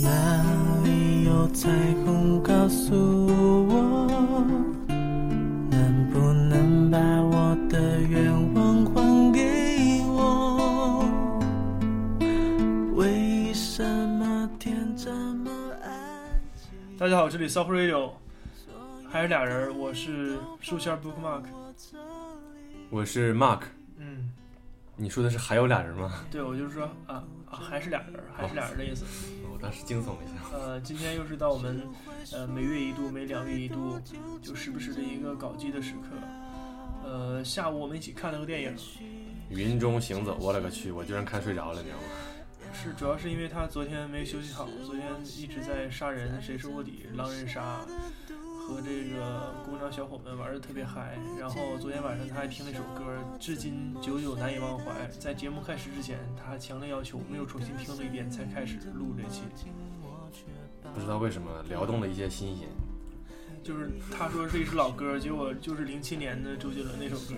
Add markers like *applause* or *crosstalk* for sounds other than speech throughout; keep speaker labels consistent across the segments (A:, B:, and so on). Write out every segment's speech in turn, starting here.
A: 哪里有彩虹？告诉我，能不能把我的愿望还给我？为什么天这么安静？
B: 大家好，这里 Soft Radio 还是俩人儿，我是书签 Bookmark。
C: 我是 Mark，
B: 嗯，
C: 你说的是还有俩人吗？
B: 对，我就是说啊啊，还是俩人儿，还是俩人儿的意思。
C: 我当时惊悚了一下。
B: 呃，今天又是到我们呃每月一度、每两月一度就时不时的一个搞基的时刻。呃，下午我们一起看了个电影，
C: 云中行走，我勒个去！我居然看睡着了，你知道吗？
B: 是主要是因为他昨天没休息好，昨天一直在杀人，谁是卧底、狼人杀，和这个姑娘小伙们玩的特别嗨。然后昨天晚上他还听了一首歌，至今久久难以忘怀。在节目开始之前，他强烈要求我们又重新听了一遍才开始录这期。
C: 不知道为什么撩动了一些心弦。
B: 就是他说是一首老歌，结果就是零七年的周杰伦那首歌。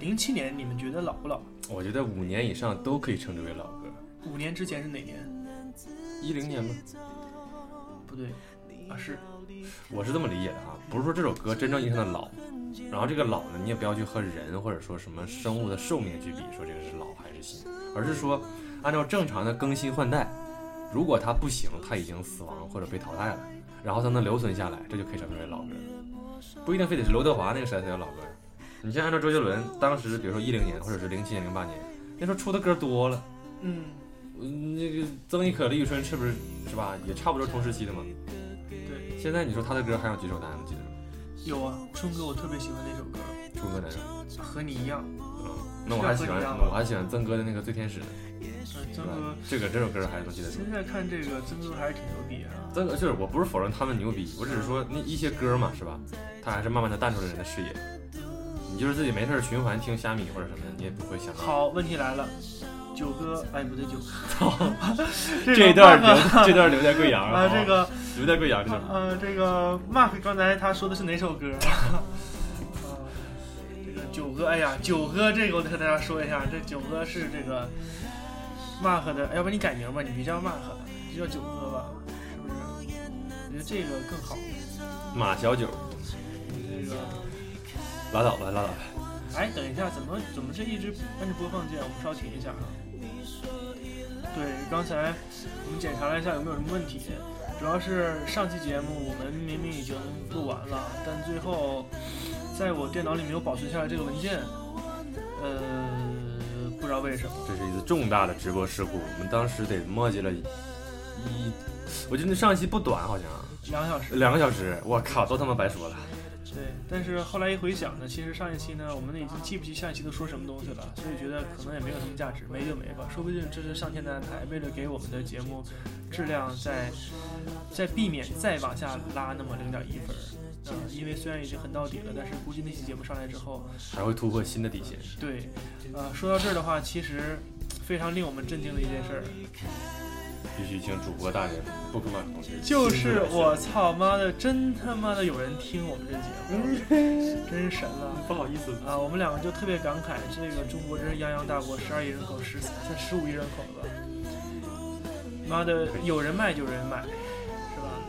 B: 零七年你们觉得老不老？
C: 我觉得五年以上都可以称之为老歌。
B: 五年之前是哪年？
C: 一零年吗？
B: 不对，啊是
C: 我是这么理解的哈，不是说这首歌真正意义上的老，然后这个老呢，你也不要去和人或者说什么生物的寿命去比，说这个是老还是新，而是说按照正常的更新换代，如果它不行，它已经死亡或者被淘汰了，然后它能留存下来，这就可以称之为老歌，不一定非得是刘德华那个时代才叫老歌。你像按照周杰伦当时，比如说一零年或者是零七年、零八年，那时候出的歌多了，
B: 嗯。
C: 嗯，那个曾轶可、李宇春是不是是吧，也差不多同时期的嘛。
B: 对，
C: 现在你说他的歌还有几首大家能记得住？
B: 有啊，春哥我特别喜欢那首歌，
C: 出歌男生。
B: 和你一样。
C: 嗯，那我还喜欢，我还喜欢曾哥的那个《最天使》，
B: 嗯，
C: 对
B: 曾
C: 吧
B: 哥，？
C: 这个这首歌还是能记得住。
B: 现在看这个曾哥还是挺牛逼啊。
C: 曾哥就是我不是否认他们牛逼，我只是说那一些歌嘛，是吧？他还是慢慢的淡出了人的视野。你就是自己没事儿循环听虾米或者什么的，你也不会想到。
B: 好，问题来了，九哥，哎不对，九哥， *laughs*
C: 这一段留， *laughs* 这段留在贵阳
B: 啊
C: 好
B: 这个
C: 留在贵阳这段。
B: 呃这个 Mark 刚才他说的是哪首歌？啊这个九哥，哎呀，九哥，这个我得和大家说一下，这九哥是这个 Mark 的，要不然你改名吧，你别叫 Mark 了，你就叫九哥吧，是不是？我觉得这个更好，
C: 马小九，
B: 这个。
C: 拉倒吧，拉倒吧。
B: 哎，等一下，怎么怎么这一直按着播放键？我们稍停一下啊。对，刚才我们检查了一下有没有什么问题，主要是上期节目我们明明已经录完了，但最后在我电脑里没有保存下来这个文件，呃，不知道为什么。
C: 这是一次重大的直播事故，我们当时得磨叽了一，一我记得上一期不短，好像
B: 两个小时。
C: 两个小时。我靠，都他妈白说了。
B: 对，但是后来一回想呢，其实上一期呢，我们已经记不清下一期都说什么东西了，所以觉得可能也没有什么价值，没就没吧。说不定这是上天的安排，为了给我们的节目质量再再避免再往下拉那么零点一分儿。嗯、因为虽然已经很到底了，但是估计那期节目上来之后，
C: 还会突破新的底线。
B: 对，呃，说到这儿的话，其实非常令我们震惊的一件事儿，
C: 必须请主播大人不可同学，
B: 就是我操妈的，真他妈的有人听我们这节目，真神了。
C: 不好意思，
B: 啊，我们两个就特别感慨，这个中国真是泱泱大国，十二亿人口，十才十五亿人口吧，妈的，有人卖就有人买，是吧？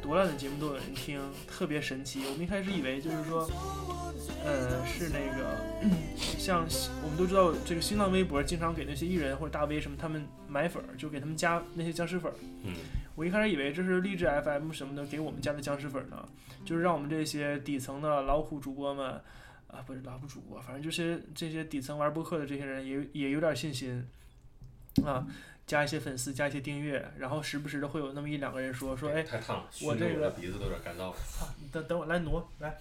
B: 多烂的节目都有人听，特别神奇。我们一开始以为就是说，呃，是那个像我们都知道，这个新浪微博经常给那些艺人或者大 V 什么他们买粉儿，就给他们加那些僵尸粉儿。
C: 嗯，
B: 我一开始以为这是励志 FM 什么的给我们家的僵尸粉呢，就是让我们这些底层的老虎主播们，啊，不是老虎主播，反正就是这些底层玩播客的这些人也也有点信心，啊，加一些粉丝，加一些订阅，然后时不时的会有那么一两个人说说，哎，
C: 太烫了，
B: 我这个熏得我的
C: 鼻子都有点干燥了。
B: 等等我来挪来，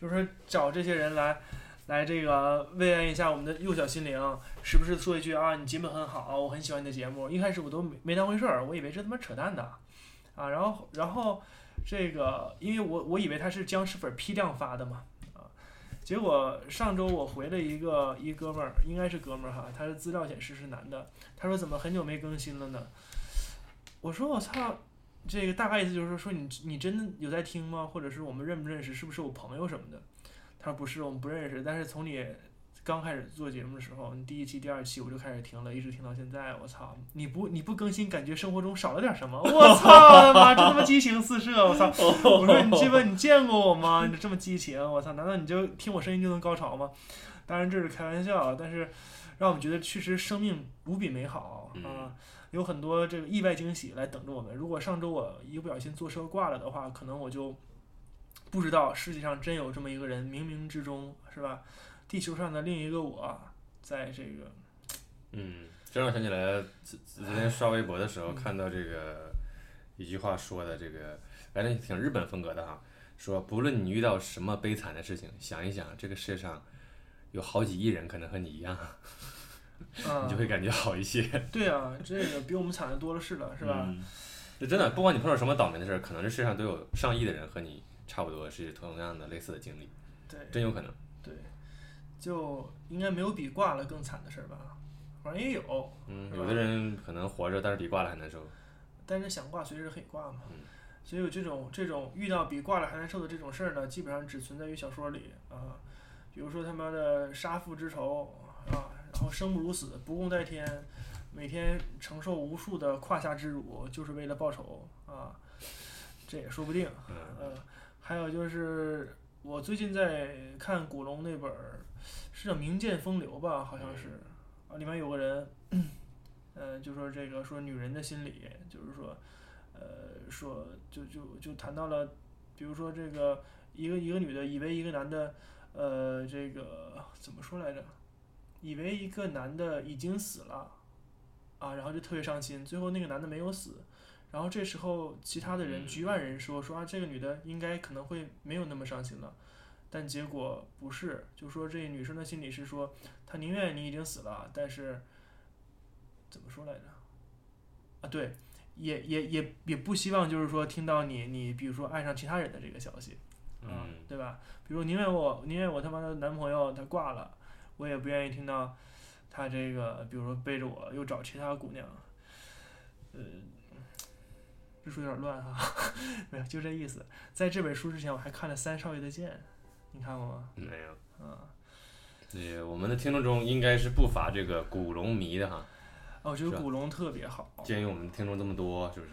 B: 就是说找这些人来。来，这个慰安一下我们的幼小心灵，时不时地说一句啊，你节目很好，我很喜欢你的节目。一开始我都没没当回事儿，我以为这他妈扯淡的，啊，然后然后这个，因为我我以为他是僵尸粉批量发的嘛，啊，结果上周我回了一个一哥们儿，应该是哥们儿哈，他的资料显示是男的，他说怎么很久没更新了呢？我说我操，这个大概意思就是说说你你真的有在听吗？或者是我们认不认识？是不是我朋友什么的？他说不是，我们不认识，但是从你刚开始做节目的时候，你第一期、第二期我就开始听了，一直听到现在。我操，你不你不更新，感觉生活中少了点什么。我操他妈，这他妈激情四射！我操，我说你这问你见过我吗？你这么激情，我操，难道你就听我声音就能高潮吗？当然这是开玩笑，啊但是让我们觉得确实生命无比美好啊。
C: 嗯
B: 有很多这个意外惊喜来等着我们。如果上周我一不小心坐车挂了的话，可能我就不知道世界上真有这么一个人，冥冥之中是吧？地球上的另一个我，啊在这个
C: 嗯，这让我想起来，昨昨天刷微博的时候
B: 嗯
C: 看到这个一句话说的，这个反正挺日本风格的哈，说不论你遇到什么悲惨的事情，想一想这个世界上有好几亿人可能和你一样， *laughs*
B: 啊
C: *laughs* 你就，会感觉好一些，
B: 对啊，这个比我们惨的多了是了，是吧？
C: 嗯？就真的，不管你碰到什么倒霉的事儿，可能这世界上都有上亿的人和你差不多是同样的类似的经历，
B: 对
C: 真有可能。
B: 对，就应该没有比挂了更惨的事儿吧？反正也有，
C: 嗯，
B: 是吧
C: 有的人可能活着，但是比挂了还难受。
B: 但是想挂随时可以挂嘛
C: 嗯。
B: 所以有这种这种遇到比挂了还难受的这种事儿呢，基本上只存在于小说里啊，比如说他妈的杀父之仇啊，然后生不如死，不共戴天，每天承受无数的胯下之辱，就是为了报仇啊，这也说不定。
C: 嗯
B: 呃，还有就是我最近在看古龙那本儿，是叫《名剑风流》吧，好像是，啊，里面有个人，呃，就说这个说女人的心理，就是说，呃，说就就就谈到了，比如说这个一个一个女的以为一个男的，呃，这个怎么说来着？以为一个男的已经死了，啊，然后就特别伤心。最后那个男的没有死，然后这时候其他的人
C: 嗯
B: 局外人说说啊，这个女的应该可能会没有那么伤心了，但结果不是，就说这女生的心理是说，她宁愿你已经死了，但是怎么说来着？啊，对，也也也也不希望就是说听到你你比如说爱上其他人的这个消息，啊
C: 嗯，
B: 对吧？比如宁愿我宁愿我他妈的男朋友他挂了，我也不愿意听到他这个，比如说背着我又找其他姑娘，呃，这书有点乱哈、 *laughs* 没有，就这意思。在这本书之前，我还看了《三少爷的剑》，你看过吗？
C: 嗯没有。
B: 啊，
C: 对，我们的听众中应该是不乏这个古龙迷的哈。
B: 啊我觉得
C: 是吧
B: 古龙特别好，
C: 鉴于我们听众这么多，是不是？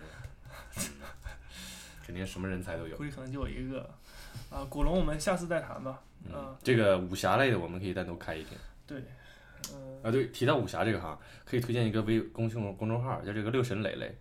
C: 嗯肯定什么人才都有
B: 估。计可能就我一个。啊，古龙我们下次再谈吧。
C: 嗯
B: 啊，
C: 这个武侠类的我们可以单独开一篇。
B: 对，嗯、
C: 啊，对，提到武侠这个哈，可以推荐一个微公众公众号，叫这个六神磊磊。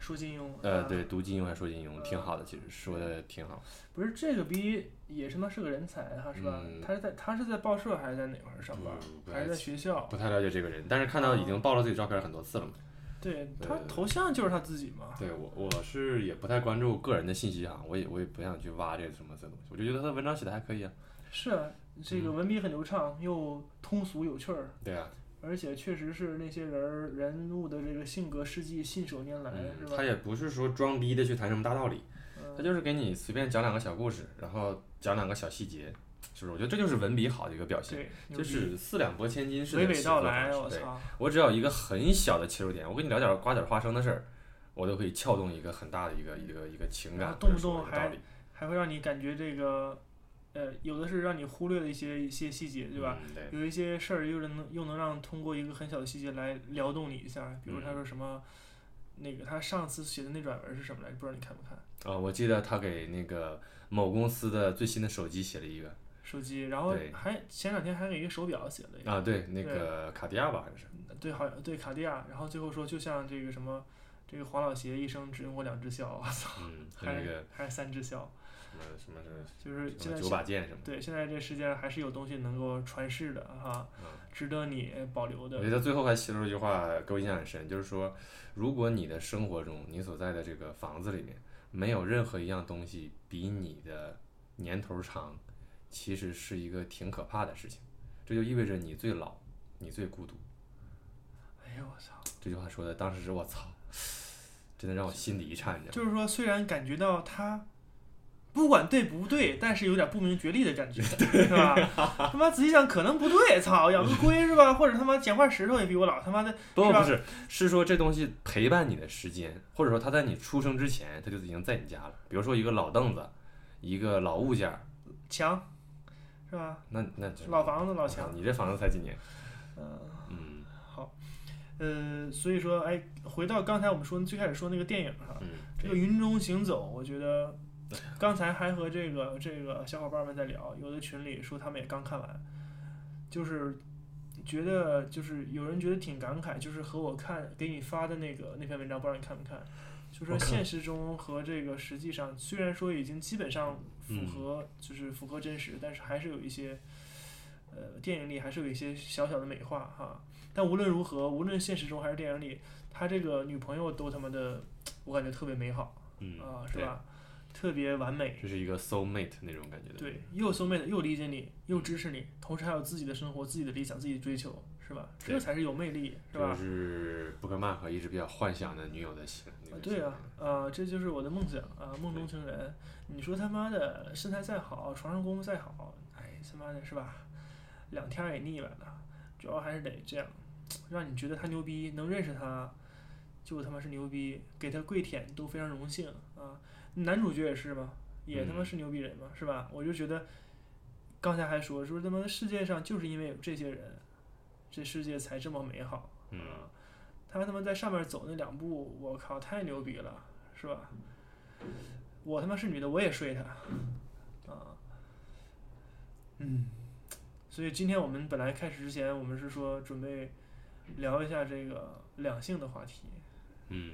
B: 说金庸。
C: 呃，
B: 啊
C: 对，读金庸还说金庸，挺好的，其实说的挺好。
B: 不是这个逼也他妈是个人才哈，是吧？
C: 嗯
B: 他是在他是在报社还是在哪块儿上班？
C: 不不
B: 嗯还是在
C: 太
B: 学校
C: 不？太了解这个人，但是看到已经暴露自己照片很多次了
B: 嗯
C: 嘛。
B: 对
C: 对
B: 他
C: 对
B: 头像就是他自己嘛。
C: 对我，我是也不太关注个人的信息哈，我也我也不想去挖这什么这东西，我就觉得他的文章写的还可以啊。
B: 是啊，这
C: 嗯
B: 个文笔很流畅，又通俗有趣儿，
C: 对啊，
B: 而且确实是那些人儿人物的这个性格事迹信手拈来，
C: 嗯，
B: 是
C: 他
B: 吧？
C: 也不是说装逼的去谈什么大道理，
B: 嗯，
C: 他就是给你随便讲两个小故事，然后讲两个小细节，是不是？我觉得这就是文笔好的一个表现，
B: 对，牛
C: 就
B: 逼
C: 是四两拨千斤式的
B: 娓娓
C: 写作
B: 道来，
C: 方式
B: 我
C: 对
B: 操！
C: 我只要一个很小的切入点，我跟你聊点瓜子儿花生的事儿，我都可以撬动一个很大的一个一个一个情
B: 然
C: 感
B: 后，啊
C: 或者
B: 动不
C: 说
B: 动
C: 一个道
B: 还
C: 理，
B: 还会让你感觉这个，呃，有的是让你忽略的一些一些细节，对吧？
C: 嗯？对，
B: 有一些事儿又能又能让通过一个很小的细节来撩动你一下，比如
C: 嗯
B: 他说什么，那个他上次写的那软文是什么来着？不知道你看不看
C: 啊、我记得他给那个某公司的最新的手机写了一个
B: 手机，然后
C: 对
B: 还前两天还给一个手表写了一个，
C: 啊，对，那个卡地亚吧，好像是，
B: 对，好像对卡地亚，然后最后说就像这个什么，这个黄老邪一生只用过两只箫，我操，
C: 嗯，和
B: 还
C: 那
B: 是、
C: 个
B: *laughs* 还是三只箫，
C: 什么什么是
B: 就是
C: 什
B: 现
C: 么
B: 在
C: 九把剑什么的，
B: 对现在这世界上还是有东西能够传世的哈，
C: 嗯。
B: 值得你保留
C: 我觉
B: 的，
C: 得最后还写了一句话，给我印象很深，就是说，如果你的生活中，你所在的这个房子里面，没有任何一样东西比你的年头长，其实是一个挺可怕的事情。这就意味着你最老，你最孤独。
B: 哎呦我操。
C: 这句话说的，当时是我操，真的让我心里一颤，你知道
B: 就是说，虽然感觉到他不管对不对，但是有点不明觉厉的感觉，是吧？他妈仔细想，可能不对，操，养个龟是吧？或者他妈捡块石头也比我老，他妈的
C: 吗？不
B: 是吧啊
C: 不是，是说这东西陪伴你的时间，或者说它在你出生之前，它就已经在你家了。比如说一个老凳子，一个老物件儿，
B: 强，是吧？
C: 那那这
B: 老房子老墙，
C: 你这房子才几年？
B: 嗯、
C: 嗯
B: 好，呃，所以说，哎，回到刚才我们说最开始说那个电影哈，
C: 嗯，
B: 这个《云中行走》，我觉得刚才还和这个这个小伙伴们在聊，有的群里说他们也刚看完，就是觉得就是有人觉得挺感慨，就是和我看给你发的那个那篇文章，不知道你看没看，就说
C: 我看
B: 现实中和这个实际上虽然说已经基本上
C: 嗯
B: 符合，就是符合真实，但是还是有一些。呃，电影里还是有一些小小的美化哈，但无论如何，无论现实中还是电影里，他这个女朋友都他妈的，我感觉特别美好。
C: 嗯
B: 啊，是？吧？特别完
C: 对
B: 美，
C: 这是一个 soul mate 那种感觉的，
B: 对，又 soul mate，又理解你，又支持你，同时还有自己的生活、自己的理想、自己的追求，是吧？这
C: 对
B: 才是有魅力，是
C: 这
B: 吧
C: 就？是布克曼和一直比较幻想的女友的形。
B: 啊
C: 那个
B: 对啊
C: 形，
B: 啊，这就是我的梦想啊，梦中情人。你说他妈的身材再好，床上功夫再好，哎，他妈的是吧？两天儿也腻歪了，主要还是得这样，让你觉得他牛逼，能认识他，就他妈是牛逼，给他跪舔都非常荣幸啊。男主角也是嘛，也他妈
C: 嗯
B: 是牛逼人嘛，是吧？我就觉得，刚才还说说他妈世界上就是因为有这些人，这世界才这么美好。
C: 嗯
B: 啊他他妈在上面走那两步，我靠，太牛逼了，是吧？我他妈是女的，我也睡他，啊，嗯，所以今天我们本来开始之前，我们是说准备聊一下这个两性的话题，
C: 嗯，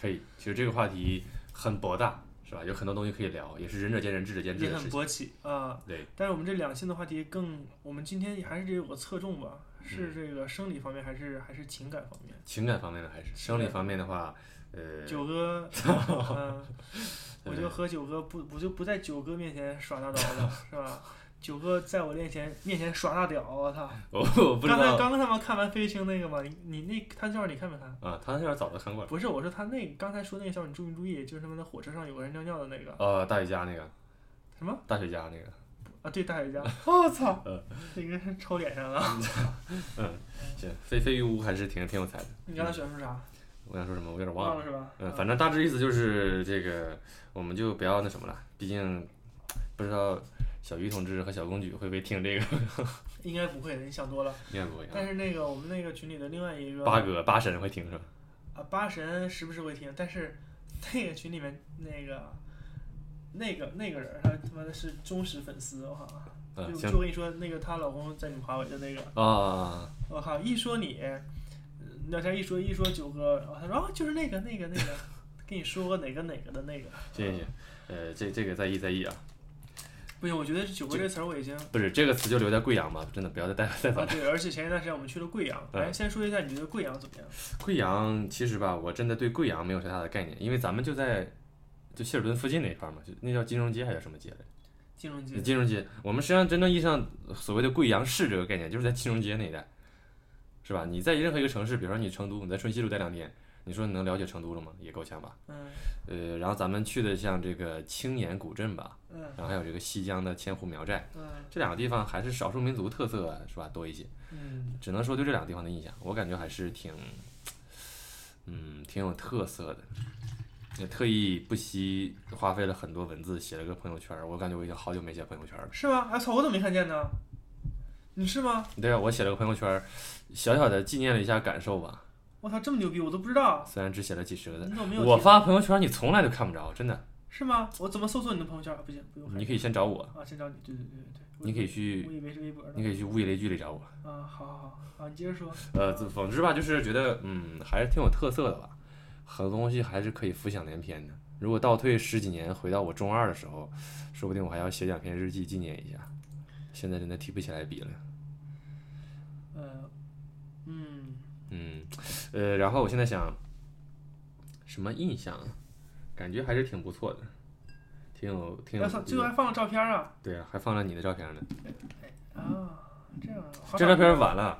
C: 可以。其实这个话题很博大，是吧？有很多东西可以聊，也是仁者见仁，智者见智
B: 也
C: 的
B: 很
C: 事情。
B: 勃起啊。
C: 对，
B: 但是我们这两性的话题更，我们今天还是得有个侧重吧，
C: 嗯
B: 是这个生理方面还是还是情感方面？
C: 情感方面的还是生理方面
B: *laughs*
C: 的话，呃，
B: 九
C: *laughs*
B: 哥，嗯、我就和九哥不，我就不在九哥面前耍大刀
C: *laughs*
B: 了，是吧？九哥在我面前面前耍大屌，我操！
C: 我我不知
B: 刚才
C: 道
B: 刚刚他妈看完飞青那个嘛，你你那他笑话你看没看？
C: 啊，他那点早就看过了。
B: 不是，我说他那刚才说那个笑话，你注没注意？就是他妈的火车上有个人尿尿的那个
C: 呃，大学家那个，
B: 什么
C: 大学家那个，
B: 啊？对，大雪
C: *laughs*
B: 茄，我操
C: 嗯，
B: 这个人抽脸上了。
C: 行，飞飞鱼屋还是挺挺有才的。
B: 你刚才喜欢说啥？
C: 我想说什么，我有点忘
B: 忘
C: 了
B: 了。是吧？
C: 嗯，反正大致意思就是这个，我们就不要那什么了，毕竟不知道小鱼同志和小公举会不会听这
B: *laughs*
C: 个，
B: 啊应该不会的，你想多了。
C: 应该不会
B: 但
C: 啊。
B: 是那个我们那个群里的另外一个
C: 八哥八神会听是吧？
B: 啊，八神时不时会听，但是 *laughs* 那个群里面那个那个那个人儿，他他妈的是忠实粉丝，我靠！
C: 嗯，
B: 就
C: 行
B: 就跟你说，那个她老公在你华为的那个，
C: 啊啊，
B: 我靠！一说你，呃聊天一说一说九哥，然后他说哦，就是那个那个那个，跟你说过哪个哪个的那个。
C: 谢谢。呃，这这个在意在意啊，
B: 不行，我觉得九哥这词儿我已经
C: 不是这个词就留在贵阳吧，真的不要再带带走
B: 啊
C: 了。
B: 对，而且前一段时间我们去了贵阳，
C: 嗯
B: 来先说一下你觉得贵阳怎么样？
C: 贵阳其实吧，我真的对贵阳没有太大的概念，因为咱们就在就希尔顿附近那一块儿嘛，就那叫金融街还叫什么街来着？
B: 金融街
C: 金融街，我们实际上真正意义上所谓的贵阳市这个概念，就是在金融街那一带，是吧？你在任何一个城市，比如说你成都，你在春熙路待两天，你说你能了解成都了吗？也够呛吧。
B: 嗯
C: 呃，然后咱们去的像这个青岩古镇吧，
B: 嗯
C: 然后还有这个西江的千湖苗寨，
B: 嗯
C: 这两个地方还是少数民族特色是吧多一些，
B: 嗯，
C: 只能说对这两个地方的印象，我感觉还是挺，嗯，挺有特色的。也特意不惜花费了很多文字写了个朋友圈儿，我感觉我已经好久没写朋友圈儿了。
B: 是吗？哎操，我怎么没看见呢？你是吗？
C: 对啊，我写了个朋友圈儿，小小的纪念了一下感受吧。
B: 我操，这么牛逼，我都不知道。
C: 虽然只写了几十个
B: 你
C: 字，
B: 怎么没有提？
C: 我发朋友圈儿你从来都看不着，真的。
B: 是吗？我怎么搜索你的朋友圈？啊、不行，不用看。
C: 你可以先找我，
B: 啊，先找你。对对对对对。我
C: 你可以
B: 我
C: 去，
B: 以为是微博
C: 你
B: 呢。
C: 可以去物以类聚里找我。
B: 啊，好好好，好，你接着说。
C: 呃，总总之吧，就是觉得嗯，还是挺有特色的吧，很多东西还是可以浮想联翩的。如果倒退十几年，回到我中二的时候，说不定我还要写两篇日记纪念一下。现在真的提不起来笔了。
B: 呃，嗯，
C: 嗯，呃，然后我现在想，什么印象啊？感觉还是挺不错的，挺有挺有
B: 我
C: 意思
B: 操，
C: 的。
B: 最后还放了照片啊！
C: 对啊，还放了你的照片呢。
B: 啊，这样啊。好
C: 这
B: 找
C: 照片晚了，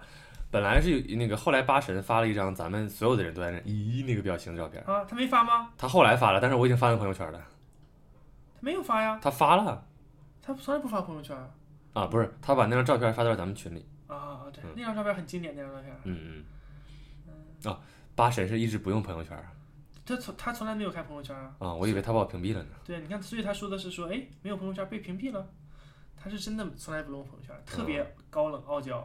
C: 本来是有那个后来八神发了一张咱们所有的人都在那咦那个表情的照片，
B: 啊，他没发吗？
C: 他后来发了，但是我已经发到朋友圈了。
B: 他没有发呀，
C: 他发了
B: 他从来不发朋友圈。啊
C: 啊，不是，他把那张照片发到了咱们群里。
B: 啊，对
C: 嗯，
B: 那张照片很经典，那张照片。
C: 嗯嗯。啊，八神是一直不用朋友圈啊，
B: 他从他从来没有开朋友圈啊。
C: 啊我以为他把我屏蔽了呢。
B: 对，你看，所以他说的是说，哎，没有朋友圈被屏蔽了。他是真的从来不弄朋友圈，特
C: 嗯
B: 别高冷傲娇。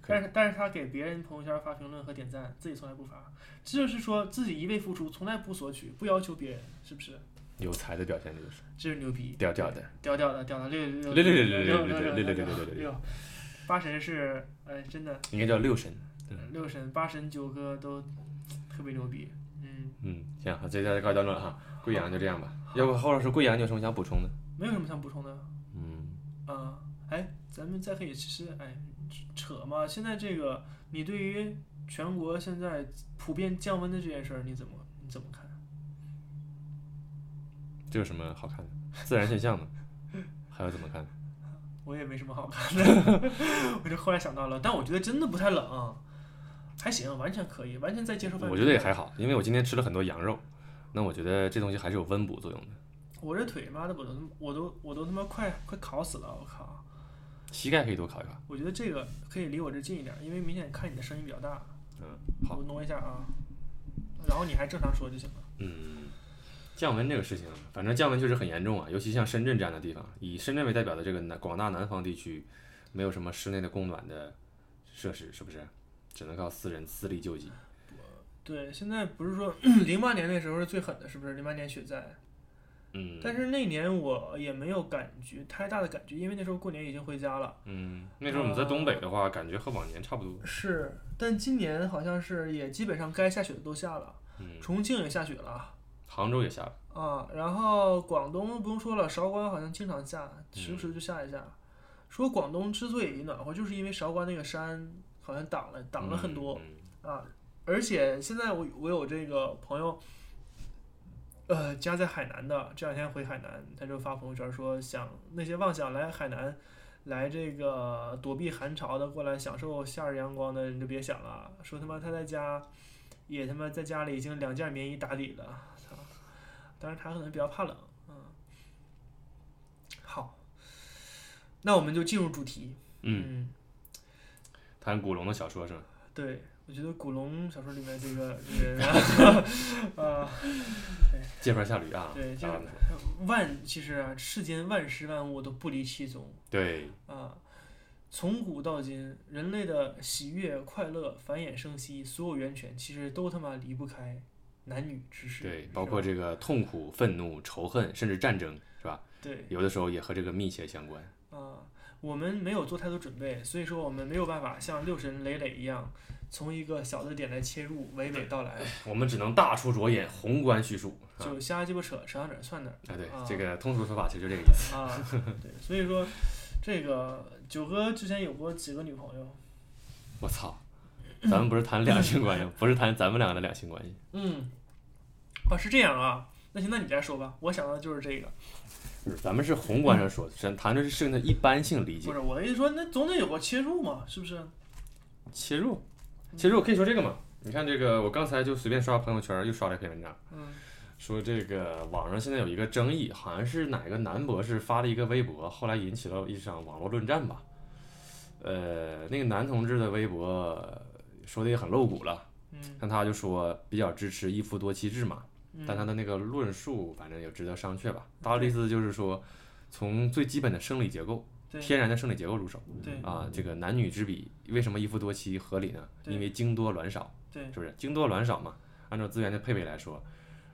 C: 可以
B: 但是，但是他给别人朋友圈发评论和点赞，自己从来不发，这就是说自己一味付出，从来不索取，不要求别人，是不是？
C: 有才的表现就是
B: 这是牛逼，
C: 屌屌的，
B: 屌屌的，屌的六六
C: 六
B: 六
C: 六
B: 六
C: 六六
B: 六
C: 六六六
B: 六
C: 六六
B: 六
C: 六六
B: 六，八神是，哎，真的
C: 应该叫六神。
B: 六神八神九哥都特别牛逼，嗯，
C: 嗯，行，好，这家告一段落了哈。贵阳就这样吧，要不侯老师，贵阳你有什么想补充的？
B: 没有什么想补充的。
C: 嗯，
B: 啊，哎，咱们再可以其实哎扯嘛，现在这个你对于全国现在普遍降温的这件事儿，你怎么你怎么看？
C: 这有什么好看的？自然现象 *laughs* 嘛，还有怎么看？
B: 我也没什么好看的， *laughs* 我就忽然想到了，但我觉得真的不太冷，还行，完全可以，完全在接受范围。
C: 我觉得也还，好，因为我今天吃了很多羊肉，那我觉得这东西还是有温补作用的。
B: 我这腿妈的我都我都我都他妈快快烤死了，我靠！
C: 膝盖可以多烤一烤。
B: 我觉得这个可以离我这近一点，因为明显看你的声音比较大，
C: 嗯，好
B: 我，挪一下啊，然后你还正常说就行了。
C: 嗯，降温这个事情，啊反正降温确实很严重啊，尤其像深圳这样的地方，以深圳为代表的这个南广大南方地区，没有什么室内的供暖的设施，是不是？只能靠私人私力救济。
B: 对，现在不是说 *clears throat* 零八年那时候是最狠的，是不是？零八年雪灾，
C: 嗯，
B: 但是那年我也没有感觉太大的感觉，因为那时候过年已经回家了。
C: 嗯，那时候我们在东北的话，感觉和往年差不多。
B: 是，但今年好像是也基本上该下雪的都下了，
C: 嗯，
B: 重庆也下雪了
C: 杭州也下了。
B: 啊，然后广东不用说了，韶关好像经常下，时不
C: 嗯
B: 时就下一下。说广东之所以暖和，就是因为韶关那个山好像挡了挡了很多，
C: 嗯。嗯
B: 啊，而且现在我我有这个朋友，呃，家在海南的，这两天回海南，他就发朋友圈说想那些妄想来海南来这个躲避寒潮的，过来享受夏日阳光的人就别想了，说他妈他在家也他妈在家里已经两件棉衣打底了，操！当然他可能比较怕冷，嗯，好，那我们就进入主题，
C: 嗯，
B: 嗯
C: 谈古龙的小说是吗？
B: 对，我觉得古龙小说里面这个这
C: *laughs*
B: 个人啊，呃，
C: 借坡下驴啊。
B: 对就是
C: 啊
B: 万其实啊，世间万事万物都不离其宗
C: 对，
B: 啊。从古到今，人类的喜悦、快乐、繁衍生息，所有源泉其实都他妈离不开男女之事。
C: 对
B: 是，
C: 包括
B: 吧
C: 这个痛苦、愤怒、仇恨，甚至战争，是吧？
B: 对
C: 有的时候也和这个密切相关。
B: 啊，我们没有做太多准备，所以说我们没有办法像六神磊磊一样，从一个小的点来切入，娓娓
C: *laughs*
B: 道来，
C: 我们只能大处着眼，宏观叙述。啊
B: 就瞎鸡巴扯，扯到哪儿算哪儿。
C: 啊，对
B: 啊，
C: 这个通俗说法其实就这个意思。
B: 啊，对，所以说这个九哥之前有过几个女朋友，
C: 我
B: *laughs*
C: 操，咱们不是谈两性关系，不是谈咱们两个的两性关系。
B: 嗯，啊是这样啊，那行，那你来说吧，我想到的就是这个，
C: 不是，咱们是宏观上说，咱谈这事情的一般性理解
B: 不。是我的意思说，那总得有个切入嘛，是不是？
C: 切入，切入可以说这个嘛？你看这个，我刚才就随便刷朋友圈，又刷了一篇文章，
B: 嗯
C: 说这个网上现在有一个争议，好像是哪个男博士发了一个微博，后来引起了一场网络论战吧。呃，那个男同志的微博说的也很露骨了，
B: 嗯
C: 像他就说比较支持一夫多妻制嘛，
B: 嗯，
C: 但他的那个论述反正有值得商榷吧。大概的意思就是说，从最基本的生理结构、
B: 对
C: 天然的生理结构入手
B: 对
C: 啊，这个男女之比为什么一夫多妻合理呢？
B: 对
C: 因为精多卵少，
B: 对
C: 是不是？精多卵少嘛，按照资源的配备来说，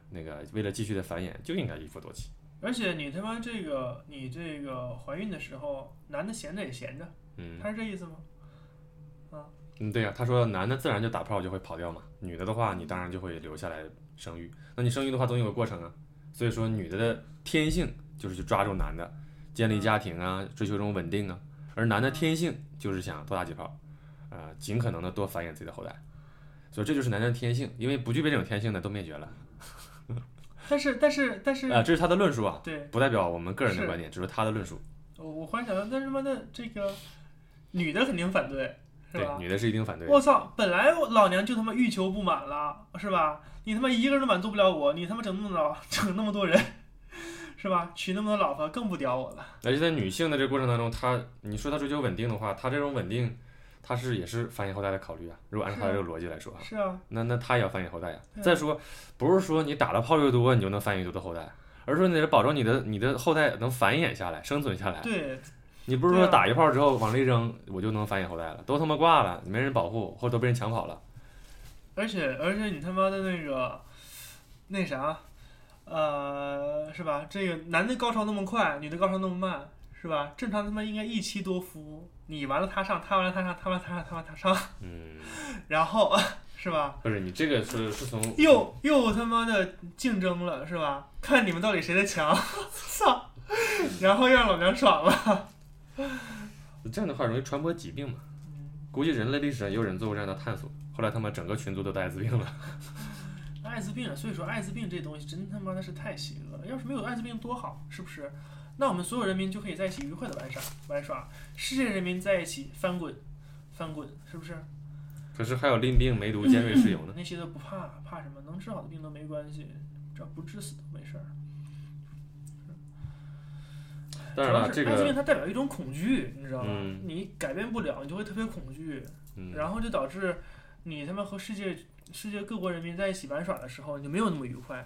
C: 那个为了继续的繁衍就应该一夫多妻。
B: 而且你他妈这个你这个怀孕的时候，男的闲着也闲着，
C: 嗯
B: 他是这意思吗？
C: 嗯，对呀、他说男的自然就打炮就会跑掉嘛，女的的话你当然就会留下来生育。那你生育的话总有个过程啊，所以说女的的天性就是去抓住男的，建立家庭啊，追求这种稳定啊，而男的天性就是想多打几炮，呃，尽可能的多繁衍自己的后代。所以这就是男人的天性，因为不具备这种天性的都灭绝了。
B: 但是但是但是，
C: 啊、这是他的论述啊，
B: 对
C: 不代表我们个人的
B: 是
C: 观点，只是他的论述。
B: 我我忽然想到，但是他妈的这个女的肯定反对，是
C: 对
B: 吧，？
C: 女的是一定反对的。
B: 我操！本来我老娘就他妈欲求不满了，是吧？你他妈一个人都满足不了我，你他妈整那么老， *laughs* 整那么多人，是吧？娶那么多老婆更不屌我了。
C: 而且在女性的这个过程当中，她你说她追求稳定的话，她这种稳定，她是也是繁衍后代的考虑啊。如果按照她的这个逻辑来说啊，
B: 是啊，
C: 那那她也要繁衍后代呀、
B: 对啊
C: 再说，不是说你打了炮越多，你就能繁衍越多的后代，而是说你得保证你的你的后代能繁衍下来、生存下来。
B: 对，
C: 你不是说
B: 对啊
C: 打一炮之后往里扔，我就能繁衍后代了？都他妈挂了，没人保护，或者都被人抢跑了。
B: 而且而且你他妈的那个那啥，呃，是吧？这个男的高潮那么快，女的高潮那么慢，是吧？正常他妈应该一妻多夫，你完了他上，他完了他上，他完了他上，他完了他上，
C: 嗯，
B: 然后 *laughs* 是吧？
C: 不是你这个是是从
B: 又又他妈的竞争了，是吧？看你们到底谁的强， *laughs* 操！然后又让老娘爽了。
C: 这样的话容易传播疾病嘛？估计人类历史上也有人做过这样的探索，后来他们整个群族都得艾滋病了。 *laughs*
B: 艾滋病，啊所以说艾滋病这东西真他妈的是太邪恶了。要是没有艾滋病多好，是不是？那我们所有人民就可以在一起愉快的玩耍玩耍，世界人民在一起翻滚翻滚，是不是？
C: 可是还有淋病、梅毒、尖锐湿
B: *laughs*
C: 疣呢。
B: 那些都不怕，怕什么？能治好的病都没关系，只要不致死都没事儿。
C: 当
B: 主要
C: 然了，
B: 是
C: 啊这
B: 艾滋病
C: 个
B: 它代表一种恐惧，你知道吗？
C: 嗯
B: 你改变不了，你就会特别恐惧，
C: 嗯，
B: 然后就导致你他妈和世界世界各国人民在一起玩耍的时候，你就没有那么愉快，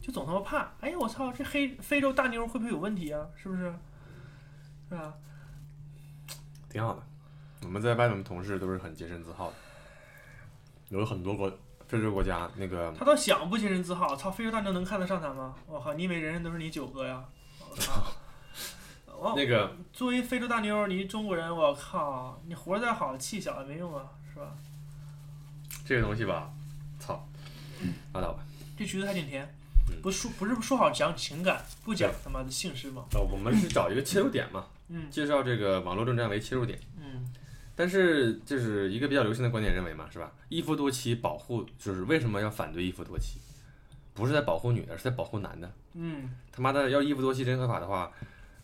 B: 就总他妈怕，哎呀我操，这黑非洲大妞会不会有问题啊？是不是？是吧？
C: 挺好的。我们在外面的同事都是很洁身自好的，有很多国非洲国家那个
B: 他倒想不洁身自好，操，非洲大妞能看得上他吗？我靠，你以为人人都是你九哥呀？我靠！我
C: *laughs* 哦那个
B: 作为非洲大妞，你一中国人，我靠，你活得再好，气小也没用啊，是吧？
C: 这个东西吧，操，拉倒吧。
B: 这橘子还挺甜
C: 嗯，
B: 不说不是说好讲情感，不讲
C: 对
B: 他妈的姓氏吗？
C: 呃，我们是找一个切入点嘛，
B: 嗯
C: 介绍这个网络论战为切入点。
B: 嗯
C: 但是就是一个比较流行的观点认为嘛，是吧？一夫多妻保护就是为什么要反对一夫多妻？不是在保护女的，是在保护男的。
B: 嗯，
C: 他妈的，要一夫多妻真合法的话，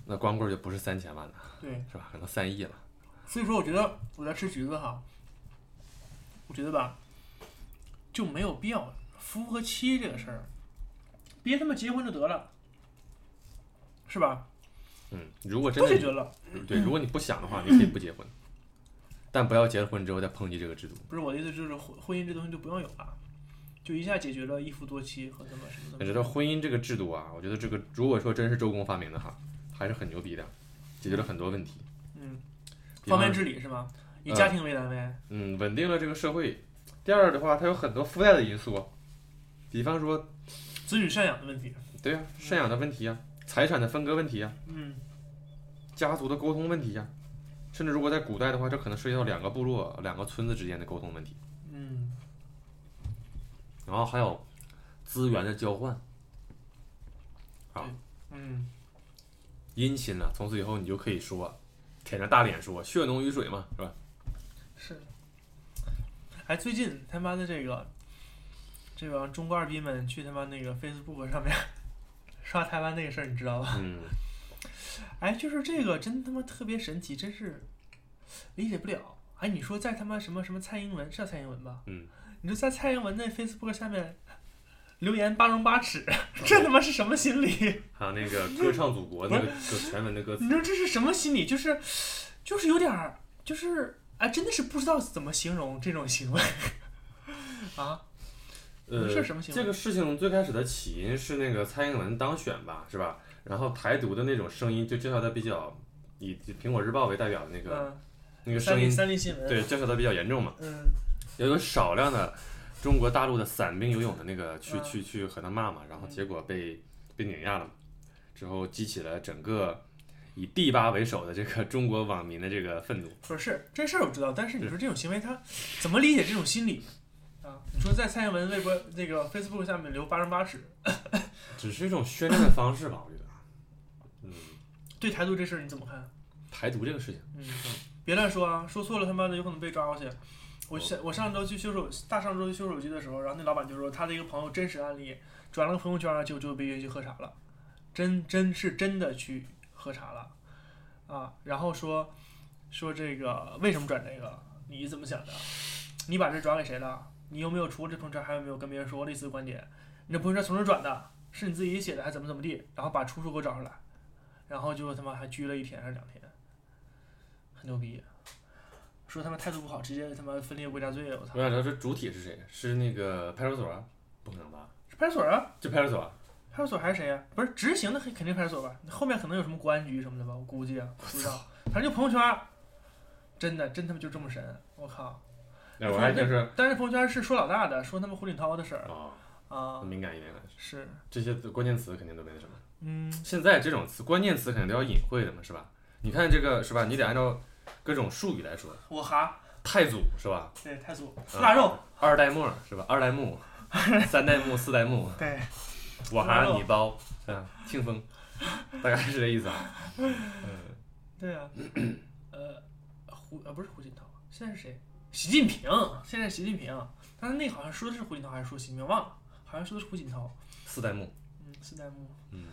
C: 那光棍就不是三千万了，
B: 对。
C: 是吧？可能三亿了。
B: 所以说，我觉得我在吃橘子哈，我觉得吧，就没有必要夫和妻这个事儿，别他妈结婚就得了，是吧？
C: 嗯，如果真
B: 都解决
C: 的
B: 了，
C: 对，如果你不想的话，你可以不结婚，但不要结了婚之后再抨击这个制度。
B: 不是我的意思，就是婚婚姻这东西就不用有了，就一下解决了一夫多妻和他妈什么
C: 我
B: 的。
C: 觉得婚姻这个制度啊，我觉得这个如果说真是周公发明的哈，还是很牛逼的，解决了很多问题。
B: 嗯，
C: 比
B: 方
C: 方
B: 便
C: 说
B: 治理是吗？以
C: 嗯
B: 家庭为单位，
C: 嗯，稳定了这个社会。第二的话，它有很多附带的因素，啊比方说，
B: 子女赡养的问题，
C: 对呀、赡养的问题呀、财产的分割问题呀、啊
B: 嗯
C: 家族的沟通问题呀、甚至如果在古代的话，这可能涉及到两个部落、两个村子之间的沟通问题，
B: 嗯，
C: 然后还有资源的交换。啊，
B: 嗯，
C: 姻亲了，啊从此以后你就可以说，舔着大脸说，血浓于水嘛，是吧？
B: 是。哎，最近他妈的这个，这个中国二逼们去他妈那个 Facebook 上面刷台湾那个事儿，你知道吧？
C: 嗯，
B: 哎，就是这个真他妈特别神奇，真是理解不了。哎，你说在他妈什么什么蔡英文是叫蔡英文吧？
C: 嗯。
B: 你说在蔡英文那 Facebook 下面留言八荣八耻，这他妈是什么心理？
C: 还有那个歌唱祖国那个歌全文的歌词
B: 你，说这是什么心理？就是，就是有点儿，就是哎，真的是不知道怎么形容这种行为 *laughs* 啊。
C: 呃，
B: 是什么行为
C: 这个事情最开始的起因是那个蔡英文当选吧，是吧？然后台独的那种声音就叫小的比较，以以苹果日报为代表的那个、
B: 嗯，
C: 那个
B: 三
C: 声
B: 立
C: 音，
B: 三立新闻，
C: 对，叫小的比较严重嘛。
B: 嗯，
C: 有有少量的中国大陆的散兵游泳的那个去、
B: 嗯
C: 去去和他骂嘛，然后
B: 嗯
C: 结果被被碾压了嘛，之后激起了整个以第八为首的这个中国网民的这个愤怒。
B: 不是这事儿我知道，但是你说这种行为他怎么理解这种心理啊？你说在蔡英文微博那个 Facebook 下面留八荣八耻，
C: 只是一种宣战的方式吧，我觉得。嗯，
B: 对台独这事儿你怎么看？啊
C: 台独这个事情，
B: 嗯，别乱说啊，说错了他妈的有可能被抓过去。我
C: 哦
B: 上我上周去修手大上周去修手机的时候，然后那老板就说他的一个朋友真实案例转了个朋友圈啊，就就被约去喝茶了，真真是真的去喝茶了啊，然后说说这个为什么转这个，你怎么想的？你把这转给谁了？你有没有除了这朋友圈还有没有跟别人说过类似的观点？你这朋友圈从哪儿转的？是你自己写的还怎么怎么地？然后把出处给我找出来，然后就他妈还拘了一天还是两天。很牛逼。说他们态度不好，直接他妈分裂国家罪，我操
C: 我！想知道这主体是谁？是那个派出所啊？不可能吧？
B: 是派出所啊，
C: 就派出所啊，
B: 派出所还是谁呀、不是执行的肯定派出所吧？后面可能有什么国安局什么的吧，我估计啊，不知道。反正就朋友圈儿，真的真他妈就这么神，我靠！
C: 哎，我还就是啊
B: 但是朋友圈是说老大的，说他们胡锦涛的事儿，
C: 那
B: 啊，
C: 哦敏感一点的，
B: 是，
C: 这些关键词肯定都没那什么。
B: 嗯，
C: 现在这种词关键词肯定都要隐晦的嘛，是吧？你看这个是吧？你得按照各种术语来说，
B: 我哈，
C: 太祖是吧？嗯
B: 对，太祖腊肉，
C: 二代目是吧？二代目、三代目、四代目，
B: 对，
C: 我喊你包，啊，庆丰，大概是这意思啊。
B: 对啊，呃，胡呃不是胡锦涛，现在是谁？习近平，现在是习近平，但是那好像说的是胡锦涛还是说习近平忘了，好像说的是胡锦涛，
C: 四代目，
B: 嗯，四代目，
C: 嗯，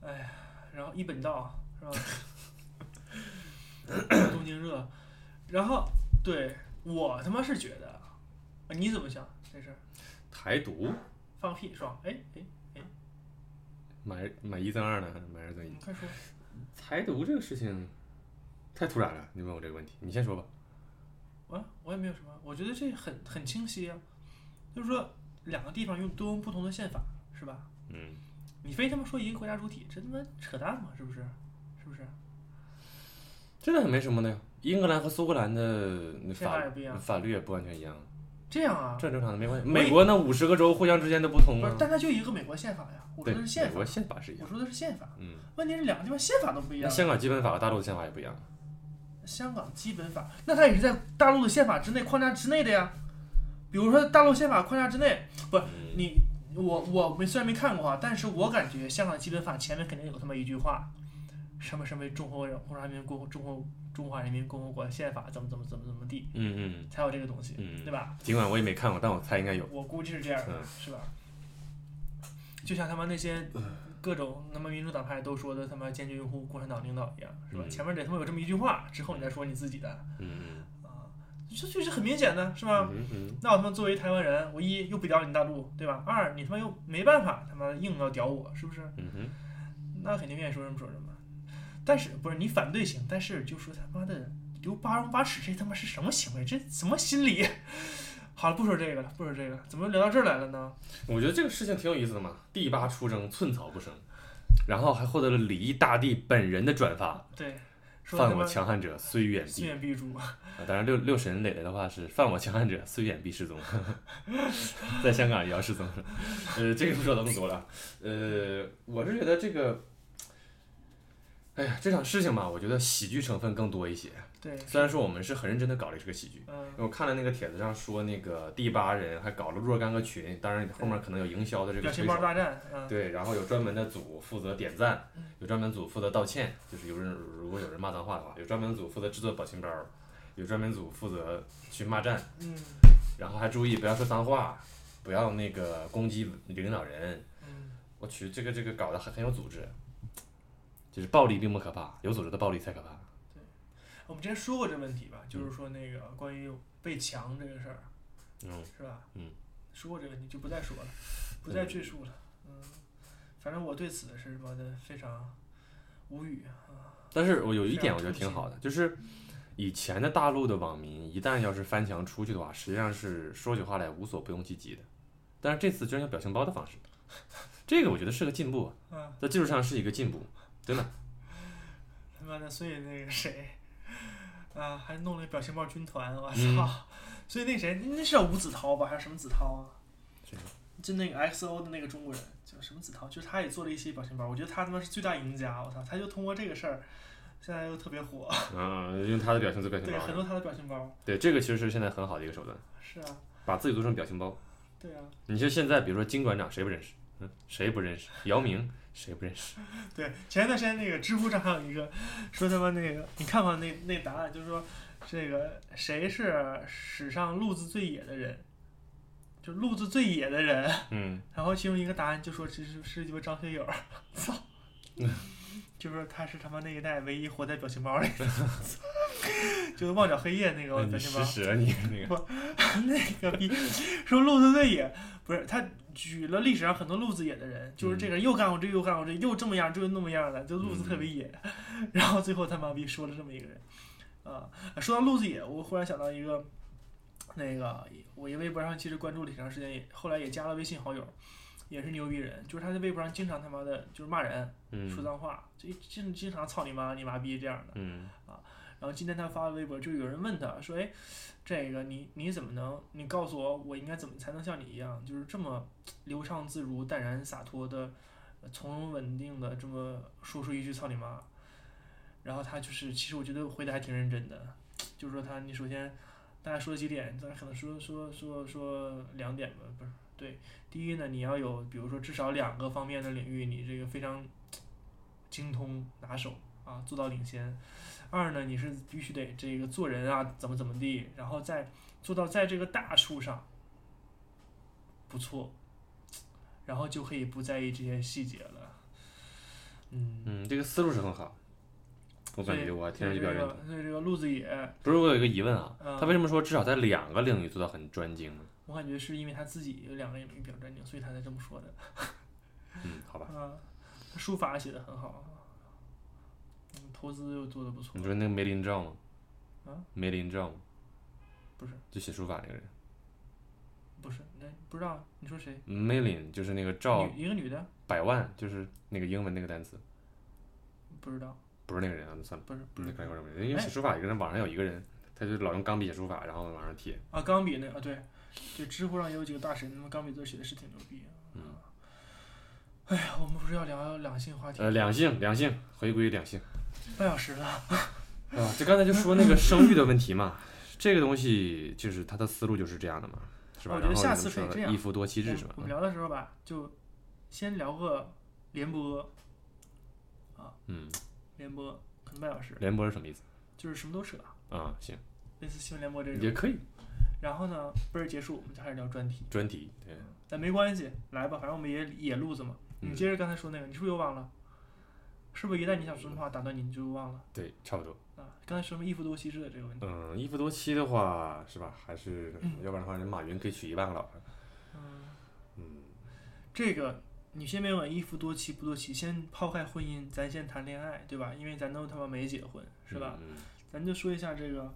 B: 哎呀，然后一本道是
C: *laughs*
B: 吧？东京热，然后对我他妈是觉得，啊你怎么想这事儿？
C: 台独
B: 放屁爽，哎哎，
C: 买买一赠二呢，还是买二赠一
B: 你？快说。
C: 台独这个事情太突然了，你问我这个问题，你先说吧。
B: 我啊我也没有什么，我觉得这很很清晰啊，就是说两个地方用都用不同的宪法，是吧？
C: 嗯，
B: 你非他妈说一个国家主体，这他妈扯淡嘛，是不是？是不是？
C: 这个很没什么的呀。英格兰和苏格兰的那
B: 宪法
C: 法
B: 也不一样
C: 法律也不完全一样，
B: 这样啊？
C: 这很正常的，没关系。
B: 我也
C: 美国那五十个州互相之间都不通
B: 不是
C: 啊，。
B: 但它就一个美国宪法呀，我说
C: 对，
B: 的是宪
C: 美
B: 法
C: 国，宪法是一
B: 我
C: 样。
B: 说的是宪法。
C: 嗯，
B: 问题是两个地方宪法都不一
C: 那
B: 样。
C: 香港基本法和大陆的宪法也不一样。
B: 香港基本法，那它也是在大陆的宪法之内框架之内的呀。比如说大陆宪法框架之内，不是
C: 嗯，
B: 你我我没虽然没看过啊，但是我感觉香港基本法前面肯定有他妈一句话，什么什么中华人中华人民共和中国中华人民共和国宪法怎么怎么怎么怎么地，
C: 嗯嗯
B: 才有这个东西，
C: 嗯
B: 对吧？
C: 尽管我也没看过，但我猜应该有。
B: 我估计是这样的，
C: 嗯
B: 是吧？就像他妈那些各种他妈民主党派都说的他妈坚决拥护共产党领导一样，是吧？
C: 嗯
B: 前面得他妈有这么一句话，之后你再说你自己的
C: 嗯
B: 啊，这就是很明显的，是吧？
C: 嗯嗯
B: 那我他妈作为台湾人，我一又不屌你大陆，对吧？二你他妈又没办法，他妈硬要屌我，是不是？
C: 嗯嗯
B: 那肯定愿意说什么说什么。但是不是你反对行，但是就说他妈的留八荣八耻，这他妈是什么行为？这什么心理？ *laughs* 好了，不说这个了，不说这个了，怎么聊到这儿来了呢？
C: 我觉得这个事情挺有意思的嘛。第八出征，寸草不生，然后还获得了李毅大帝本人的转发。
B: 对，说
C: 犯
B: 他
C: 我
B: 妈
C: 强悍者，虽远
B: 虽
C: 必
B: 远必诛。
C: 啊，当然六六神磊磊的话是犯我强悍者，虽远必失踪， *laughs* 在香港也要失踪。呃，这个不说那么多了。呃，我是觉得这个，哎呀，这场事情嘛，我觉得喜剧成分更多一些。
B: 对，
C: 虽然说我们是很认真的搞了这个喜剧，
B: 嗯，
C: 我看了那个帖子上说那个第八人还搞了若干个群，当然后面可能有营销的这个
B: 表
C: 推
B: 情包
C: 手。
B: 大战，嗯，
C: 对，然后有专门的组负责点赞，有专门组负责道歉，就是有人如果有人骂脏话的话，有专门组负责制作表情包，有专门组负责去骂战，
B: 嗯，
C: 然后还注意不要说脏话，不要那个攻击领导人。
B: 嗯，
C: 我去，这个这个搞得很很有组织，就是暴力并不可怕，有组织的暴力才可怕。
B: 我们之前说过这问题吧，就是说那个关于被强这个事儿，
C: 嗯，
B: 是吧？
C: 嗯，
B: 说过这个问题就不再说
C: *laughs*
B: 了，不再赘述了。嗯，反正我对此是他妈的非常无语啊。
C: 但是我有一
B: 非
C: 点
B: 常
C: 我觉得
B: 诚
C: 挺
B: 信
C: 好的，就是以前的大陆的网民一旦要是翻墙出去的话，实际上是说起话来无所不用其极的。但是这次居然用表情包的方式，这个我觉得是个进步啊，
B: 嗯，
C: 在技术上是一个进步，真的。
B: 他妈的，所以那个谁，啊，还弄了个表情包军团，我操！
C: 嗯
B: 所以那谁，那是叫吴子韬吧，还是什么子韬啊？
C: 谁
B: 就那个 XO 的那个中国人叫什么子韬，就是他也做了一些表情包，我觉得他他妈是最大赢家，我操！他就通过这个事儿，现在又特别火，
C: 啊，用他的表情做表情
B: 对，很
C: 包，
B: 多他的表情包，
C: 对，这个其实是现在很好的一个手段，
B: 是啊，
C: 把自己做成表情包。
B: 对啊，
C: 你就现在，比如说金馆长谁不认识？嗯，谁不认识？姚明谁不认识？
B: 对，前一段时间那个知乎上还有一个说他妈那个，你看看那那答案，就是说这个谁是史上路子最野的人，就路子最野的人，
C: 嗯，
B: 然后其中一个答案就说其实是鸡巴张学友，操，就说他是他妈那一代唯一活在表情包里的， *laughs* 就是旺角黑夜那个
C: 那你
B: 表情包
C: 试，试啊，你
B: *laughs*
C: 那个，
B: 那个逼说路子最野，不是他举了历史上很多路子野的人，就是这个人又干过这又干过这又这么样就那么样的，就路子特别野， *laughs* 然后最后他妈逼说了这么一个人，啊，说到路子野，我忽然想到一个，那个我一微博上其实关注了挺长时间，也后来也加了微信好友，也是牛逼人，就是他在微博上经常他妈的就是骂人、说
C: 嗯
B: 脏话，就经经常操你妈、你妈逼这样的。
C: 嗯
B: 然后今天他发了微博，就有人问他说：“哎，这个你你怎么能？你告诉我，我应该怎么才能像你一样，就是这么流畅自如、淡然洒脱的、呃从容稳定的这么说出一句‘操你妈’？”然后他就是，其实我觉得回答还挺认真的，就是说他，你首先大家说了几点，咱可能说说说说两点吧，不是对。第一呢，你要有，比如说至少两个方面的领域，你这个非常精通拿手啊，做到领先。二呢，你是必须得这个做人啊，怎么怎么地，然后再做到在这个大处上不错，然后就可以不在意这些细节了。嗯，
C: 嗯，这个思路是很好，我感觉我听
B: 所
C: 着
B: 以
C: 就
B: 这
C: 比较认
B: 个
C: 同。
B: 所以这个路子野，
C: 不是，我有一个疑问啊，
B: 嗯
C: 他为什么说至少在两个领域做到很专精呢？
B: 我感觉是因为他自己有两个领域比较专精，所以他才这么说的。
C: 嗯，好吧，
B: 啊，他书法写的很好，嗯，投资又做的不错
C: 你。说那个梅林照吗？
B: 嗯啊，
C: 梅林照吗？
B: 不是，
C: 就写书法那个人，
B: 不是，那不知道你说谁？
C: 梅林就是那个赵
B: 女一个女的？
C: 百万，就是那个英文那个单词，
B: 不知道，
C: 不是那个人啊，算了，
B: 不是，不
C: 不
B: 是
C: 是那个人，因
B: 哎
C: 为写书法一个人，网上有一个人，他就老用钢笔写书法，然后往上贴，
B: 啊，钢笔那啊，对，就知乎上也有几个大神，他们钢笔字写的是挺牛逼啊。
C: 嗯，
B: 哎呀，我们不是要聊两性话题，
C: 呃，两性，两性，回归两性。
B: 半小时了。嗯
C: 啊，就刚才就说那个生育的问题嘛，
B: *laughs*
C: 这个东西就是他的思路就是这样的嘛，是吧？
B: 哦我觉得
C: 然后
B: 下
C: 你
B: 次
C: 们说
B: 可以
C: 的
B: 这样哎
C: 一夫多妻制是吧
B: 我？们聊的时候吧，就先聊个联播，
C: 嗯，
B: 联播可能半小时，
C: 联播是什么意思？
B: 就是什么都扯，
C: 啊，行，
B: 类似新闻联播这
C: 也
B: 种。
C: 可以
B: 然后呢，倍儿结束，我们就开始聊专题，
C: 专题，对，
B: 但没关系，来吧，反正我们也野路子嘛。你
C: 嗯
B: 接着刚才说那个，你是不是又忘了？是不是一旦你想说的话打断你，你就忘了
C: 对，差不多。
B: 啊？刚才说什么一夫多妻制的这个问题？
C: 嗯，一夫多妻的话是吧？还是要不然的话，人马云可以娶一万个老婆。
B: 嗯。
C: 嗯，
B: 这个你先别管一夫多妻不多妻，先抛开婚姻，咱先谈恋爱，对吧？因为咱都他妈没结婚，是吧？
C: 嗯？
B: 咱就说一下这个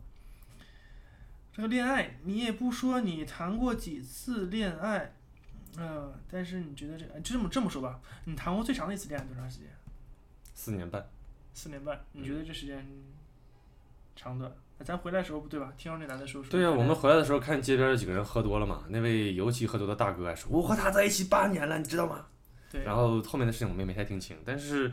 B: 这个恋爱，你也不说你谈过几次恋爱，呃，但是你觉得这个就这么这么说吧，你谈过最长的一次恋爱多长时间？
C: 四年半，
B: 四年半，你觉得这时间长短？那咱回来的时候不对吧？听到那男的说说，
C: 对呀、啊我们回来的时候看街边有几个人喝多了嘛，那位尤其喝多的大哥还说：“我和他在一起八年了，你知道吗？”
B: 对
C: 然后后面的事情我们也没太听清，但是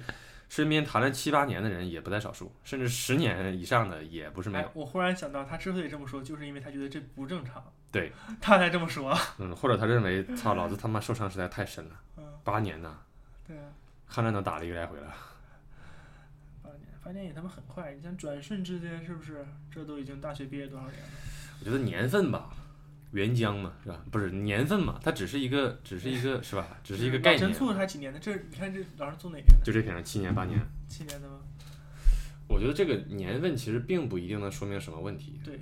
C: 身边谈了七八年的人也不在少数，甚至十年以上的也不是没有
B: 哎。，我忽然想到，他之所以这么说，就是因为他觉得这不正常，
C: 对，
B: 他才这么说。 *laughs*
C: 嗯，或者他认为，操，老子他妈受伤实在太深了，
B: 嗯，
C: 八年呐、
B: 对啊。
C: 抗战都打了一个来回了。
B: 八年，八年也他妈很快。你像转瞬之间，是不是？这都已经大学毕业多少年了？
C: 我觉得年份吧，原浆嘛，是吧？不是年份嘛，它只是一个，只是一个，是吧？只是一个
B: 嗯
C: 概
B: 老
C: 念
B: 陈。做才几年的？这你看这老陈做哪年的？
C: 就这瓶七年八年，
B: 七年的吗？
C: 我觉得这个年份其实并不一定能说明什么问题，
B: 对，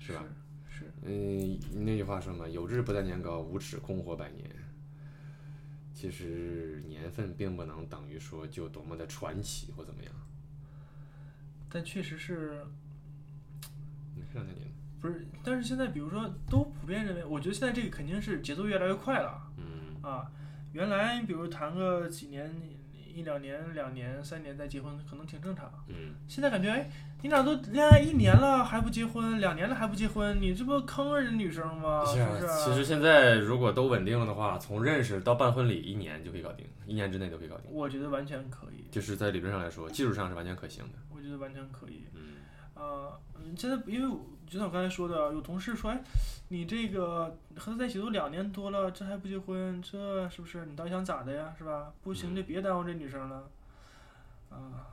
C: 是吧？？
B: 是
C: 嗯，那句话说嘛，有志不在年高，无耻空活百年。其实年份并不能等于说就多么的传奇或怎么样。
B: 但确实是
C: 你看那年，
B: 不是？但是现在，比如说，都普遍认为，我觉得现在这个肯定是节奏越来越快了
C: 嗯
B: 啊。原来，比如谈个几年、一两年、两年、三年再结婚，可能挺正常。
C: 嗯，
B: 现在感觉，哎，你俩都恋爱一年了还不结婚，两年了还不结婚，你这不坑人女生吗？是不是啊？
C: 其实现在如果都稳定了的话，从认识到办婚礼一年就可以搞定，一年之内都可以搞定，
B: 我觉得完全可以，
C: 就是在理论上来说，技术上是完全可行的。
B: 我觉得完全可以。
C: 嗯
B: 啊、嗯，现在因为我就像我刚才说的，有同事说，哎，你这个和他在一起都两年多了，这还不结婚，这是不是你到底想咋的呀？是吧？不行
C: 嗯
B: 就别耽误这女生了。啊、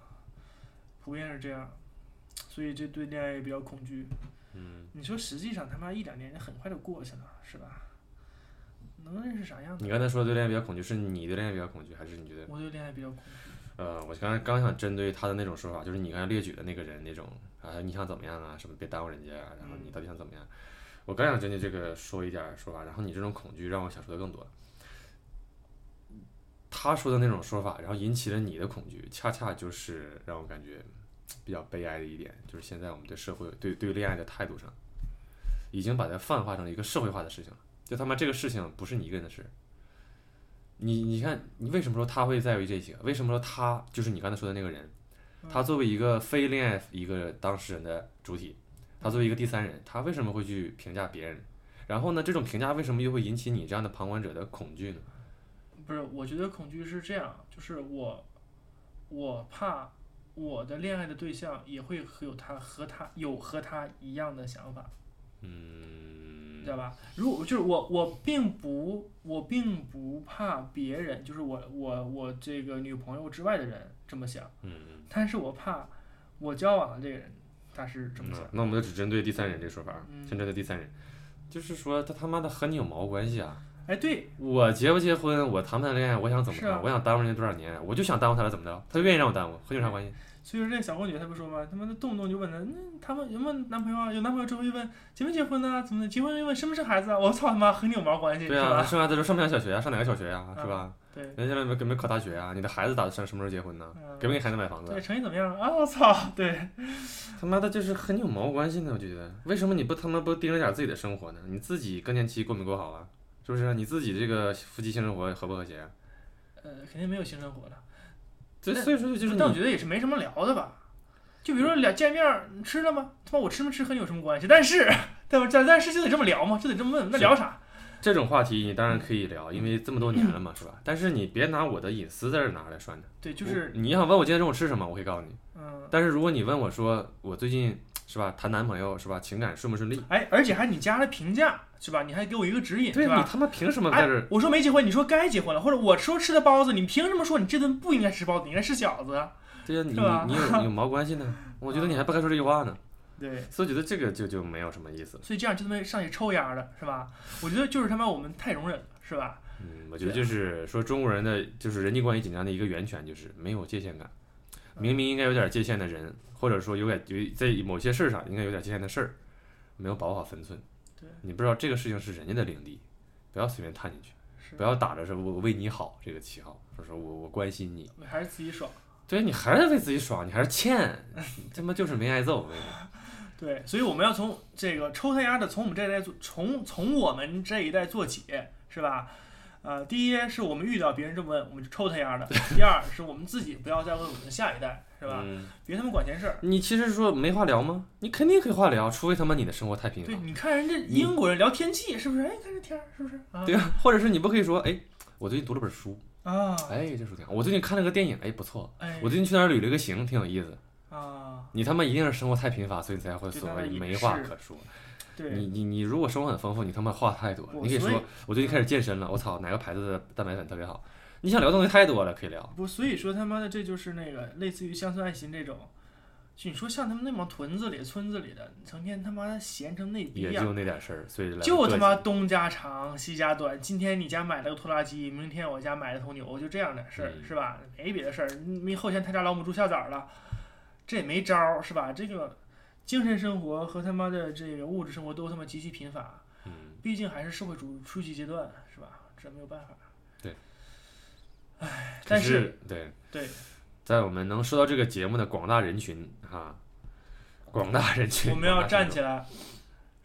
B: 普遍是这样，所以这对恋爱也比较恐惧。
C: 嗯，
B: 你说实际上他妈一两年很快就过去了，是吧？能认识啥样
C: 嗯你
B: 的？
C: 刚才说的对恋爱比较恐惧，是你对恋爱比较恐惧，还是你觉得？
B: 我对恋爱比较恐惧。
C: 呃，我刚才刚想针对他的那种说法，就是你刚才列举的那个人那种啊，你想怎么样啊，什么别耽误人家啊，然后你到底想怎么样？我刚想针对这个说一点儿说法，然后你这种恐惧让我想说的更多。他说的那种说法，然后引起了你的恐惧，恰恰就是让我感觉比较悲哀的一点，就是现在我们对社会对对恋爱的态度上，已经把它泛化成了一个社会化的事情了。就他妈这个事情不是你一个人的事，你你看，你为什么说他会在意这些？为什么说他就是你刚才说的那个人？
B: 嗯
C: 他作为一个非恋爱一个当事人的主体，他作为一个第三人，他为什么会去评价别人？然后呢，这种评价为什么又会引起你这样的旁观者的恐惧呢？
B: 不是，我觉得恐惧是这样，就是我，我怕我的恋爱的对象也会和有他和他有和他一样的想法，你
C: 嗯
B: 知，道吧？如果就是我，我并不，我并不怕别人，就是我我我这个女朋友之外的人这么想，
C: 嗯，
B: 但是我怕我交往的这个人他是这么想
C: 那，那我们就只针对第三人这说法，
B: 嗯
C: 先针对第三人，就是说他他妈的和你有毛关系啊！
B: 哎，对，
C: 我结不结婚，我谈不谈恋爱，我想怎么
B: 是
C: 谈，
B: 啊
C: 我想耽误人家多少年，我就想耽误他了，怎么着？他愿意让我耽误，和你有啥关系？
B: 所以说这小公举她不说吗？他妈的动不动就问她，那、他们有没有男朋友啊？有男朋友之后就问结没结婚呐、怎么的？结婚又问生不生孩子啊？我操他妈和你有毛关系
C: 对
B: 是
C: 啊，
B: 吧？
C: 生孩子之后上不上小学啊？上哪个小学呀、
B: 啊
C: 是吧？
B: 对，
C: 人家有没有有没有考大学啊？你的孩子打算什么时候结婚呢？
B: 嗯
C: 给没给孩子买房子
B: 对，？成绩怎么样啊？我操，对，
C: 他妈的，就是和你有毛关系呢？我觉得，为什么你不他妈不盯着点自己的生活呢？你自己更年期过没过好啊？是不是？你自己这个夫妻性生活和不和谐啊？
B: 呃，肯定没有性生活了。
C: 所以
B: 那
C: 所以说就是
B: 但我
C: 你，
B: 觉得也是没什么聊的吧。就比如说俩见面儿，你吃了吗？他妈我吃没吃和你有什么关系？但是，但但但是就得这么聊嘛，就得这么问，那
C: 是
B: 聊啥？
C: 这种话题你当然可以聊，因为这么多年了嘛，是吧？但是你别拿我的隐私在这拿来涮着。
B: 对，就是
C: 我你想问我今天中午吃什么，我可以告诉你。
B: 嗯，
C: 但是如果你问我说我最近是吧谈男朋友是吧情感顺不顺利，
B: 哎，而且还你加了评价是吧？你还给我一个指引
C: 对
B: 是吧
C: 你？他妈凭什么在
B: 哎
C: 这儿？，
B: 我说没结婚，你说该结婚了，或者我说吃的包子，你凭什么说你这顿不应该吃包子，你应该吃饺子？啊
C: 对呀，你
B: 是吧
C: 你你有你有毛关系
B: *laughs*
C: 呢？我觉得你还不该说这句话呢，
B: 对，
C: 所以我觉得这个就就没有什么意思了。
B: 所以这样就他妈上去抽烟的是吧？我觉得就是他妈我们太容忍了是吧？
C: 嗯，我觉得就是说中国人的就是人际关系紧张的一个源泉就是没有界限感，明明应该有点界限的人，或者说有点有在某些事儿上应该有点界限的事儿，没有把握好分寸。
B: 对
C: 你不知道这个事情是人家的领地，不要随便探进去，
B: 是
C: 不要打着是我我为你好这个旗号，说说我我关心你，
B: 我还是自己爽。
C: 对你还是为自己爽，你还是欠，他妈就是没挨揍。我跟你说
B: 对，所以我们要从这个抽他丫的，从我们这一代做，从从我们这一代做起，是吧？呃，第一是我们遇到别人这么问，我们就抽他
C: *laughs*
B: 丫的；第二是我们自己不要再问我们的下一代，是吧？
C: 嗯
B: 别他妈管闲事儿。
C: 你其实说没话聊吗？你肯定可以话聊，除非他妈你的生活太平
B: 对，
C: 凡。
B: 你看人家英国人聊天气，是不是？哎，看这天儿，是不是？啊
C: 对啊，或者是你不可以说，哎，我最近读了本书，
B: 啊，
C: 哎，这书挺好。我最近看了个电影，哎，不错。
B: 哎，
C: 我最近去那儿旅了个行，挺有意思。
B: 啊，
C: 你他妈一定是生活太贫乏，所以你才会
B: 对
C: 所
B: 那
C: 谓
B: 也
C: 没话
B: 是
C: 可说。你
B: 对，
C: 你你如果生活很丰富，你他妈话太多了。
B: 我
C: 你可以
B: 所以
C: 说，我最近开始健身了，我操，哪个牌子的蛋白粉特别好？你想聊的东西太多了，可以聊。
B: 不，所以说他妈的这就是那个类似于乡村爱情这种，就你说像他们那帮屯子里、村子里的，成天他妈的闲成那逼
C: 也
B: 样
C: 就。那点事儿，所以来个
B: 就他
C: 个
B: 妈
C: 性
B: 东家长西家短，今天你家买了个拖拉机，明天我家买了头牛，就这样的事儿、
C: 嗯
B: 是吧？没别的事儿，明后天他家老母猪下崽儿了，这也没招儿是吧？这个精神生活和他妈的这个物质生活都他妈极其贫乏，
C: 嗯，
B: 毕竟还是社会主义初期阶段是吧？这没有办法。
C: 对。
B: 唉，
C: 可
B: 但
C: 是对
B: 对，
C: 在我们能收到这个节目的广大人群哈，广大人群，
B: 我们要站起
C: 来。
B: 来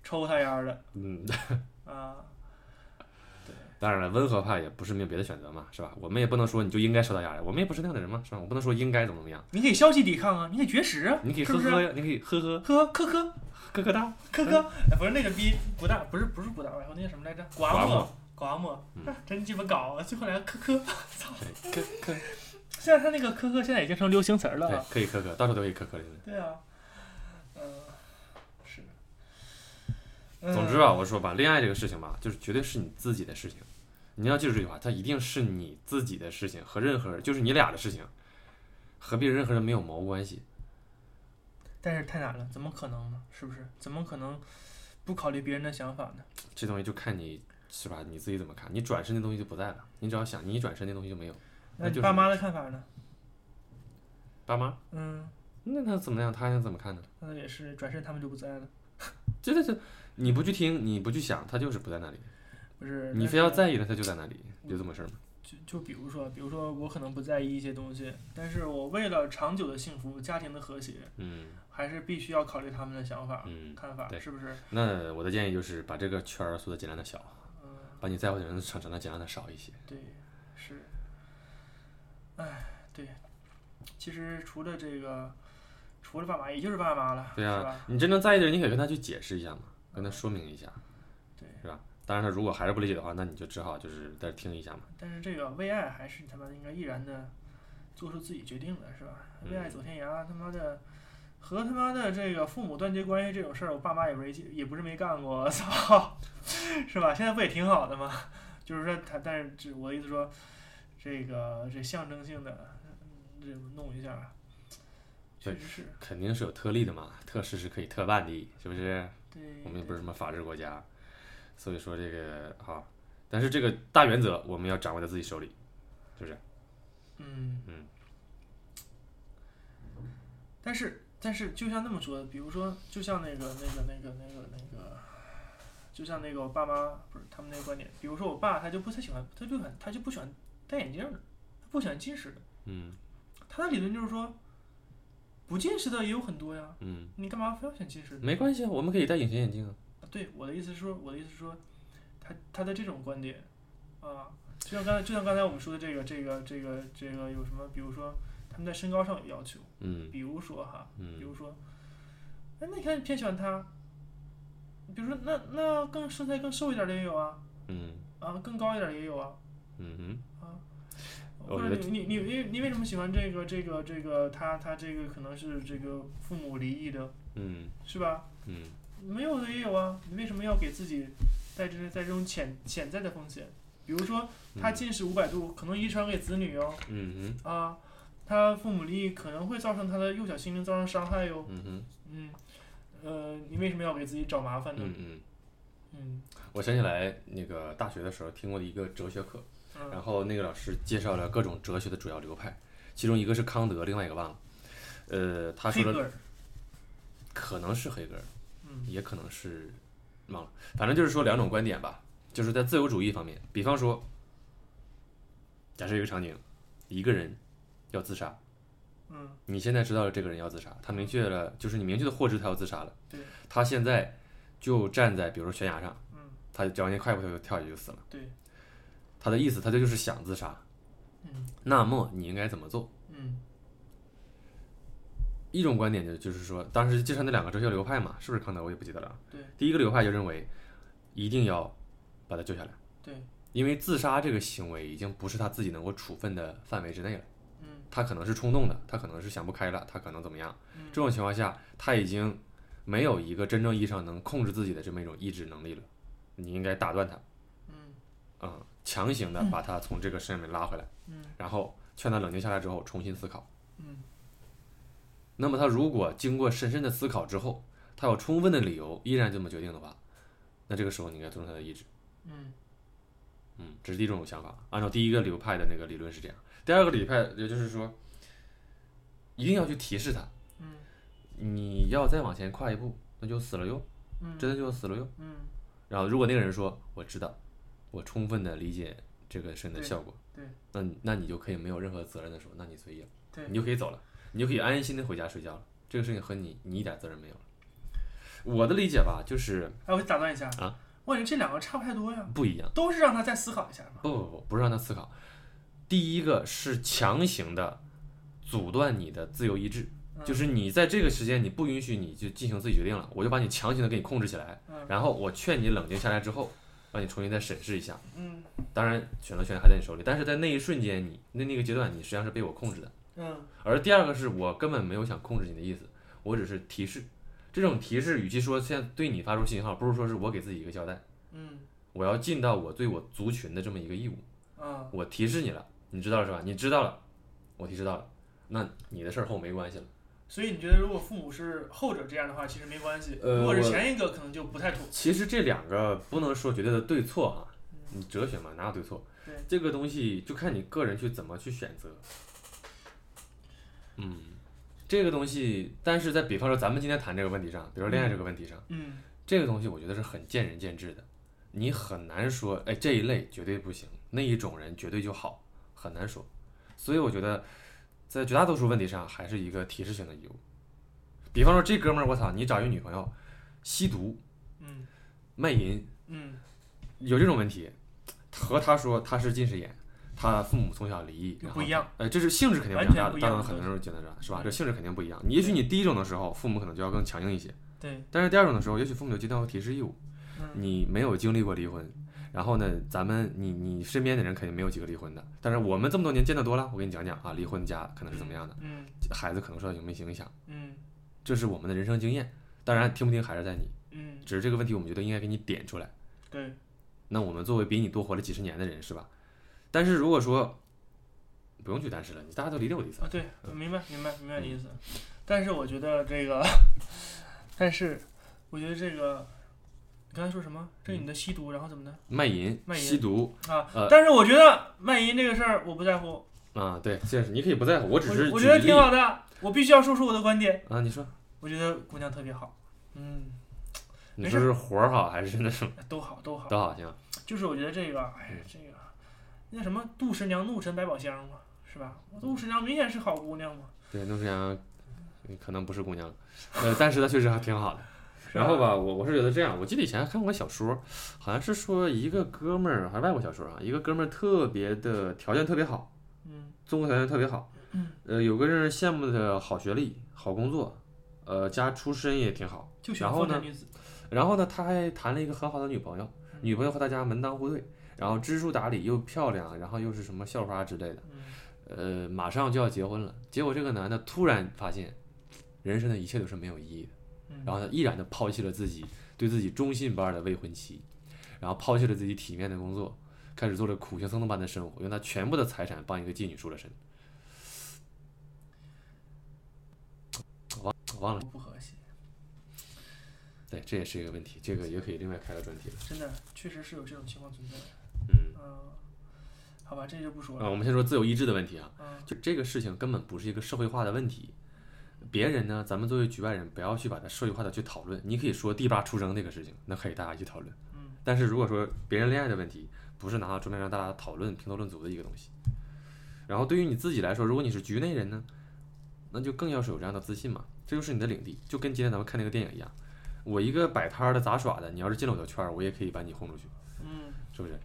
B: 抽他丫儿的
C: 嗯，
B: 啊！
C: 当然了，温和派也不是没有别的选择嘛，是吧？我们也不能说你就应该受到压力，我们也不是那样的人嘛，是吧？我不能说应该怎么怎么样，
B: 你可以消极抵抗啊，你可以绝食啊，
C: 你可以
B: 是
C: 呵
B: 不是
C: 呵呀，你可以呵呵
B: 呵呵呵。
C: 咯咯哒，
B: 科科，哎，不是那个逼不大，不是不是不大，然后那叫什么来着？
C: 刮
B: 刮
C: 目
B: 目，刮目
C: 嗯，
B: 真鸡巴搞！啊最后来个科科，
C: 对，咯咯，
B: 现在他那个科科现在已经成流行词儿了
C: 对
B: 啊。，
C: 可以咯咯，到处都可以咯咯了。现在
B: 对啊，嗯，是。嗯
C: 总之吧，，啊我说吧，恋爱这个事情吧，就是绝对是你自己的事情。你要记住这句话，它一定是你自己的事情和任何人，就是你俩的事情，和别任何人没有毛关系。
B: 但是太难了，怎么可能呢？是不是？怎么可能不考虑别人的想法呢？
C: 这东西就看你是吧，你自己怎么看。你转身那东西就不在了，你只要想，你一转身那东西就没有。
B: 那
C: 那就
B: 你
C: 是
B: 爸妈的看法呢？
C: 爸妈，
B: 嗯，
C: 那他怎么样，他还能怎么看呢？
B: 那也是，转身他们就不在了。
C: 真的是，你不去听，你不去想，他就是不在那里。
B: 不是，
C: 你
B: 但
C: 非要
B: 是
C: 在意了，他就在那里，不就这么回事儿吗？
B: 就就比如说，比如说我可能不在意一些东西，但是我为了长久的幸福、家庭的和谐，
C: 嗯
B: 还是必须要考虑他们的想法、
C: 嗯。
B: 看法
C: 对，
B: 是不是？
C: 那我的建议就是把这个圈儿缩的尽量的小，
B: 嗯，
C: 把你在乎的人成长的尽量的少一些。
B: 对，是，哎，对，其实除了这个，除了爸妈，也就是爸妈了，
C: 对啊呀、
B: 是吧？
C: 你真正在意的人，你可以跟他去解释一下嘛，跟他说明一下，
B: 对，
C: 是吧？当然，他如果还是不理解的话，那你就只好就是在这听一下嘛。
B: 但是这个为爱还是他妈的应该毅然的做出自己决定的，是吧？
C: 嗯
B: 为爱走天涯，他妈的和他妈的这个父母断绝关系这种事儿，我爸妈也没也不是没干过， *laughs* 操，是吧？现在不也挺好的吗？ *laughs* 就是说他，但是只我的意思说，这个这象征性的这弄一下，确
C: 对
B: 实是
C: 肯定是有特例的嘛，特事是可以特办的，是不是？
B: 对。
C: 我们又
B: 对
C: 不是什么法治国家，所以说这个啊，但是这个大原则我们要掌握在自己手里，是不是？
B: 嗯
C: 嗯，
B: 但是但是，就像那么说，比如说，就像那个那个那个那个那个，就像那个我爸妈不是他们那个观点，比如说我爸他就不太喜欢，他就很他就不喜欢戴眼镜的，他不喜欢近视的。
C: 嗯
B: 他的理论就是说，不近视的也有很多呀，
C: 嗯，
B: 你干嘛非要选近视呢？
C: 没关系啊，我们可以戴隐形眼镜啊。
B: 对，我的意思是说，我的意思是说，他他的这种观点，啊，就像刚才就像刚才我们说的这个这个这个这个有什么，比如说他们在身高上有要求，
C: 嗯
B: 比如说哈，比
C: 嗯
B: 如说，哎，那你看你偏喜欢他，比如说那那更身材更瘦一点的也有啊，
C: 嗯
B: 啊，更高一点的也有啊，
C: 嗯嗯，哦我
B: 或
C: 觉
B: 者
C: 得
B: 你你你你你为什么喜欢这个这个这个他他这个可能是这个父母离异的，
C: 嗯
B: 是吧？
C: 嗯
B: 没有的也有啊，你为什么要给自己带这带这种潜潜在的风险？比如说他近视五百度，可能遗传给子女哦
C: 嗯嗯
B: 啊，他父母离异可能会造成他的幼小心灵造成伤害哟。
C: 嗯嗯
B: 嗯，呃，你为什么要给自己找麻烦呢？
C: 嗯嗯，
B: 嗯
C: 我想起来那个大学的时候听过的一个哲学课，然
B: 嗯
C: 后那个老师介绍了各种哲学的主要流派，其中一个是康德，另外一个忘了。呃，他
B: 黑
C: 说
B: 格
C: 的
B: 尔，
C: 可能是黑格尔，
B: 嗯
C: 也可能是忘了，反正就是说两种观点吧，就是在自由主义方面，比方说，假设一个场景，一个人要自杀，
B: 嗯
C: 你现在知道了这个人要自杀，他明确了，就是你明确的获知他要自杀了，
B: 对
C: 他现在就站在比如说悬崖上，
B: 嗯
C: 他脚往前跨一步，他就跳下去就死了。
B: 对，
C: 他的意思，他这就是想自杀。
B: 嗯
C: 那么你应该怎么做？
B: 嗯
C: 一种观点就就是说，当时介绍那两个哲学流派嘛，是不是康德？我也不记得了啊。
B: 对
C: 第一个流派就认为，一定要把他救下来。
B: 对，
C: 因为自杀这个行为已经不是他自己能够处分的范围之内了，
B: 嗯
C: 他可能是冲动的，他可能是想不开了，他可能怎么样？
B: 嗯
C: 这种情况下，他已经没有一个真正意义上能控制自己的这么一种意志能力了，你应该打断他，
B: 嗯
C: 嗯，强
B: *laughs*
C: 行的把他从这个深渊里拉回来，
B: 嗯
C: 然后劝他冷静下来之后重新思考。
B: 嗯
C: 那么他如果经过深深的思考之后，他有充分的理由依然这么决定的话，那这个时候你应该尊重他的意志。
B: 嗯
C: 嗯，这是第一种想法。按照第一个流派的那个理论是这样，第二个流派也就是说，一定要去提示他，
B: 嗯
C: 你要再往前跨一步，那就死了哟，
B: 嗯，
C: 真的就死了哟。
B: 嗯
C: 然后如果那个人说我知道，我充分的理解这个肾的效果，
B: 对对
C: 那你那你就可以没有任何责任的说，那你随意了，
B: 对
C: 你，就可以走了，你就可以安心的回家睡觉了。这个事情和你你一点责任没有了。我的理解吧，就是
B: 哎，我打断一下
C: 啊，
B: 我感觉这两个差不太多呀，
C: 不一样。
B: 都是让他再思考一下嘛。
C: 不不不，不是让他思考。第一个是强行的阻断你的自由意志，
B: 嗯
C: 就是你在这个时间你不允许你就进行自己决定了，我就把你强行的给你控制起来，
B: 嗯
C: 然后我劝你冷静下来之后，让你重新再审视一下。
B: 嗯
C: 当然，选择权还在你手里，但是在那一瞬间你，那那个阶段，你实际上是被我控制的。
B: 嗯
C: 而第二个是我根本没有想控制你的意思，我只是提示。这种提示，与其说现在对你发出信号，不如说是我给自己一个交代，
B: 嗯
C: 我要尽到我对我族群的这么一个义务。
B: 啊
C: 我提示你了，你知道了是吧？你知道了，我提示到了，那你的事儿和我没关系了。
B: 所以你觉得如果父母是后者这样的话，其实没关系；
C: 呃
B: 如果是
C: 我
B: 前一个，可能就不太妥。
C: 其实这两个不能说绝对的对错啊，你哲学嘛，哪有对错？
B: 嗯对
C: 这个东西就看你个人去怎么去选择。嗯，这个东西，但是在比方说咱们今天谈这个问题上，比如说恋爱这个问题上，
B: 嗯
C: 这个东西我觉得是很见仁见智的，你很难说，哎，这一类绝对不行，那一种人绝对就好，很难说。所以我觉得，在绝大多数问题上，还是一个提示性的义务。比方说，这哥们儿，我操，你找一个女朋友，吸毒、
B: 嗯
C: 卖淫，
B: 嗯
C: 有这种问题，和他说他是近视眼，他父母从小离异，
B: 就
C: 然
B: 不
C: 后
B: 一样。
C: 呃，这是性质肯定
B: 完
C: 不一
B: 全
C: 样，
B: 不一
C: 大大
B: 样
C: 脑很多时候觉得是吧是吧？这性质肯定不一样。你也许你第一种的时候，父母可能就要更强硬一些，
B: 对，
C: 但是第二种的时候，也许父母有尽到提示义务。
B: 嗯，
C: 你没有经历过离婚，然后呢，咱们你你身边的人肯定没有几个离婚的，但是我们这么多年见得多了，我给你讲讲啊，离婚家可能是怎么样的，
B: 嗯
C: 孩子可能受到有没有影响，
B: 嗯
C: 这是我们的人生经验。当然，听不听还是在你，
B: 嗯，
C: 只是这个问题我们觉得应该给你点出来。
B: 对，
C: 那我们作为比你多活了几十年的人，是吧？但是如果说不用去单身了，你大家都理解我的意思
B: 啊，。对，
C: 嗯
B: 我明白，明白，明白你意思。但是我觉得这个， *laughs* 但是我觉得这个，你刚才说什么？这是你的吸毒，然后怎么的
C: 卖淫、
B: 卖淫
C: 吸毒
B: 啊？
C: 呃
B: 但是我觉得卖淫这个事儿我不在乎，
C: 啊，对，这是你可以不在乎，我只是
B: 我我
C: 举
B: 觉得
C: 例
B: 挺好的，我必须要说出我的观点。
C: 啊。你说，
B: 我觉得姑娘特别好，嗯，
C: 你
B: 没
C: 说
B: 事
C: 是活儿好还是那什么
B: 都好都好，
C: 都好行？
B: 就是我觉得这个，哎呀，这个那什么杜十娘怒沉百宝箱嘛，是吧？杜十娘明显是好姑娘嘛，
C: 对，弄成阳可能不是姑娘了，呃，但是她确实还挺好的。
B: *laughs* 是
C: 然后吧，我我是觉得这样，我记得以前还看过小说，好像是说一个哥们儿，还是外国小说啊，一个哥们儿特别的条件特别好，
B: 嗯
C: 综合条件特别好，
B: 嗯，
C: 呃，有个人羡慕的好学历、好工作，呃，家出身也挺好，
B: 就喜
C: 然
B: 欢
C: 后
B: 风
C: 呢
B: 尘女子，嗯
C: 然后呢，他还谈了一个很好的女朋友，女朋友和他家门当户对，然后知书达理又漂亮，然后又是什么校花之类的，
B: 嗯
C: 呃，马上就要结婚了。结果这个男的突然发现，人生的一切都是没有意义的，
B: 嗯，
C: 然后他毅然的抛弃了自己对自己忠信不二的未婚妻，然后抛弃了自己体面的工作，开始做着苦行僧般的生活，用他全部的财产帮一个妓女赎了身。忘忘了，
B: 不和谐。
C: 对，这也是一个问题，这个也可以另外开个专题了。
B: 真的确实是有这种情况存在的。
C: 嗯。
B: 嗯、好吧，这就不说
C: 啊，
B: 了。
C: 我们先说自由意志的问题啊，
B: 嗯
C: 就这个事情根本不是一个社会化的问题。别人呢，咱们作为局外人，不要去把它社会化的去讨论。你可以说第八出生这个事情，那可以大家一起讨论。
B: 嗯，
C: 但是如果说别人恋爱的问题，不是拿到桌面上大家讨论、评头论足的一个东西。然后对于你自己来说，如果你是局内人呢，那就更要是有这样的自信嘛，这就是你的领地。就跟今天咱们看那个电影一样，我一个摆摊儿的杂耍的，你要是进了我的圈儿，我也可以把你轰出去，
B: 嗯，
C: 是不是？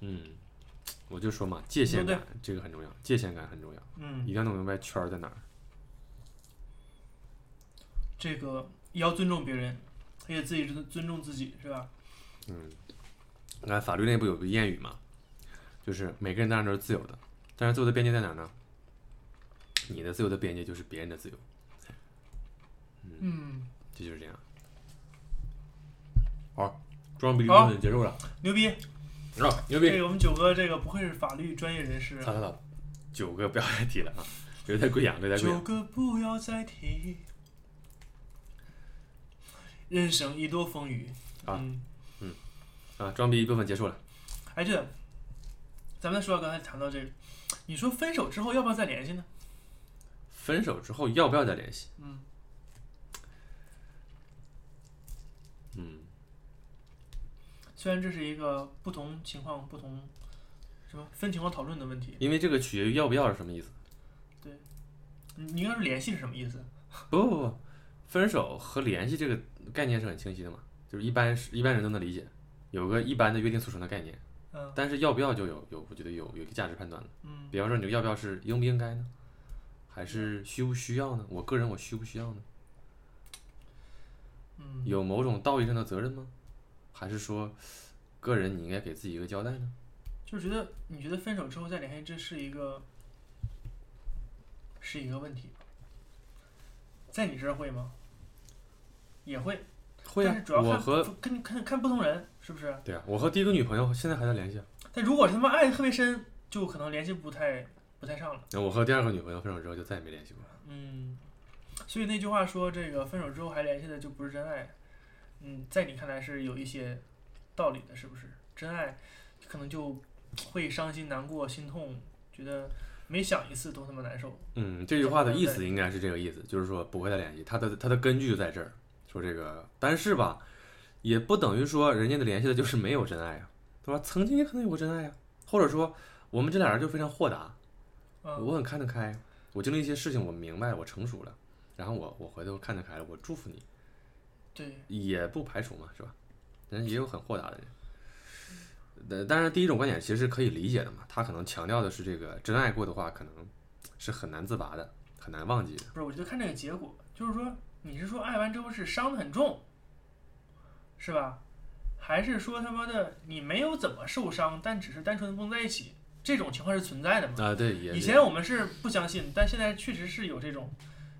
C: 嗯，我就说嘛，界限
B: 对
C: 感这个很重要，界限感很重要，
B: 嗯，
C: 一定要弄明白圈儿在哪儿。
B: 这个也要尊重别人，也自己尊尊重自己，是吧？
C: 嗯，你呃看法律内部有个谚语嘛，就是每个人当然都是自由的，但是自由的边界在哪儿呢？你的自由的边界就是别人的自由，
B: 嗯，
C: 这就是这样。好，装逼
B: 好
C: 论结束了，
B: 牛逼！
C: 啊，牛
B: 这
C: 逼！
B: 个我们九哥这个不愧是法律专业人士。
C: 操操操，九哥不要再提了啊，留在贵阳，留在贵
B: 九
C: 阳。
B: 哥不要再提，人生已多风雨。
C: 啊
B: 嗯，
C: 啊，装逼部分结束了。
B: 哎，对了，咱们再说到刚才谈到这个，你说分手之后要不要再联系呢？
C: 分手之后要不要再联系？
B: 嗯
C: 嗯，
B: 虽然这是一个不同情况不同什么分情况讨论的问题，
C: 因为这个取决于要不要是什么意思？
B: 你你应该说联系是什么意思？
C: 不不不，分手和联系这个概念是很清晰的嘛，就是一般是一般人都能理解，有个一般的约定俗成的概念。
B: 嗯
C: 但是要不要就有有，我觉得有有一个价值判断了。
B: 嗯
C: 比方说，你这个要不要是应不应该呢？还是需不需要呢？我个人我需不需要呢？
B: 嗯
C: 有某种道义上的责任吗？还是说，个人你应该给自己一个交代呢？
B: 就是觉得你觉得分手之后再联系，这是一个是一个问题，在你这儿会吗？也会，
C: 会
B: 但
C: 啊
B: 是主要，
C: 我
B: 看
C: 和
B: 跟看看不同人是不是？
C: 对啊，我和第一个女朋友现在还在联系啊。
B: 但如果他妈爱得特别深，就可能联系不太不太上了。
C: 然后我和第二个女朋友分手之后就再也没联系过。
B: 嗯，所以那句话说这个分手之后还联系的就不是真爱，嗯，在你看来是有一些道理的，是不是？真爱可能就会伤心、难过、心痛，觉得每想一次都他妈难受。
C: 嗯，这句话的意思应该是这个意思，就是说不会再联系。他的他的根据就在这儿，说这个，但是吧，也不等于说人家的联系的就是没有真爱啊，对吧？曾经也可能有过真爱啊，或者说我们这俩人就非常豁达，
B: 嗯
C: 我很看得开，啊我经历一些事情，我明白了，我成熟了，然后我我回头看得开了，我祝福你，
B: 对，
C: 也不排除嘛，是吧？人也有很豁达的人，呃，当然第一种观点其实是可以理解的嘛，他可能强调的是这个真爱过的话，可能是很难自拔的，很难忘记的。
B: 不是，我就看这个结果，就是说你是说爱完之后是伤的很重，是吧？还是说他妈的你没有怎么受伤，但只是单纯的蹦在一起，这种情况是存在的吗？
C: 啊、对，也
B: 以前我们是不相信，但现在确实是有这种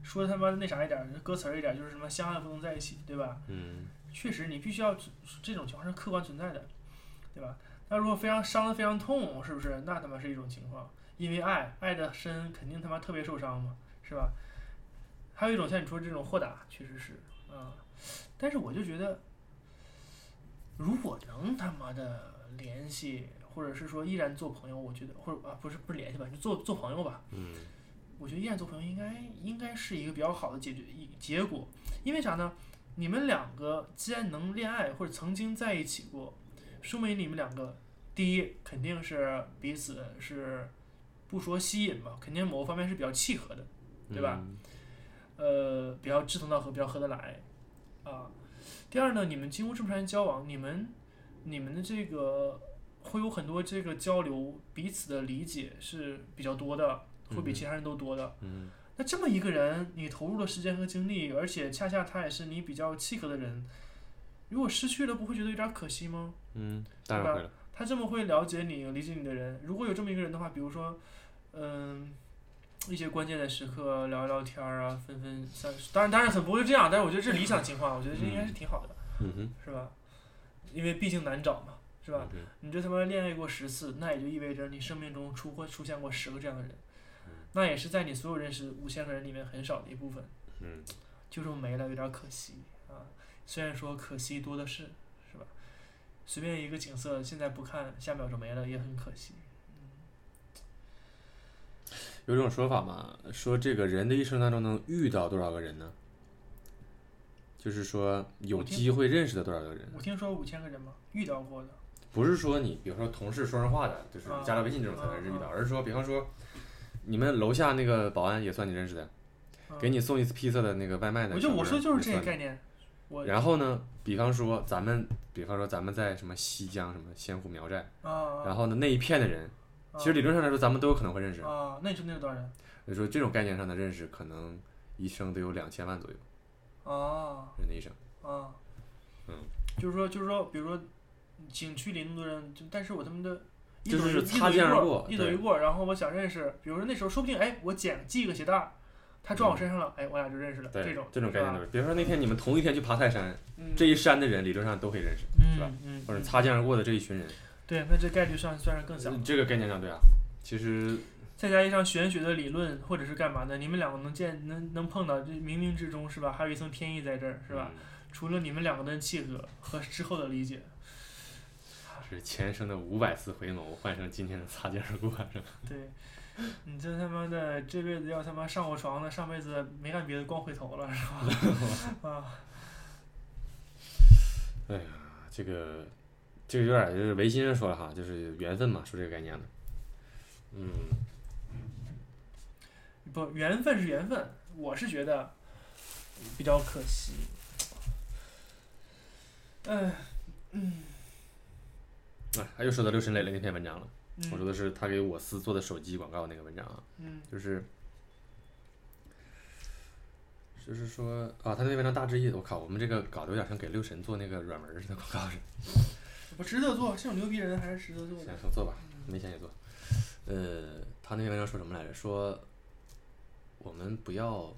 B: 说他妈那啥一点儿，歌词儿一点儿，就是什么相爱不能在一起，对吧？
C: 嗯，
B: 确实，你必须要这种情况是客观存在的，对吧？那如果非常伤的非常痛，是不是？那他妈是一种情况，因为爱爱的深，肯定他妈特别受伤嘛，是吧？还有一种像你说这种豁达，确实是，啊、但是我就觉得，如果能他妈的联系，或者是说依然做朋友，我觉得或者啊不是不是联系吧，就做做朋友吧，
C: 嗯，
B: 我觉得依然做朋友应该应该是一个比较好的解决一结果，因为啥呢？你们两个既然能恋爱或者曾经在一起过，说明你们两个第一肯定是彼此是不说吸引吧，肯定某个方面是比较契合的，对吧？
C: 嗯
B: 呃，比较志同道合，比较合得来啊。第二呢，你们经过这么长时间交往，你们你们的这个会有很多这个交流，彼此的理解是比较多的，会比
C: 嗯
B: 其他人都多的。
C: 嗯
B: 那这么一个人，你投入了时间和精力，而且恰恰他也是你比较契合的人，如果失去了，不会觉得有点可惜吗？
C: 嗯，当然会了。
B: 他这么会了解你、理解你的人，如果有这么一个人的话，比如说，嗯，一些关键的时刻聊一聊天儿啊，分分像，当然当然很不会这样，但是我觉得这是理想情况，我觉得这应该是挺好的，
C: 嗯哼，
B: 是吧？因为毕竟难找嘛，是吧？
C: 嗯
B: 你这他妈恋爱过十次，那也就意味着你生命中出会出现过十个这样的人，那也是在你所有认识五千个人里面很少的一部分。
C: 哼嗯，
B: 就这么没了，有点可惜啊。虽然说可惜多的是，是吧？随便一个景色，现在不看，下秒就没了，也很可惜。
C: 有种说法嘛，说这个人的一生当中能遇到多少个人呢？就是说有
B: 我听
C: 机会认识的多少个人？
B: 我听说五千个人嘛，遇到过的，
C: 不是说你比如说同事说上话的，就是
B: 啊
C: 加了微信这种才能认
B: 啊
C: 识到，而是说比方说你们楼下那个保安也算你认识的，
B: 嗯
C: 给你送一次披萨的那个外卖的
B: 我
C: 小
B: 就
C: 哥
B: 我说就是这
C: 也
B: 个
C: 算你
B: 概念。我
C: 然后呢，比方说咱们，比方说咱们在什么西江什么仙湖苗寨，
B: 啊，
C: 然后呢那一片的人，其实理论上来说咱们都有可能会认识。
B: 啊，那你说那是多少人？
C: 所以说这种概念上的认识，可能一生都有两千万左右
B: 啊
C: 人的一生。
B: 啊，
C: 嗯，
B: 就是说就是说，比如说景区里那么多人，就但是我他妈的。一
C: 就
B: 走
C: 是
B: 一
C: 擦
B: 一
C: 肩而
B: 走一
C: 过
B: 一走
C: 对
B: 一过，然后我想认识，比如说那时候说不定，哎，我捡系个鞋带儿，他撞我身上了，哎，我俩就认识了，
C: 嗯对，
B: 这
C: 这
B: 种
C: 种概念都
B: 是吧
C: 是。比方说那天你们同一天去爬泰山，
B: 嗯
C: 这一山的人理论上都会认识，是吧
B: 嗯嗯，
C: 或者
B: 嗯
C: 擦肩而过的这一群人，
B: 对，那这概率上算是更小。
C: 这个概念上对啊。其实
B: 再加上玄学的理论或者是干嘛的，你们两个能见能能碰到，这冥冥之中是吧？还有一层天意在这儿是吧？？除了你们两个的契合和之后的理解，
C: 嗯是前生的五百次回眸，换成今天的擦肩而过，是吧？
B: 对，你这他妈的这辈子要他妈上过床的，上辈子没干别的，光回头了是吧？ *laughs* 啊，
C: 哎呀，这个这个有点儿就是唯心人说了哈，就是缘分嘛，说这个概念的。嗯，
B: 不，缘分是缘分，我是觉得比较可惜。哎，
C: 哎，他又说到六神磊磊那篇文章了。我说
B: 嗯
C: 的是他给我司做的手机广告那个文章啊，
B: 嗯
C: 就是就是说啊，他那文章大致意思，我靠，我们这个搞得有点像给六神做那个软文儿似的广告似的。
B: 我值得做，这种牛逼人还是值得做的嗯
C: 行，。说做吧，没钱也做。呃，他那篇文章说什么来着？说我们不要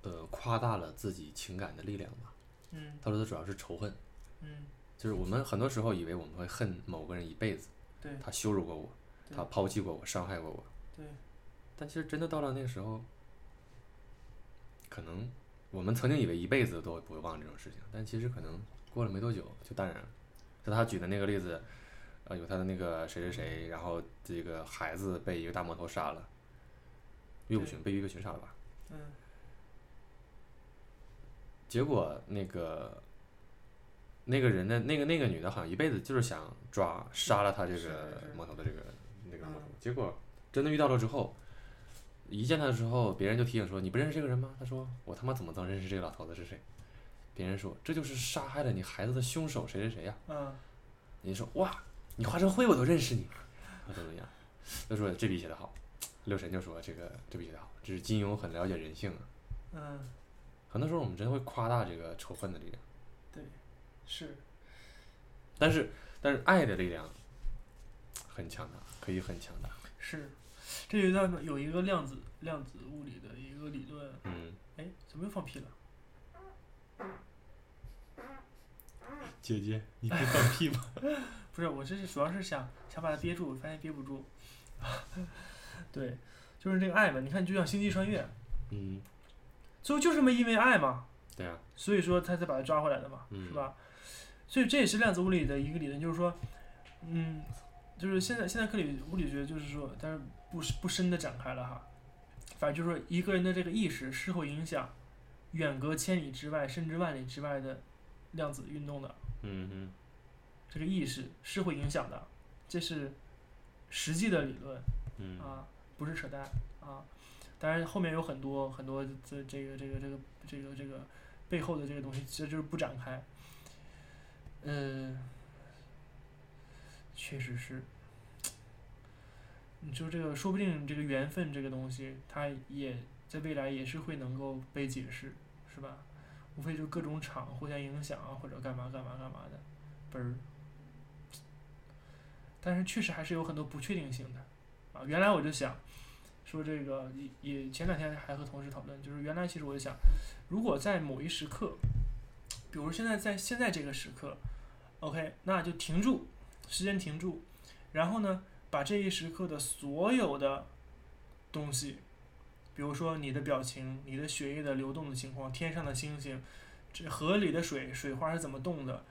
C: 呃夸大了自己情感的力量吧。
B: 嗯
C: 他说的主要是仇恨，
B: 嗯，
C: 就是我们很多时候以为我们会恨某个人一辈子，
B: 对
C: 他羞辱过我，
B: 对
C: 他抛弃过我，伤害过我，
B: 对，
C: 但其实真的到了那个时候，可能我们曾经以为一辈子都不会忘这种事情，但其实可能过了没多久就淡然了。就他举的那个例子，呃，有他的那个谁谁谁，然后这个孩子被一个大魔头杀了，岳不群被岳不群杀了吧？
B: 嗯
C: 结果那个那个人的那个那个女的，好像一辈子就是想抓杀了他这
B: 是
C: 个
B: 是
C: 魔头的这个那个魔头
B: 嗯。
C: 结果真的遇到了之后，一见他的时候，别人就提醒说：“你不认识这个人吗？”他说：“我他妈怎么能认识这个老头子是谁？”别人说：“这就是杀害了你孩子的凶手谁谁谁呀、
B: 嗯
C: 你说：“哇，你化成灰我都认识你，我怎么样？他说这笔写的好，六神就说这个这笔写的好，这是金庸很了解人性啊。
B: 嗯，
C: 很多时候我们真会夸大这个仇恨的力量，
B: 对，是，
C: 但是但是爱的力量很强大，可以很强大。
B: 是，这就叫有一个量子量子物理的一个理论，
C: 嗯，
B: 哎，怎么又放屁了？
C: 姐姐，你会放屁吗？
B: 不是，我这是主要是想想把它憋住，发现憋不住。 *laughs* 对，就是这个爱嘛，你看就像星际穿越，
C: *laughs* 嗯，
B: 最后就是没因为爱嘛，
C: 对啊，
B: 所以说他才把他抓回来的嘛，
C: 嗯
B: 是吧？所以这也是量子物理的一个理论，就是说，嗯，就是现在现在科理物理学就是说，但是不是不深的展开了哈，反正就是说一个人的这个意识是会影响远隔千里之外甚至万里之外的量子运动的，
C: 嗯嗯
B: 这个意识是会影响的，这是实际的理论
C: 嗯
B: 啊，不是扯淡啊。当然后面有很多很多这这个这个这个这个这个背后的这个东西，其实就是不展开。嗯，确实是。你说这个，说不定这个缘分这个东西，它也在未来也是会能够被解释，是吧？无非就各种场互相影响啊，或者干嘛干嘛干嘛的，嘣儿。但是确实还是有很多不确定性的，啊，原来我就想说这个，也也前两天还和同事讨论，就是原来其实我就想，如果在某一时刻，比如现在在现在这个时刻，OK，那就停住，时间停住，然后呢，把这一时刻的所有的东西，比如说你的表情、你的血液的流动的情况、天上的星星、这河里的水水花是怎么动的，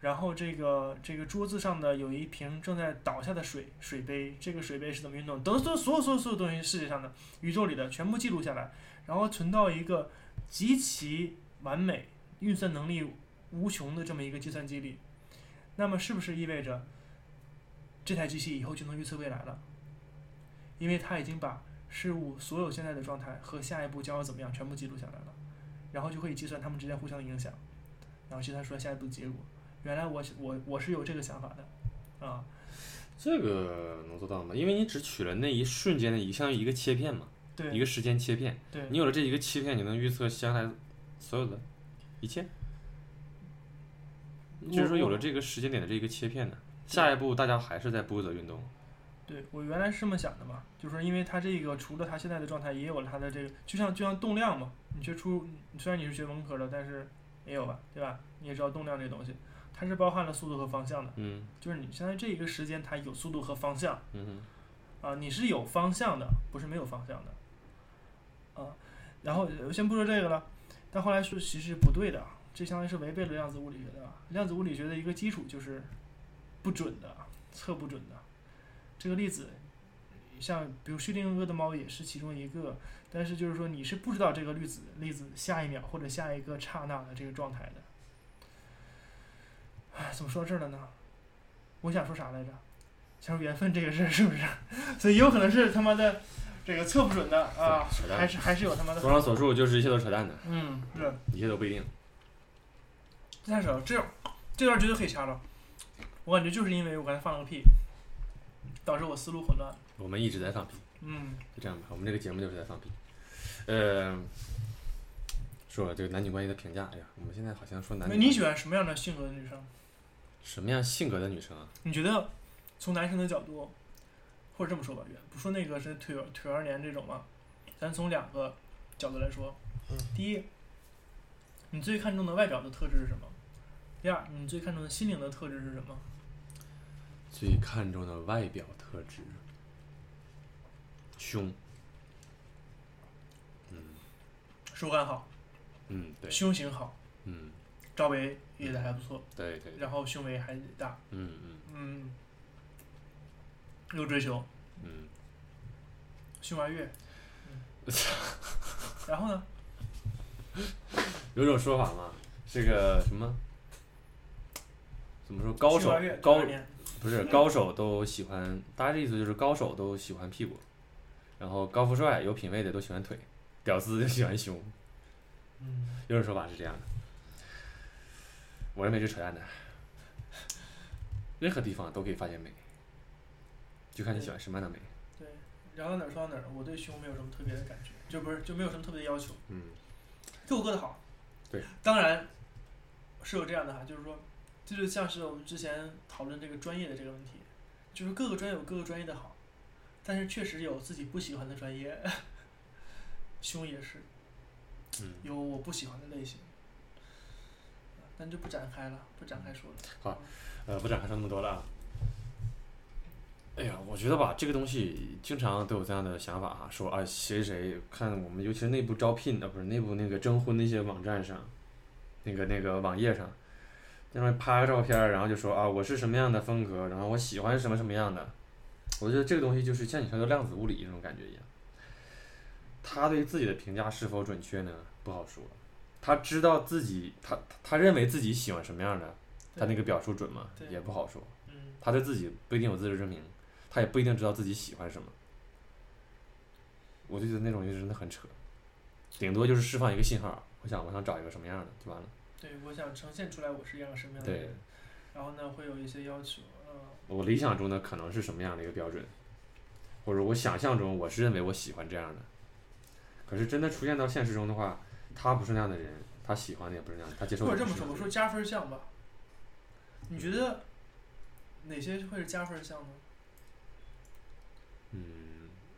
B: 然后这个这个桌子上的有一瓶正在倒下的水水杯，这个水杯是怎么运动的，等所有所有所有所有东西，世界上的、宇宙里的全部记录下来，然后存到一个极其完美、运算能力无穷的这么一个计算机里，那么是不是意味着这台机器以后就能预测未来了？因为它已经把事物所有现在的状态和下一步将要怎么样全部记录下来了，然后就可以计算它们之间互相的影响，然后计算出来下一步的结果。原来我是我我是有这个想法的，啊，
C: 这个能做到吗？因为你只取了那一瞬间的一，相当于一个切片嘛，一
B: 对
C: 个时间切片。
B: 对
C: 你有了这一个切片，你能预测将来所有的一切。就是说，有了这个时间点的这个切片呢，下一步大家还是在波折运动。
B: 对我原来是这么想的嘛，就是说因为它这个除了它现在的状态，也有了它的这个，就像就像动量嘛，你学出虽然你是学文科的，但是也有吧，对吧？你也知道动量这东西，它是包含了速度和方向的，
C: 嗯
B: 就是你相当于这一个时间它有速度和方向
C: 嗯哼
B: 啊，你是有方向的，不是没有方向的，啊，然后呃先不说这个了，但后来说其实是不对的，啊这相当于是违背了量子物理学的，啊量子物理学的一个基础就是不准的，啊测不准的，这个例子。像比如薛定谔的猫也是其中一个，但是就是说你是不知道这个粒子粒子下一秒或者下一个刹那的这个状态的。哎，怎么说到这儿了呢？我想说啥来着？想说缘分这个事儿是不是？ *laughs* 所以有可能是他妈的这个测不准的啊
C: 扯，淡
B: 还是还是有他妈的
C: 综上所述，就是一切都扯淡的，
B: 嗯，是。
C: 一切都不一定。
B: 但是啊这样这段绝对可以掐了。我感觉就是因为我刚才放了个屁，导致我思路混乱。
C: 我们一直在放屁，
B: 嗯，
C: 就这样吧。我们这个节目就是在放屁。呃，说这个男女关系的评价，哎呀，我们现在好像说男
B: 那
C: 女。
B: 你喜欢什么样的性格的女生？
C: 什么样性格的女生啊？
B: 你觉得从男生的角度，或者这么说吧，远不说那个是腿儿腿儿年这种嘛，咱从两个角度来说，第一，你最看重的外表的特质是什么？第二，你最看重的心灵的特质是什么？
C: 最看重的外表特质，胸。嗯
B: 手感好，
C: 嗯，对，
B: 胸型好，
C: 嗯
B: 罩杯也得还不错，
C: 对对，
B: 然后胸围还大，
C: 嗯嗯
B: 嗯，有追求，
C: 嗯，
B: 胸怀月，嗯然后呢？
C: 有种说法嘛，这个什么，怎么说？高
B: 胸
C: 手
B: 怀月
C: 高
B: 多少年
C: 不是高手都喜欢，大家这意思就是高手都喜欢屁股，然后高富帅有品位的都喜欢腿，屌丝就喜欢胸。
B: 嗯，
C: 有种说法是这样的，我认为是扯淡的。任何地方都可以发现美，就看你喜欢什么样的美。
B: 对，聊到哪儿说到哪儿，我对熊没有什么特别的感觉，就不是就没有什么特别的要求。
C: 嗯，
B: 各有各的好。
C: 对，
B: 当然是有这样的哈，就是说，这就像是我们之前讨论这个专业的这个问题，就是各个专业有各个专业的好，但是确实有自己不喜欢的专业， *laughs* 胸也是
C: 嗯，
B: 有我不喜欢的类型，但就不展开了，不展开说了。
C: 呃，不展开说那么多了啊。哎呀，我觉得吧，这个东西经常都有这样的想法哈、说啊，谁谁看我们，尤其是内部招聘呃的，不是内部那个征婚的一些网站上，那个那个网页上，那上面拍个照片儿，然后就说啊，我是什么样的风格，然后我喜欢什么什么样的。我觉得这个东西就是像你说的量子物理那种感觉一样，他对自己的评价是否准确呢？不好说。他知道自己，他他他认为自己喜欢什么样的，他那个表述准吗？
B: 对
C: 也不好说。
B: 嗯，
C: 他对自己不一定有自知之明，他也不一定知道自己喜欢什么。我就觉得那种就真的很扯，顶多就是释放一个信号，我想我想找一个什么样的就完了。
B: 对，我想呈现出来我是一样什么样的
C: 对
B: 人，然后呢会有一些要求，嗯、
C: 我理想中的可能是什么样的一个标准，或者我想象中我是认为我喜欢这样的，可是真的出现到现实中的话，他不是那样的人，他喜欢的也不是那样的，他接受
B: 或
C: 的
B: 者
C: 也
B: 这
C: 不
B: 么说，
C: 是那样
B: 我
C: 的
B: 说加分项吧，你觉得哪些会是加分项呢？
C: 嗯，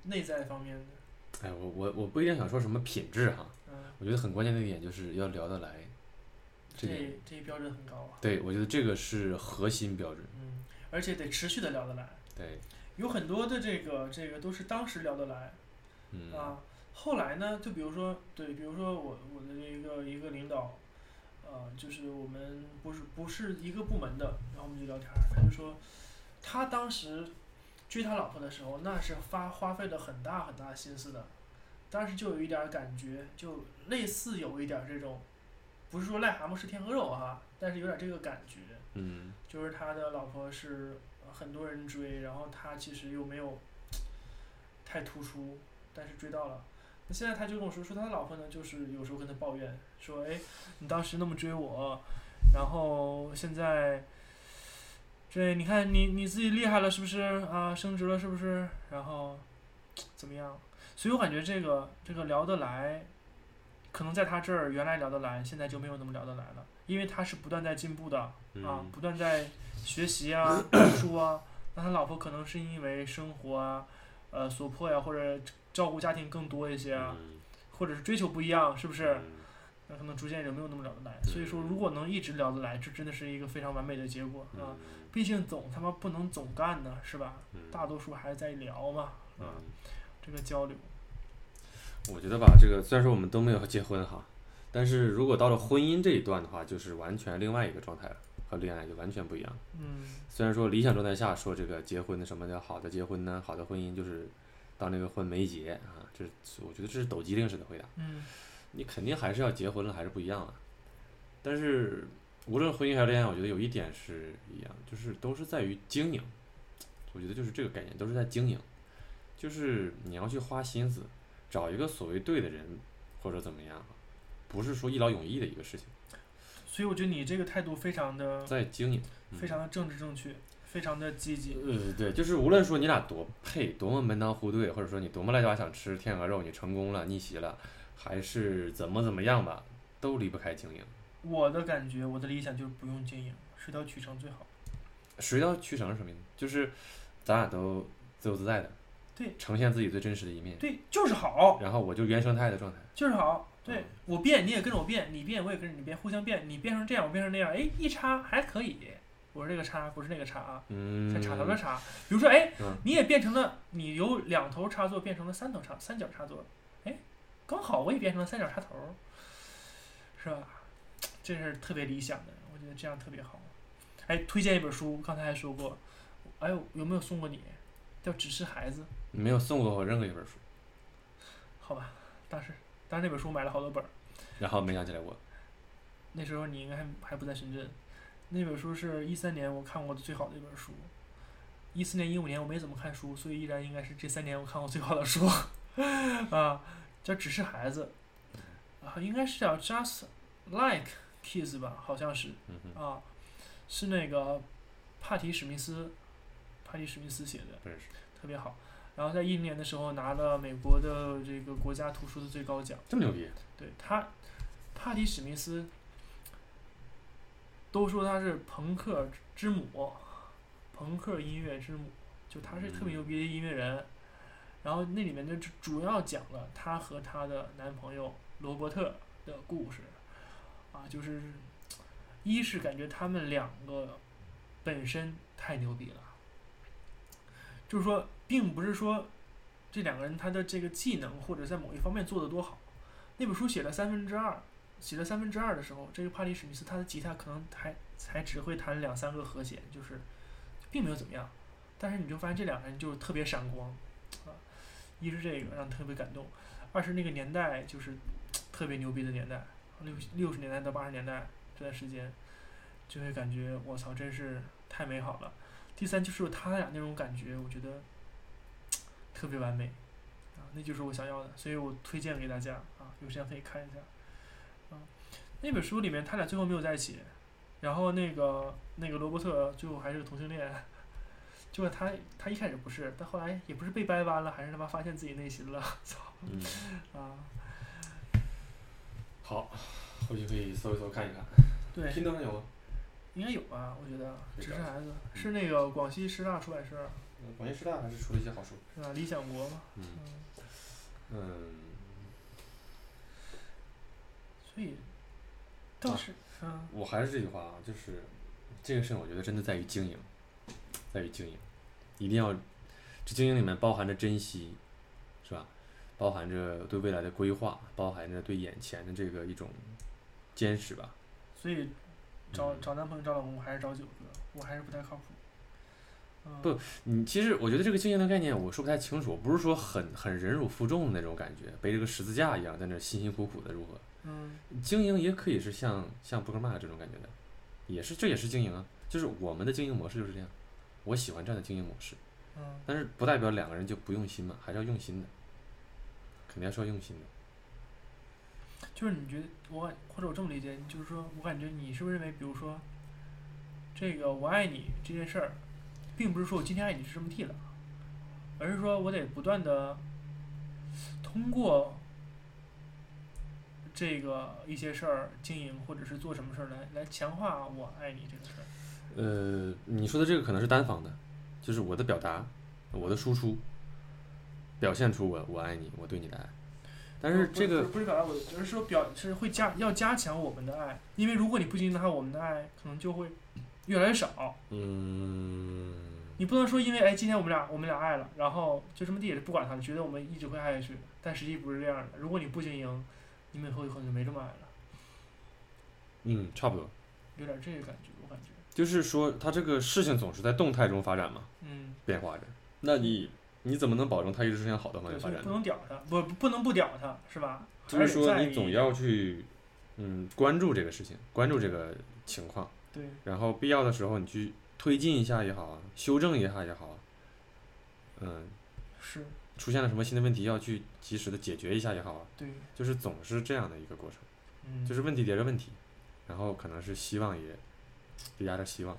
B: 内在方面的，
C: 哎，我我我不一定想说什么品质哈，
B: 嗯，
C: 我觉得很关键的一点就是要聊得来，这点
B: 这这标准很高啊，
C: 对我觉得这个是核心标准，
B: 嗯，而且得持续的聊得来，
C: 对，
B: 有很多的这个这个都是当时聊得来
C: 嗯。
B: 啊，后来呢，就比如说对，比如说我我的一个一个领导，呃，就是我们不是不是一个部门的，然后我们就聊天儿，他就说他当时追他老婆的时候，那是花花费了很大很大心思的，当时就有一点儿感觉，就类似有一点儿这种，不是说癞蛤蟆吃天鹅肉啊，但是有点儿这个感觉，
C: 嗯
B: 就是他的老婆是呃很多人追，然后他其实又没有太突出，但是追到了。那现在他就跟我说，说他的老婆呢，就是有时候跟他抱怨说，哎，你当时那么追我，然后现在，这你看你你自己厉害了是不是啊？升职了是不是？然后怎么样？所以我感觉这个这个聊得来，可能在他这儿原来聊得来，现在就没有那么聊得来了，因为他是不断在进步的。啊，
C: 嗯
B: 不断在学习
C: *clears throat*
B: 啊、读书啊。那他老婆可能是因为生活啊，呃，所迫呀、或者照顾家庭更多一些啊，
C: 嗯
B: 或者是追求不一样，是不啊是？
C: 嗯
B: 那可能逐渐也没有那么聊得来。所以说，如果能一直聊得来，这真的是一个非常完美的结果啊。毕竟总他妈不能总干呢，是吧？
C: 嗯
B: 大多数还是在聊嘛，啊，
C: 嗯
B: 这个交流，
C: 我觉得吧，这个虽然说我们都没有结婚哈，但是如果到了婚姻这一段的话，就是完全另外一个状态了，和恋爱就完全不一样。
B: 嗯，
C: 虽然说理想状态下说这个结婚的什么叫好的结婚呢？好的婚姻就是当这个婚没结啊，这是我觉得这是抖机灵式的回答。
B: 嗯，
C: 你肯定还是要结婚了，还是不一样了。但是无论婚姻还是恋爱，我觉得有一点是一样，就是都是在于经营。我觉得就是这个概念，都是在经营，就是你要去花心思找一个所谓对的人，或者怎么样，不是说一劳永逸的一个事情，
B: 所以我觉得你这个态度非常的、
C: 在经营，嗯
B: 非常的政治正确，非常的积极，
C: 呃，对，就是无论说你俩多配，多么门当户对，或者说你多么赖家想吃天鹅肉，你成功了，逆袭了，还是怎么怎么样吧，都离不开经营。
B: 我的感觉，我的理想就是不用经营，水到渠成最好。
C: 水到渠成是什么意思？就是咱俩都自由自在的，
B: 对，
C: 呈现自己最真实的一面。
B: 对，就是好，
C: 然后我就原生态的状态，
B: 就是好。对
C: 嗯
B: 我变，你也跟着我变，你变我也跟着你变，互相变。你变成这样，我变成那样，哎，一差还可以。我是这个差，不是那个差啊，
C: 嗯，
B: 是插头的差。比如说，哎
C: 嗯，
B: 你也变成了，你由两头插座变成了三头插三角插座，哎，刚好我也变成了三角插头，是吧？这是特别理想的，我觉得这样特别好。哎，推荐一本书，刚才还说过，哎，有没有送过你？叫《只是孩子》。
C: 没有送过我任何一本书，
B: 好吧，当时当时那本书买了好多本儿，
C: 然后没想起来我，
B: 那时候你应该还还不在深圳。那本书是一三年我看过的最好的一本书，一四年一五年我没怎么看书，所以依然应该是这三年我看过最好的书， *laughs* 啊，叫《只是孩子》，啊，应该是叫 Just Like Kids 吧，好像是
C: 嗯哼，
B: 啊，是那个帕提·史密斯，帕提·史密斯写的，
C: 不认识，
B: 特别好。然后在一零年的时候拿了美国的这个国家图书的最高奖。
C: 这么牛逼，
B: 对他，帕提·史密斯都说他是朋克之母，朋克音乐之母，就他是特别牛逼的音乐人。然后那里面就主主要讲了她和她的男朋友罗伯特的故事，啊，就是一是感觉他们两个本身太牛逼了，就是说，并不是说这两个人他的这个技能或者在某一方面做得多好。那本书写了三分之二，写了三分之二的时候，这个帕里史密斯他的吉他可能还才只会弹两三个和弦，就是并没有怎么样。但是你就发现这两个人就是特别闪光，啊，一是这个让你特别感动，二是那个年代就是特别牛逼的年代，六六十年代到八十年代这段时间，就会感觉我操，真是太美好了。第三就是他俩那种感觉，我觉得特别完美啊，那就是我想要的，所以我推荐给大家啊，有时间可以看一下啊。那本书里面他俩最后没有在一起，然后那个那个罗伯特最后还是个同性恋， *laughs* 就是他他一开始不是，但后来也不是被掰弯了，还是他妈发现自己内心了，操
C: 嗯，
B: 啊！
C: 好，回去可以搜一搜看一看
B: 对，
C: ，Kindle 上有吗？
B: 应该有吧？我觉得《
C: 可以
B: 纸
C: 找
B: 是嗯孩子》是那个广西师大出版社
C: 呃广西师大还是出了一些好书，
B: 是吧？理想国嘛，
C: 嗯
B: 嗯，
C: 嗯，
B: 所以倒是嗯、
C: 我还是这句话啊，就是这个事儿，我觉得真的在于经营，在于经营，一定要这经营里面包含着珍惜，是吧？包含着对未来的规划，包含着对眼前的这个一种坚持吧。
B: 所以找
C: 嗯
B: 找男朋友、找老公还是找九哥，我还是不太靠谱。嗯、
C: 不你其实我觉得这个经营的概念我说不太清楚，不是说很很忍辱负重的那种感觉，背着个十字架一样在那辛辛苦苦的如何？
B: 嗯，
C: 经营也可以是像像布克曼这种感觉的，也是这也是经营啊，就是我们的经营模式就是这样，我喜欢这样的经营模式。
B: 嗯，
C: 但是不代表两个人就不用心嘛，还是要用心的，肯定还是要用心的。
B: 就是你觉得我感或者我这么理解，就是说我感觉你是不是认为，比如说这个我爱你这件事儿，并不是说我今天爱你就这么地了，而是说我得不断的通过这个一些事儿经营，或者是做什么事儿来来强化我爱你这个事儿。
C: 呃，你说的这个可能是单方的，就是我的表达，我的输出，表现出我我爱你，我对你的爱。但是
B: 不
C: 这
B: 不
C: 个
B: 是不是表达我的，而是说表是会加要加强我们的爱，因为如果你不经营的话，我们的爱可能就会越来越少。
C: 嗯，
B: 你不能说因为哎今天我们俩我们俩爱了，然后就这么地不管他了，觉得我们一直会爱下去，但实际不是这样的。如果你不经营，你们以后可能就没这么爱了，
C: 嗯，差不多，
B: 有点这个感觉，我感觉，
C: 就是说他这个事情总是在动态中发展嘛，
B: 嗯，
C: 变化着。那你你怎么能保证它一直是向好的方
B: 对，
C: 向
B: 所
C: 发
B: 以
C: 展
B: 不
C: 呢？
B: 能屌他，不不能不屌他，是吧？
C: 就
B: 还
C: 是
B: 得
C: 说
B: 在
C: 你总
B: 意
C: 要去嗯关注这个事情，关注这个情况。
B: 对，
C: 然后必要的时候你去推进一下也好啊，修正一下也好啊，嗯，
B: 是，
C: 出现了什么新的问题要去及时的解决一下也好啊，
B: 对，
C: 就是总是这样的一个过程，
B: 嗯，
C: 就是问题叠着问题，然后可能是希望也叠压着希望，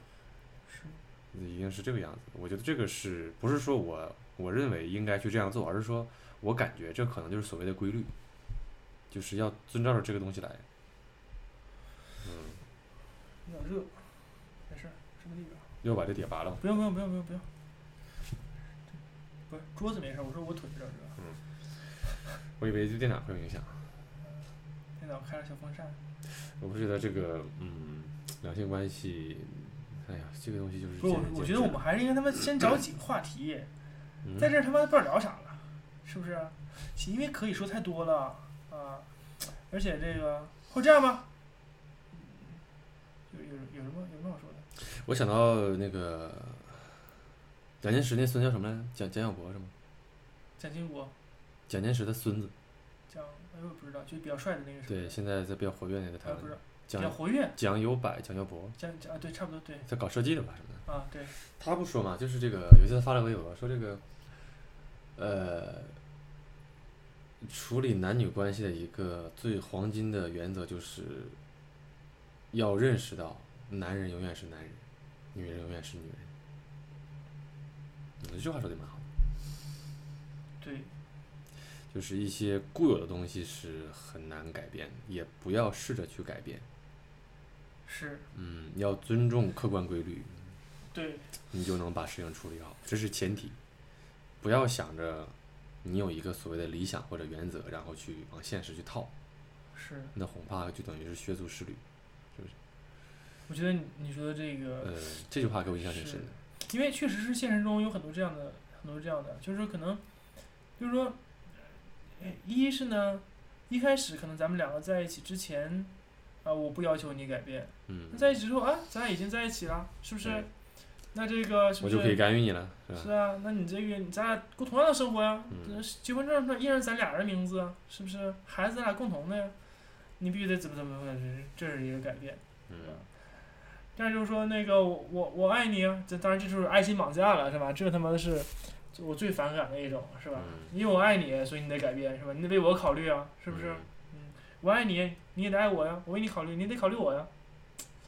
B: 是，
C: 一定是这个样子。我觉得这个是不是说我我认为应该去这样做，而是说我感觉这可能就是所谓的规律，就是要遵照着这个东西来。嗯，
B: 有点热，没事儿，这么地吧。
C: 又把这点拔了吧。
B: 不用不用不用不用不用，不是桌子没事儿，我说我腿有点热，
C: 我以为对电脑会有影响。
B: 电脑开了小风扇，
C: 我不觉得这个，嗯，两性关系，哎呀，这个东西就是
B: 不是
C: 见仁
B: 我，我
C: 见
B: 觉得我
C: 智
B: 们还是应该他妈先找几个话题，
C: 嗯
B: 在这儿他妈不知道聊啥了，是不是？因为可以说太多了啊，而且这个或者这样吧，有有有什么有什么好说的？
C: 我想到那个蒋介石那孙叫什么来着？蒋蒋小柏是吗？
B: 蒋经国
C: 蒋介石的孙子，
B: 讲，哎我也不知道，就比较帅的那个是
C: 对，
B: 吧，
C: 现在在比较活跃那个台
B: 我也呃不知
C: 湾
B: 道，比较
C: 蒋
B: 活跃，
C: 蒋友柏、蒋小柏，
B: 讲讲啊对，差不多对
C: 他搞设计的吧什么的。
B: 啊对，
C: 他不说嘛，就是这个，有一次他发了微博说这个，呃，处理男女关系的一个最黄金的原则就是，要认识到男人永远是男人，女人永远是女人。我觉得这句话说的蛮好，
B: 对，
C: 就是一些固有的东西是很难改变的，也不要试着去改变。
B: 是，
C: 嗯，要尊重客观规律，
B: 对，
C: 你就能把事情处理好，这是前提。不要想着你有一个所谓的理想或者原则，然后去往现实去套，
B: 是。
C: 那恐怕就等于是削足适履。
B: 我觉得你你说的这个，
C: 呃，这句话给我印象挺深的。
B: 因为确实是现实中有很多这样的，很多这样的，就是说可能，就是说，呃一是呢，一开始可能咱们两个在一起之前，啊、我不要求你改变，
C: 嗯，
B: 在一起之后，啊，咱俩已经在一起了，是不是
C: 对？
B: 那这个是
C: 我
B: 不
C: 就可以
B: 是？
C: 干预你了，是吧？
B: 是啊，那你这个你咱俩过同样的生活呀、
C: 嗯
B: 结婚证那依然是咱俩人名字啊，是不是？孩子咱俩共同的呀，你必须得怎么怎么怎么，这是一个改变。
C: 嗯，
B: 但是就是说那个我我我爱你啊，这当然这就是爱情绑架了，是吧？这他妈的是就我最反感的一种，是吧？
C: 嗯
B: 因为我爱你，所以你得改变，是吧？你得为我考虑啊，是不是？
C: 嗯
B: 我爱你，你也得爱我呀，我为你考虑，你也得考虑我呀。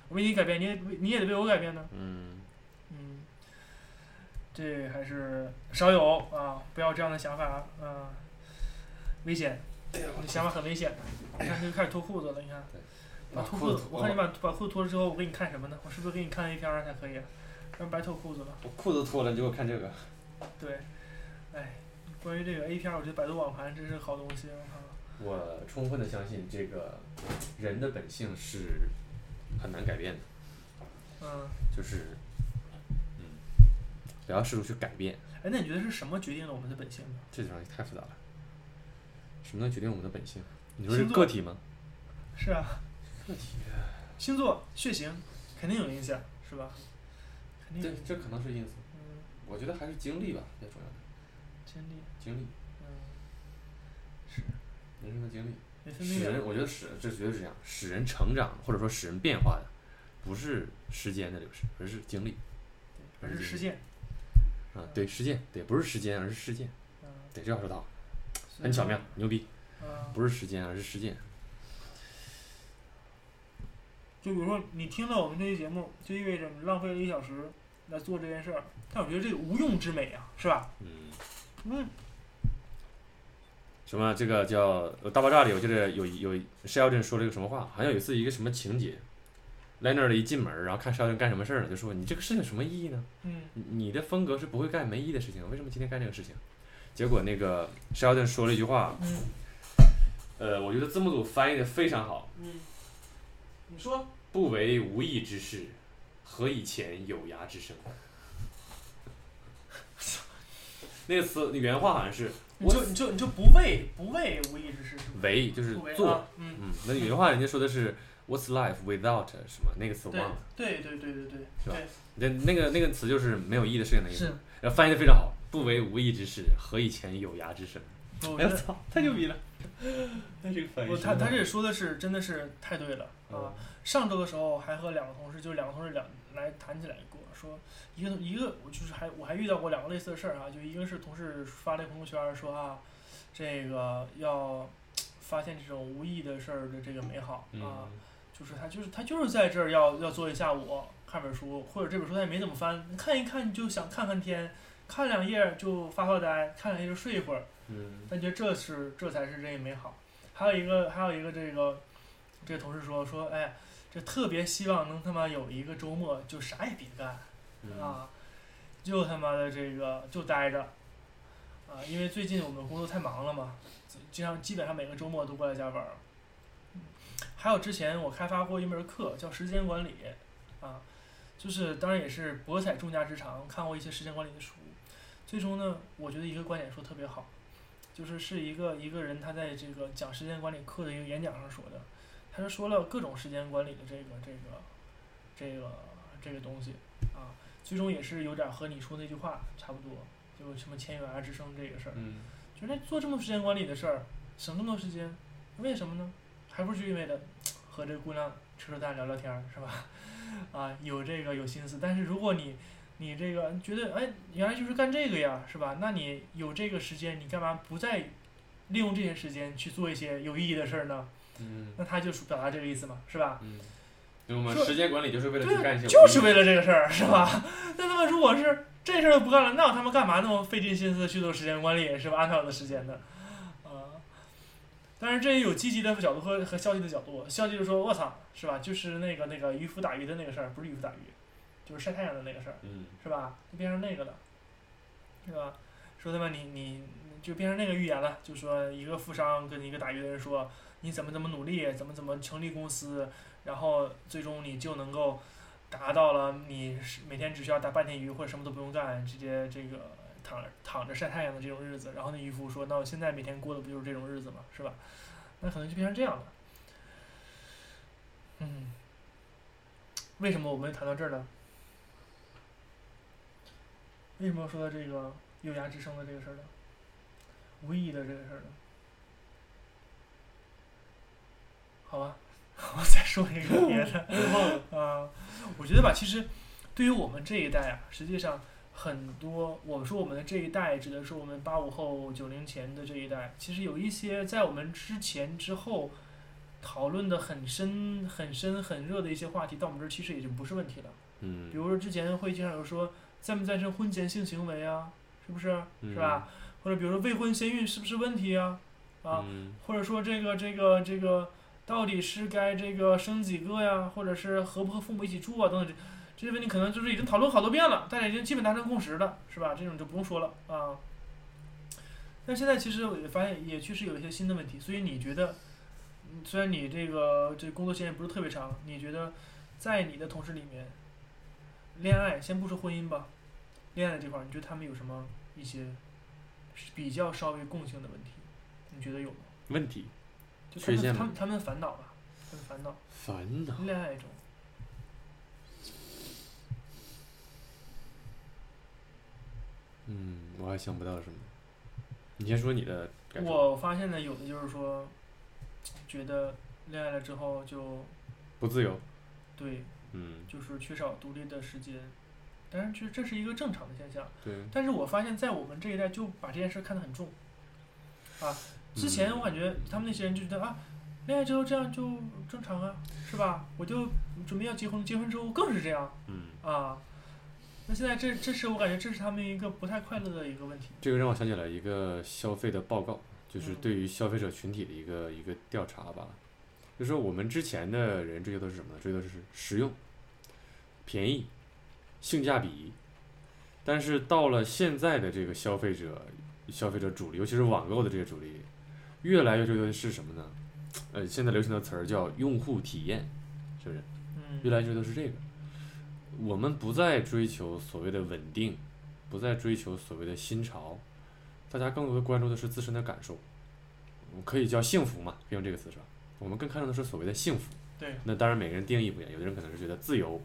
B: 我为你改变，你也得为你也得为我改变呢。
C: 嗯，
B: 嗯，这还是少有啊，不要这样的想法啊，啊危险，你想法很危险。你看，就开始脱裤子了，你看。
C: 啊
B: 把裤子，我看你把把裤子脱了之哦后，我给你看什么呢？我是不是给你看 A 片儿才可以啊？不然白脱裤子了。
C: 我裤子脱了，你给我看这个。
B: 对，哎，关于这个 A 片儿，我觉得百度网盘真是好东西。我靠，
C: 我充分的相信，这个人的本性是很难改变的，
B: 嗯，
C: 就是，嗯，不要试图去改变，
B: 哎，那你觉得是什么决定了我们的本性呢？
C: 这地方太复杂了。什么能决定我们的本性？你说是
B: 星座
C: 个体吗？
B: 是 *laughs* 啊，
C: 个体，
B: 星座、血型肯定有影响，是吧？肯定有
C: 这
B: 影响。
C: 这可能是因素。
B: 嗯，
C: 我觉得还是经历吧，比较重要的
B: 经历，
C: 经历，
B: 嗯，是，
C: 人生的经历。
B: 也分
C: 使
B: 泌
C: 人，
B: 了。
C: 我觉得使这绝对是这样，使人成长或者说使人变化的，不是时间的流逝，而是经历
B: 对而是实践。
C: 啊，对时间，对，不是时间，而是事件，
B: 嗯，
C: 对，这话说得好，
B: 所以
C: 很巧
B: 说
C: 妙。，牛逼，
B: 嗯，
C: 不是时间，而是事件，
B: 就比如说你听了我们这期节目，就意味着你浪费了一小时来做这件事儿，但我觉得这个无用之美啊，是吧？
C: 嗯，
B: 嗯，
C: 什么这个叫呃大爆炸里，我记得有有沙耀镇说了一个什么话，好像有一次一个什么情节。莱那儿一进门，然后看沙耀镇干什么事儿了，就说你这个事情有什么意义呢？
B: 嗯，
C: 你你的风格是不会干没意义的事情，为什么今天干这个事情？结果那个沙耀镇说了一句话，
B: 嗯，
C: 呃，我觉得字幕组翻译的非常好，
B: 嗯，你说，
C: 不为无益之事，何以遣有涯之生？那个词那原话好像是
B: 你就你就你就不为不为无益之事，是吧
C: 为，就是
B: 不为
C: 做，
B: 啊，嗯，
C: 嗯，那原话人家说的是 What's life without 什么那个词我
B: 对
C: 忘了，
B: 对对对对对
C: 是吧
B: 对，
C: 那那个那个词就是没有意义的事情的意思
B: 是，，
C: 然后翻译的非常好，不为无益之事，何以遣有涯之生？
B: 我觉
C: 哎呦
B: 得
C: 操，太牛逼了！那这个翻
B: 我
C: 译
B: 他他这
C: 是
B: 说的是真的是太对了啊
C: 嗯！
B: 上周的时候还和两个同事，就两个同事两来谈起来过，说一个一个我就是还我还遇到过两个类似的事儿啊，就一个是同事发了一个朋友圈儿说啊，这个要发现这种无意义的事儿的这个美好啊，
C: 嗯
B: 就是他就是他就是在这儿要要坐一下午看本书，或者这本书他也没怎么翻，看一看就想看看天，看两页就发发呆，看两页就睡一会儿。
C: 嗯
B: 但觉得这是这才是真美好。还有一个还有一个这个这个同事说说，哎，这特别希望能他妈有一个周末就啥也别干
C: 嗯
B: 啊，就他妈的这个就待着啊，因为最近我们工作太忙了嘛，经常基本上每个周末都过来加班儿。还有之前我开发过一门课叫时间管理，啊，就是当然也是博采众家之长，看过一些时间管理的书。最终呢，我觉得一个观点说得特别好，就是是一个一个人他在这个讲时间管理课的一个演讲上说的，他就说了各种时间管理的这个这个这个这个东西啊，最终也是有点和你说那句话差不多，就是什么千元之声这个事儿。
C: 嗯
B: 就是做这么多时间管理的事儿，省这么多时间，为什么呢？还不是因为的和这姑娘扯扯淡、聊聊天儿，是吧？ *laughs* 啊，有这个有心思，但是如果你你这个觉得哎，原来就是干这个呀，是吧？那你有这个时间，你干嘛不再利用这些时间去做一些有意义的事儿呢？
C: 嗯
B: 那他就是表达这个意思嘛，是吧？
C: 嗯明白吗？
B: 说
C: 时间管理就是为了去干一些无意义的事，
B: 啊就是为了这个事儿，是吧？那他妈如果是这事儿都不干了，那我他妈干嘛那么费尽心思去做时间管理，是吧？安排我的时间呢？啊、但是这也有积极的角度和和消极的角度。消极就说我操，是吧？就是那个那个渔夫打鱼的那个事儿，不是渔夫打鱼，就是晒太阳的那个事儿，
C: 嗯，
B: 是吧？就变成那个了，是吧？说他妈你你就变成那个预言了，就说一个富商跟一个打鱼的人说，你怎么怎么努力，怎么怎么成立公司，然后最终你就能够达到了你是每天只需要打半天鱼或者什么都不用干，直接这个躺躺着晒太阳的这种日子。然后那渔夫说，那我现在每天过的不就是这种日子吗？是吧？那可能就变成这样了。嗯，为什么我们谈到这儿呢？为什么要说到这个有涯之声的这个事儿呢？无意义的这个事儿呢？好吧， *laughs* 我再说一个别的啊，我觉得吧，其实对于我们这一代啊，实际上很多，我说我们的这一代，指的是我们八五后、九零前的这一代，其实有一些在我们之前之后讨论的很深、很深、很热的一些话题，到我们这儿其实已经不是问题了。
C: 嗯，
B: 比如说之前会经常有说赞不赞成婚前性行为啊，是不是？
C: 嗯
B: 是吧？？或者比如说未婚先孕是不是问题啊？啊，
C: 嗯
B: 或者说这个这个这个到底是该这个生几个呀，或者是和不和父母一起住啊等等这这些问题，可能就是已经讨论好多遍了，大家已经基本达成共识了，是吧？这种就不用说了啊。但现在其实我也发现，也确实有一些新的问题，所以你觉得，嗯虽然你这个这工作时间不是特别长，你觉得在你的同事里面，恋爱先不说婚姻吧，恋爱这块儿，你觉得他们有什么一些比较稍微共性的问题？你觉得有吗？
C: 问题
B: 就他
C: 缺陷
B: 们
C: 吗
B: 他们他们烦恼吧，他们烦恼，
C: 烦恼
B: 恋爱中，
C: 嗯，我还想不到什么。你先说你的感受，
B: 我发现呢，有的就是说，觉得恋爱了之后就
C: 不自由。
B: 对，
C: 嗯，
B: 就是缺少独立的时间，但是这这是一个正常的现象。
C: 对，
B: 但是我发现，在我们这一代就把这件事看得很重，啊，之前
C: 嗯
B: 我感觉他们那些人就觉得啊，恋爱之后这样就正常啊，是吧？我就准备要结婚，结婚之后更是这样
C: 嗯，
B: 啊。那现在这这是我感觉这是他们一个不太快乐的一个问题。
C: 这个让我想起来一个消费的报告，就是
B: 嗯
C: 对于消费者群体的一个一个调查吧。就说我们之前的人追求的是什么呢？追求的是实用、便宜、性价比。但是到了现在的这个消费者，消费者主力，尤其是网购的这个主力，越来越追求的是什么呢？呃，现在流行的词儿叫用户体验，是不是？
B: 嗯，
C: 越来越追求的是这个。我们不再追求所谓的稳定，不再追求所谓的新潮，大家更多的关注的是自身的感受，我可以叫幸福嘛，可以用这个词是吧？我们更看重的是所谓的幸福。
B: 对。
C: 那当然，每个人定义不一样，有的人可能是觉得自由，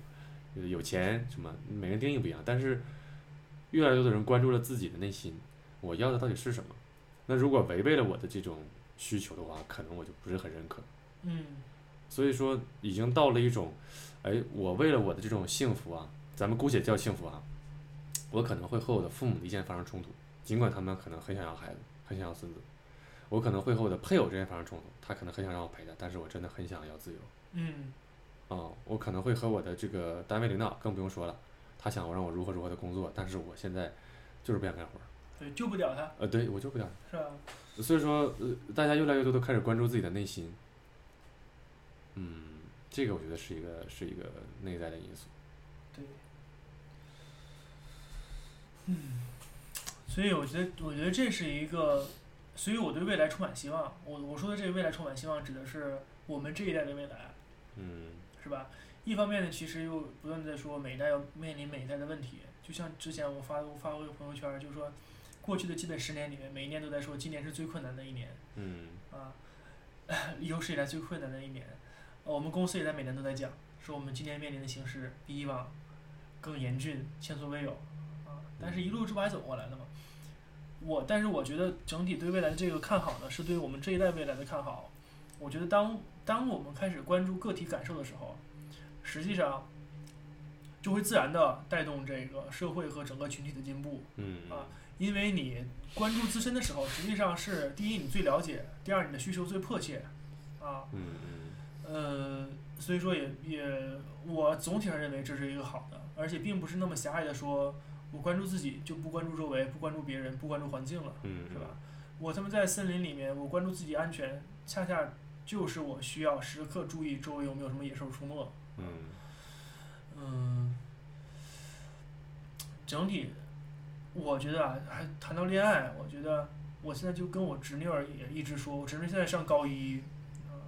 C: 有的有钱什么，每个人定义不一样。但是，越来越多的人关注了自己的内心，我要的到底是什么？那如果违背了我的这种需求的话，可能我就不是很认可。
B: 嗯
C: 所以说已经到了一种，哎，我为了我的这种幸福啊，咱们姑且叫幸福啊，我可能会和我的父母的意见发生冲突，尽管他们可能很想要孩子，很想要孙子，我可能会和我的配偶之间发生冲突，他可能很想让我陪他，但是我真的很想要自由
B: 嗯
C: 啊、我可能会和我的这个单位领导更不用说了，他想让我如何如何的工作，但是我现在就是不想干活儿，，
B: 对，救不了他，
C: 呃，对我就不想，
B: 是吧？
C: 所以说呃，大家越来越多的开始关注自己的内心，嗯，这个我觉得是一个是一个内在的因素。
B: 对。嗯，所以我觉得，我觉得这是一个，所以我对未来充满希望。我我说的这个未来充满希望，指的是我们这一代的未来，
C: 嗯
B: 是吧？一方面呢，其实又不断地在说每一代要面临每一代的问题，就像之前我发我发过一个朋友圈儿，就是说，过去的基本十年里面，每一年都在说今年是最困难的一年，
C: 嗯
B: 啊，有史以来最困难的一年。呃我们公司也在每年都在讲，说我们今年面临的形势比以往更严峻，前所未有啊。但是一路这不还走过来的嘛。我，但是我觉得整体对未来的这个看好呢，是对我们这一代未来的看好。我觉得当当我们开始关注个体感受的时候，实际上就会自然的带动这个社会和整个群体的进步。
C: 嗯
B: 啊因为你关注自身的时候，实际上是第一你最了解，第二你的需求最迫切，啊，
C: 嗯嗯
B: 呃，所以说也也，我总体上认为这是一个好的，而且并不是那么狭隘的说，我关注自己就不关注周围，不关注别人，不关注环境了，
C: 嗯，
B: 是吧？我他妈在森林里面，我关注自己安全，恰恰就是我需要时刻注意周围有没有什么野兽出没。
C: 嗯？
B: 嗯，整体，我觉得啊，还谈到恋爱，我觉得我现在就跟我侄女儿也一直说，我侄女现在上高一，嗯，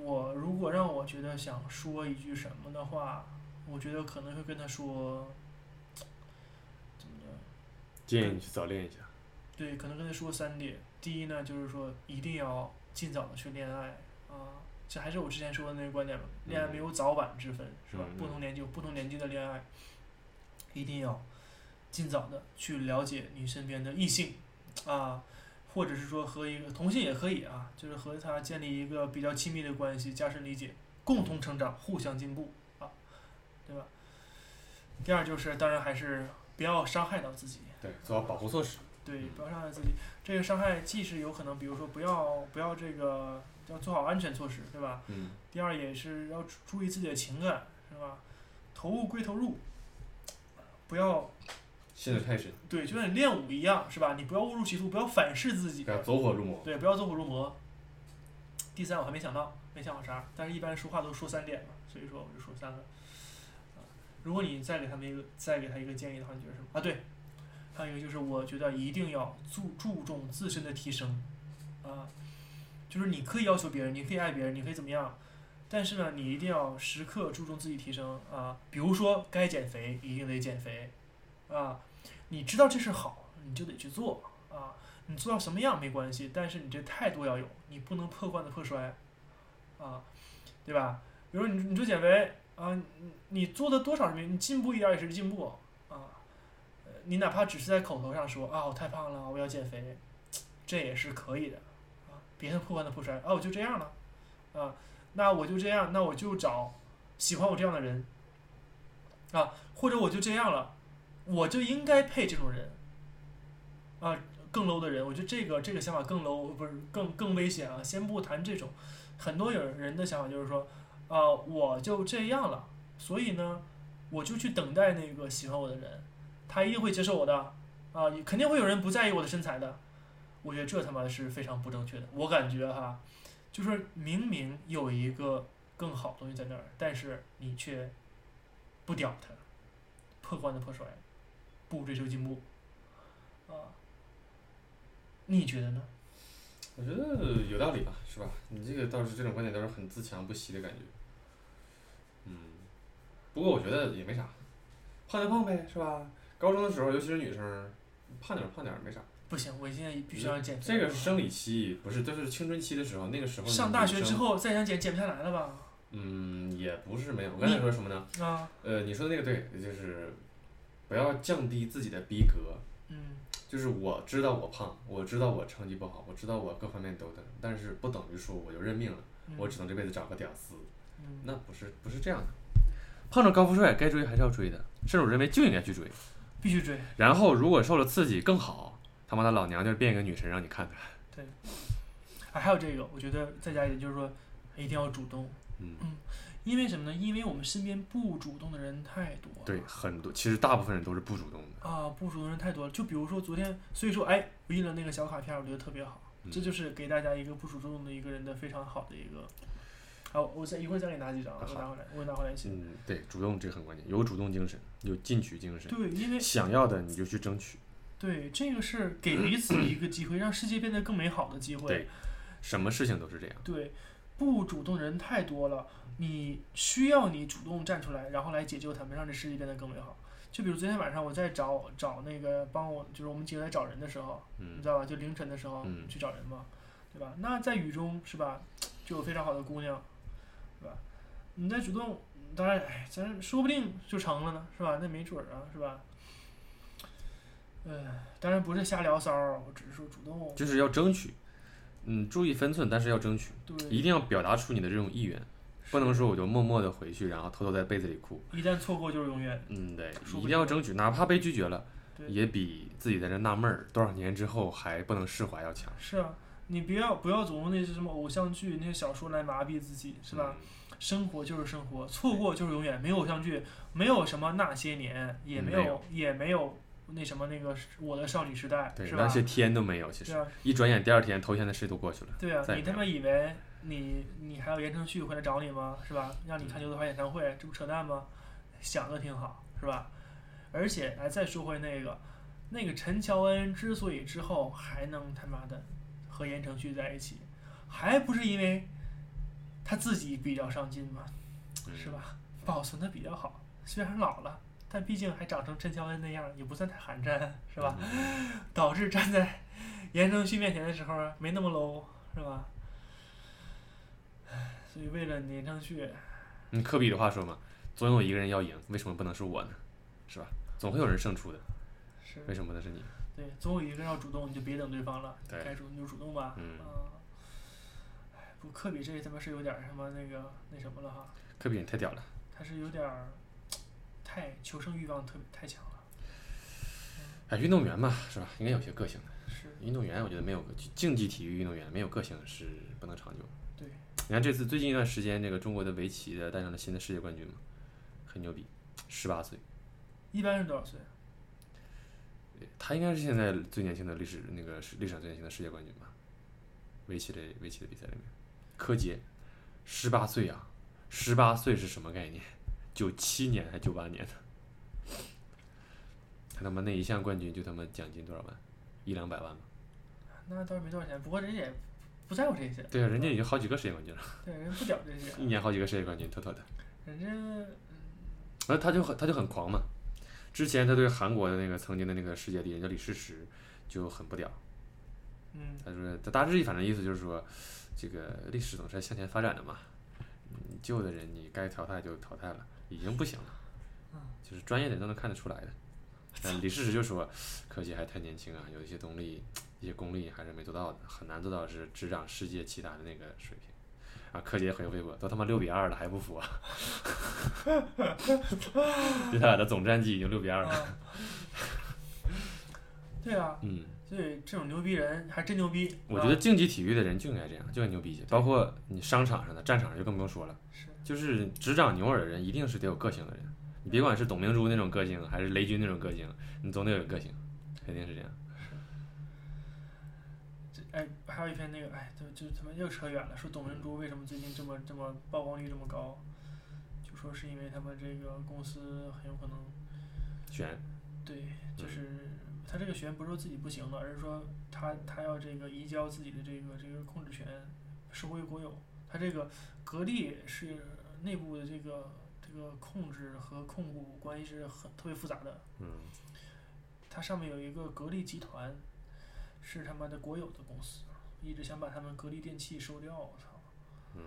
B: 我如果让我觉得想说一句什么的话，我觉得可能会跟她说，怎么着？
C: 建议你去早恋一下。
B: 对，可能跟他说三点。第一呢，就是说一定要尽早的去恋爱啊，这还是我之前说的那个观点吧，恋爱没有早晚之分，是吧？
C: 嗯
B: 不同年纪有不同年纪的恋爱，一定要尽早的去了解你身边的异性啊，或者是说和一个同性也可以啊，就是和他建立一个比较亲密的关系，加深理解，共同成长，互相进步啊，对吧？第二就是，当然还是不要伤害到自己。
C: 对，做好保护措施。
B: 对，不要伤害自己。这个伤害既是有可能，比如说不要不要这个要做好安全措施，对吧？
C: 嗯，
B: 第二也是要注注意自己的情感，是吧？投入归投入，不要
C: 陷得太深，
B: 对，就像你练武一样，是吧？你不要误入歧途，不要反噬自己
C: 不，要走火入魔。
B: 对，不要走火入魔。第三我还没想到，没想好啥，但是一般说话都说三点嘛，所以说我就说三个。啊如果你再给他们一个再给他一个建议的话，你觉得什么啊？对，还有一个就是我觉得一定要注注重自身的提升，啊，就是你可以要求别人，你可以爱别人，你可以怎么样，但是呢，你一定要时刻注重自己提升啊。比如说该减肥一定得减肥，啊，你知道这是好，你就得去做啊。你做到什么样没关系，但是你这态度要有，你不能破罐子破摔，啊，对吧？比如你你说减肥啊，你你做的多少是没，你进步一点也是进步啊。呃你哪怕只是在口头上说啊，我太胖了，我要减肥，这也是可以的啊。别破罐子破摔啊，我就这样了啊，那我就这样，那我就找喜欢我这样的人啊，或者我就这样了，我就应该配这种人啊，更 low 的人，我觉得这个这个想法更 low，不是更更危险啊！先不谈这种，很多有人的想法就是说，啊、我就这样了，所以呢，我就去等待那个喜欢我的人，他一定会接受我的，啊、也肯定会有人不在意我的身材的。我觉得这他妈是非常不正确的，我感觉哈，就是明明有一个更好的东西在那儿，但是你却不屌它，破罐子破摔，不追求进步，啊、你觉得呢？
C: 我觉得有道理吧，是吧？你这个倒是这种观点倒是很自强不息的感觉。嗯，不过我觉得也没啥，胖就胖呗，是吧？高中的时候，尤其是女生，胖点儿胖点儿没啥。
B: 不行，我现在必须要减肥。
C: 嗯这个是生理期，不是，这是青春期的时候，那个时候你
B: 上大
C: 女
B: 学之
C: 生，
B: 后再想减，减不下来了吧？
C: 嗯，也不是没有。我刚才说什么呢？
B: 啊，
C: 呃，你说的那个对，就是不要降低自己的逼格，
B: 嗯，
C: 就是我知道我胖，我知道我成绩不好，我知道我各方面都等，但是不等于说我就认命了，
B: 嗯
C: 我只能这辈子找个屌丝，
B: 嗯
C: 那不是不是这样的。胖瘦高富帅该追还是要追的，甚至我认为就应该去追。
B: 必须追。
C: 然后如果受了刺激更好，他妈的老娘就变一个女神让你看看。
B: 啊，还有这个，我觉得再加一点就是说，一定要主动，
C: 嗯，
B: 因为什么呢？因为我们身边不主动的人太多了。
C: 对，很多其实大部分人都是不主动的。
B: 啊，不主动的人太多了。就比如说昨天，所以说，哎，我印了那个小卡片，我觉得特别好，
C: 嗯
B: 这就是给大家一个不主动的一个人的非常好的一个。好，我再一会儿再给你拿几张，
C: 啊
B: 我
C: 好
B: 拿回来，我拿回来写。
C: 嗯，对，主动这个很关键，有主动精神，有进取精神，
B: 对，因为
C: 想要的你就去争取。
B: 对，这个是给彼此一个机会，让世界变得更美好的机会
C: 对。什么事情都是这样。
B: 对，不主动的人太多了，你需要你主动站出来，然后来解救他们，让这世界变得更美好。就比如昨天晚上我在找找那个帮我，就是我们几个在找人的时候，你
C: 嗯
B: 知道吧？就凌晨的时候
C: 嗯
B: 去找人嘛，对吧？那在雨中是吧，就有非常好的姑娘，对吧？你再主动，当然，哎，咱说不定就成了呢，是吧？那没准儿啊，是吧？呃，当然不是瞎聊骚儿，我只是说主动，
C: 就是要争取，嗯，注意分寸，但是要争取，
B: 对，
C: 一定要表达出你的这种意愿，不能
B: 是
C: 说我就默默的回去，然后偷偷在被子里哭。
B: 一旦错过就是永远。
C: 嗯，对，
B: 说
C: 一
B: 不
C: 定要争取，哪怕被拒绝了，
B: 对
C: 也比自己在这纳闷儿多少年之后还不能释怀要强。
B: 是啊，你不要不要总用那些什么偶像剧、那些小说来麻痹自己，是吧？
C: 嗯
B: 生活就是生活，错过就是永远。没有偶像剧，没有什么那些年，也没有
C: 嗯没有
B: 也没有那什么那个我的少女时代，
C: 对，
B: 是
C: 那
B: 吧？
C: 些天都没有，其
B: 对
C: 实
B: 啊，
C: 一转眼第二天头天的事都过去了。
B: 对啊
C: 再，也
B: 你
C: 没
B: 他
C: 有
B: 妈以为你你还有言承旭会来找你吗？是吧？让
C: 嗯
B: 你看刘德华演唱会，这不扯淡吗？想的挺好，是吧？而且哎，再说回那个，那个陈乔恩之所以之后还能他妈的和言承旭在一起，还不是因为他自己比较上进吗？
C: 嗯
B: 是吧？保存的比较好，虽然老了，但毕竟还长成陈乔恩那样，也不算太寒碜，是吧？
C: 嗯
B: 导致站在 *laughs* 言承旭面前的时候没那么 low，是吧？唉所以为了言承旭，
C: 用科比的话说嘛，总有一个人要赢，为什么不能是我呢？是吧？总会有人胜出的，
B: 是
C: 为什么不能是你？
B: 对，总有一个要主动，你就别等对方了，你
C: 对
B: 该主动就主动吧。
C: 嗯
B: 唉不，科比这他妈是有点儿什么那个那什么了哈，
C: 科比你太屌了，
B: 他是有点儿太求生欲望特别太强了，
C: 哎，运动员嘛，是吧？应该有些个性的。
B: 是
C: 运动员我觉得没有竞技体育运动员没有个性是不能长久的。
B: 对，
C: 你看这次最近一段时间，这个中国的围棋的带上了新的世界冠军嘛，很牛逼，十八岁，
B: 一般是多少岁？
C: 他应该是现在最年轻的历史那个是历史上最年轻的世界冠军吧？围棋的围棋的比赛里面，柯洁，十八岁啊，十八岁是什么概念？ *laughs* 九七年还九八年的，他他妈那一项冠军就他妈奖金多少万？一两百万吧？
B: 那倒是没多少钱，不过人家也不在乎这些，
C: 对啊，人家已经好几个世界冠军了，
B: 对，人不屌这些，
C: 一年好几个世界冠军，妥妥的。
B: 人家
C: 然后他就很他就很狂嘛。之前他对韩国的那个曾经的那个世界第一人叫李世石就很不屌，
B: 嗯，
C: 他说他大致反正意思就是说，这个历史总是向前发展的嘛，嗯旧的人你该淘汰就淘汰了，已经不行了
B: 嗯，
C: 就是专业的人都能看得出来的。但李世石就说，可惜还太年轻啊，有一些动力、一些功力还是没做到的，很难做到是执掌世界棋坛的那个水平。啊，柯洁回微博，都他妈六比二了还不服啊！ *laughs* 就他俩的总战绩已经六比二了。
B: 啊，嗯 *laughs* 对啊，
C: 嗯，
B: 所以这种牛逼人还真牛逼，
C: 我
B: 啊
C: 觉得竞技体育的人就应该这样，就应该牛逼一些。包括你商场上的、战场上就更不用说了。
B: 是
C: 就是执掌牛耳的人，一定是得有个性的人。你别管是董明珠那种个性，啊还是雷军那种个性，啊你总得有个性，肯定是这样。
B: 这哎，还有一篇那个哎，就就他妈又扯远了，说董明珠为什么最近这么这么曝光率这么高，就说是因为他们这个公司很有可能
C: 选
B: 对，就是他这个权不是说自己不行了，而是说他他要这个移交自己的这个这个控制权收归国有。他这个格力是内部的这个这个控制和控股关系是很特别复杂的。
C: 嗯，
B: 它上面有一个格力集团，是他妈的国有的公司，一直想把他们格力电器收掉。我操！
C: 嗯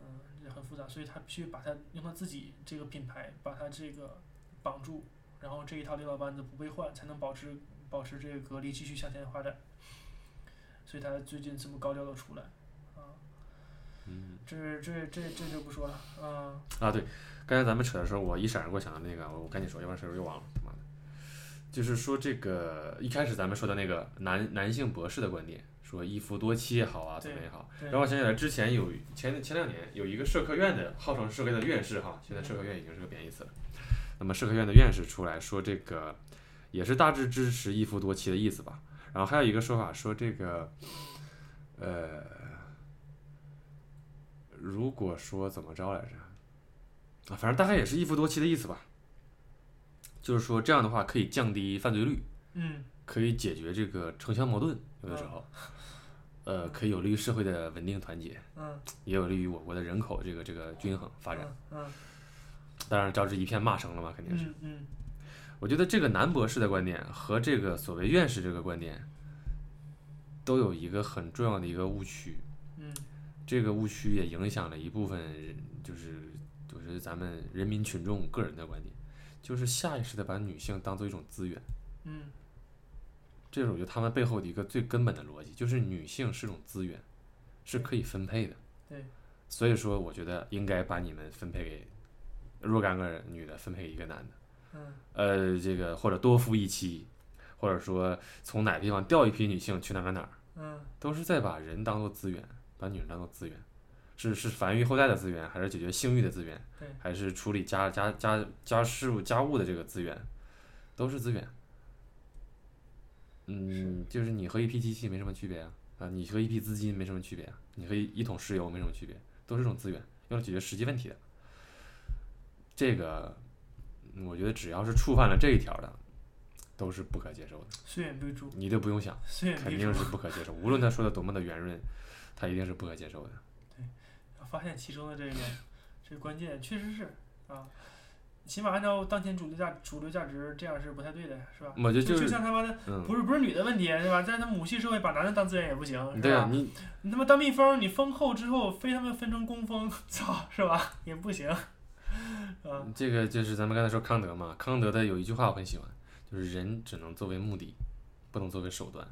B: 嗯，这很复杂，所以他必须把它用他自己这个品牌把它这个绑住，然后这一套六道班子不被换，才能保持保持这个格力继续向前发展。所以他最近这么高调的出来，啊，
C: 嗯
B: 这这这这就不说了，嗯，
C: 啊，对，刚才咱们扯的时候，我一闪而过想到那个，我我赶紧说，要不然谁又忘了，妈的！就是说这个一开始咱们说的那个男男性博士的观点，说一夫多妻也好啊，怎么也好，
B: 对
C: 然后我想起来，之前有前前两年有一个社科院的，号称社科院的院士哈，现在社科院已经是个贬义词了。那么社科院的院士出来说这个，也是大致支持一夫多妻的意思吧。然后还有一个说法说这个，呃，如果说怎么着来着，啊，反正大概也是一夫多妻的意思吧。就是说这样的话可以降低犯罪率，
B: 嗯，
C: 可以解决这个城乡矛盾，有的时候，呃，可以有利于社会的稳定团结，
B: 嗯，
C: 也有利于我国的人口这个这个均衡发展。
B: 嗯，
C: 当然，招致一片骂声了嘛，肯定是。
B: 嗯嗯
C: 我觉得这个男博士的观点和这个所谓院士这个观点，都有一个很重要的一个误区，
B: 嗯
C: 这个误区也影响了一部分人，就是就是咱们人民群众个人的观点，就是下意识的把女性当做一种资源。
B: 嗯
C: 这是我觉得他们背后的一个最根本的逻辑，就是女性是种资源，是可以分配的。
B: 对，
C: 所以说我觉得应该把你们分配给若干个女的，分配给一个男的，
B: 嗯
C: 呃，这个或者多夫一妻，或者说从哪个地方调一批女性去哪儿哪儿哪儿，
B: 嗯嗯
C: 都是在把人当做资源，把女人当做资源，是是繁育后代的资源，还是解决性欲的资源
B: 对，
C: 还是处理家家家家事务家务的这个资源，都是资源。嗯，就是你和一批机器没什么区别啊，啊，你和一批资金没什么区别啊，你和一一桶石油没什么区别，都是这种资源，用来解决实际问题的。这个，嗯我觉得只要是触犯了这一条的，都是不可接受的，
B: 虽远必诛，
C: 你都不用想。
B: 虽远
C: 肯
B: 必
C: 定
B: 诛。
C: 是不可接受，无论他说的多么的圆润，他一定是不可接受的。
B: 发现其中的这个这个关键，确实是啊。起码按照当前主流价主流价值，这样是不太对的，是吧？
C: 我觉得
B: 就
C: 就是，
B: 像他妈的，
C: 嗯，
B: 不是不是女的问题，是吧？在他母系社会，把男的当资源也不行，是
C: 对
B: 吧
C: 啊，？你
B: 你他妈当蜜蜂，你蜂后之后非他妈分成工蜂，操，是吧？也不行，啊，
C: 这个就是咱们刚才说康德嘛，康德的有一句话我很喜欢，就是人只能作为目的，不能作为手段。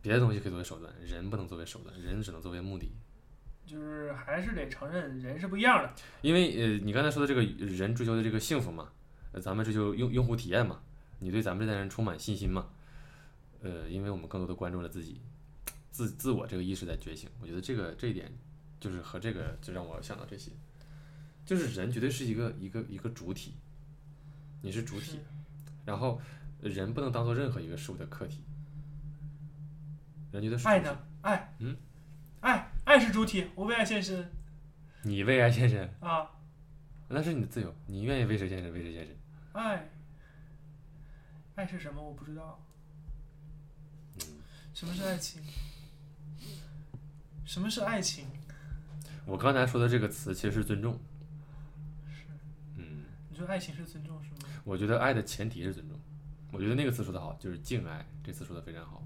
C: 别的东西可以作为手段，人不能作为手段，人只能作为目的。
B: 就是还是得承认人是不一样的，
C: 因为呃，你刚才说的这个人追求的这个幸福嘛，呃，咱们追求用用户体验嘛，你对咱们这代人充满信心嘛，呃，因为我们更多的关注了自己，自自我这个意识在觉醒，我觉得这个这一点就是和这个就让我想到这些，就是人绝对是一个一个一个主体，你是主体，然后呃人不能当做任何一个事物的客体，人绝对是
B: 爱
C: 主体
B: 呢？爱，
C: 嗯，
B: 爱爱是主体，我为爱献身
C: 你为爱献身，
B: 啊，
C: 那是你的自由，你愿意为谁献身为谁献身。
B: 爱，爱是什么？我不知道。
C: 嗯
B: 什么是爱情？什么是爱情？
C: 我刚才说的这个词其实是尊重，
B: 是
C: 嗯，
B: 你说爱情是尊重是吗？
C: 我觉得爱的前提是尊重。我觉得那个词说的好，就是敬爱，这次说的非常好。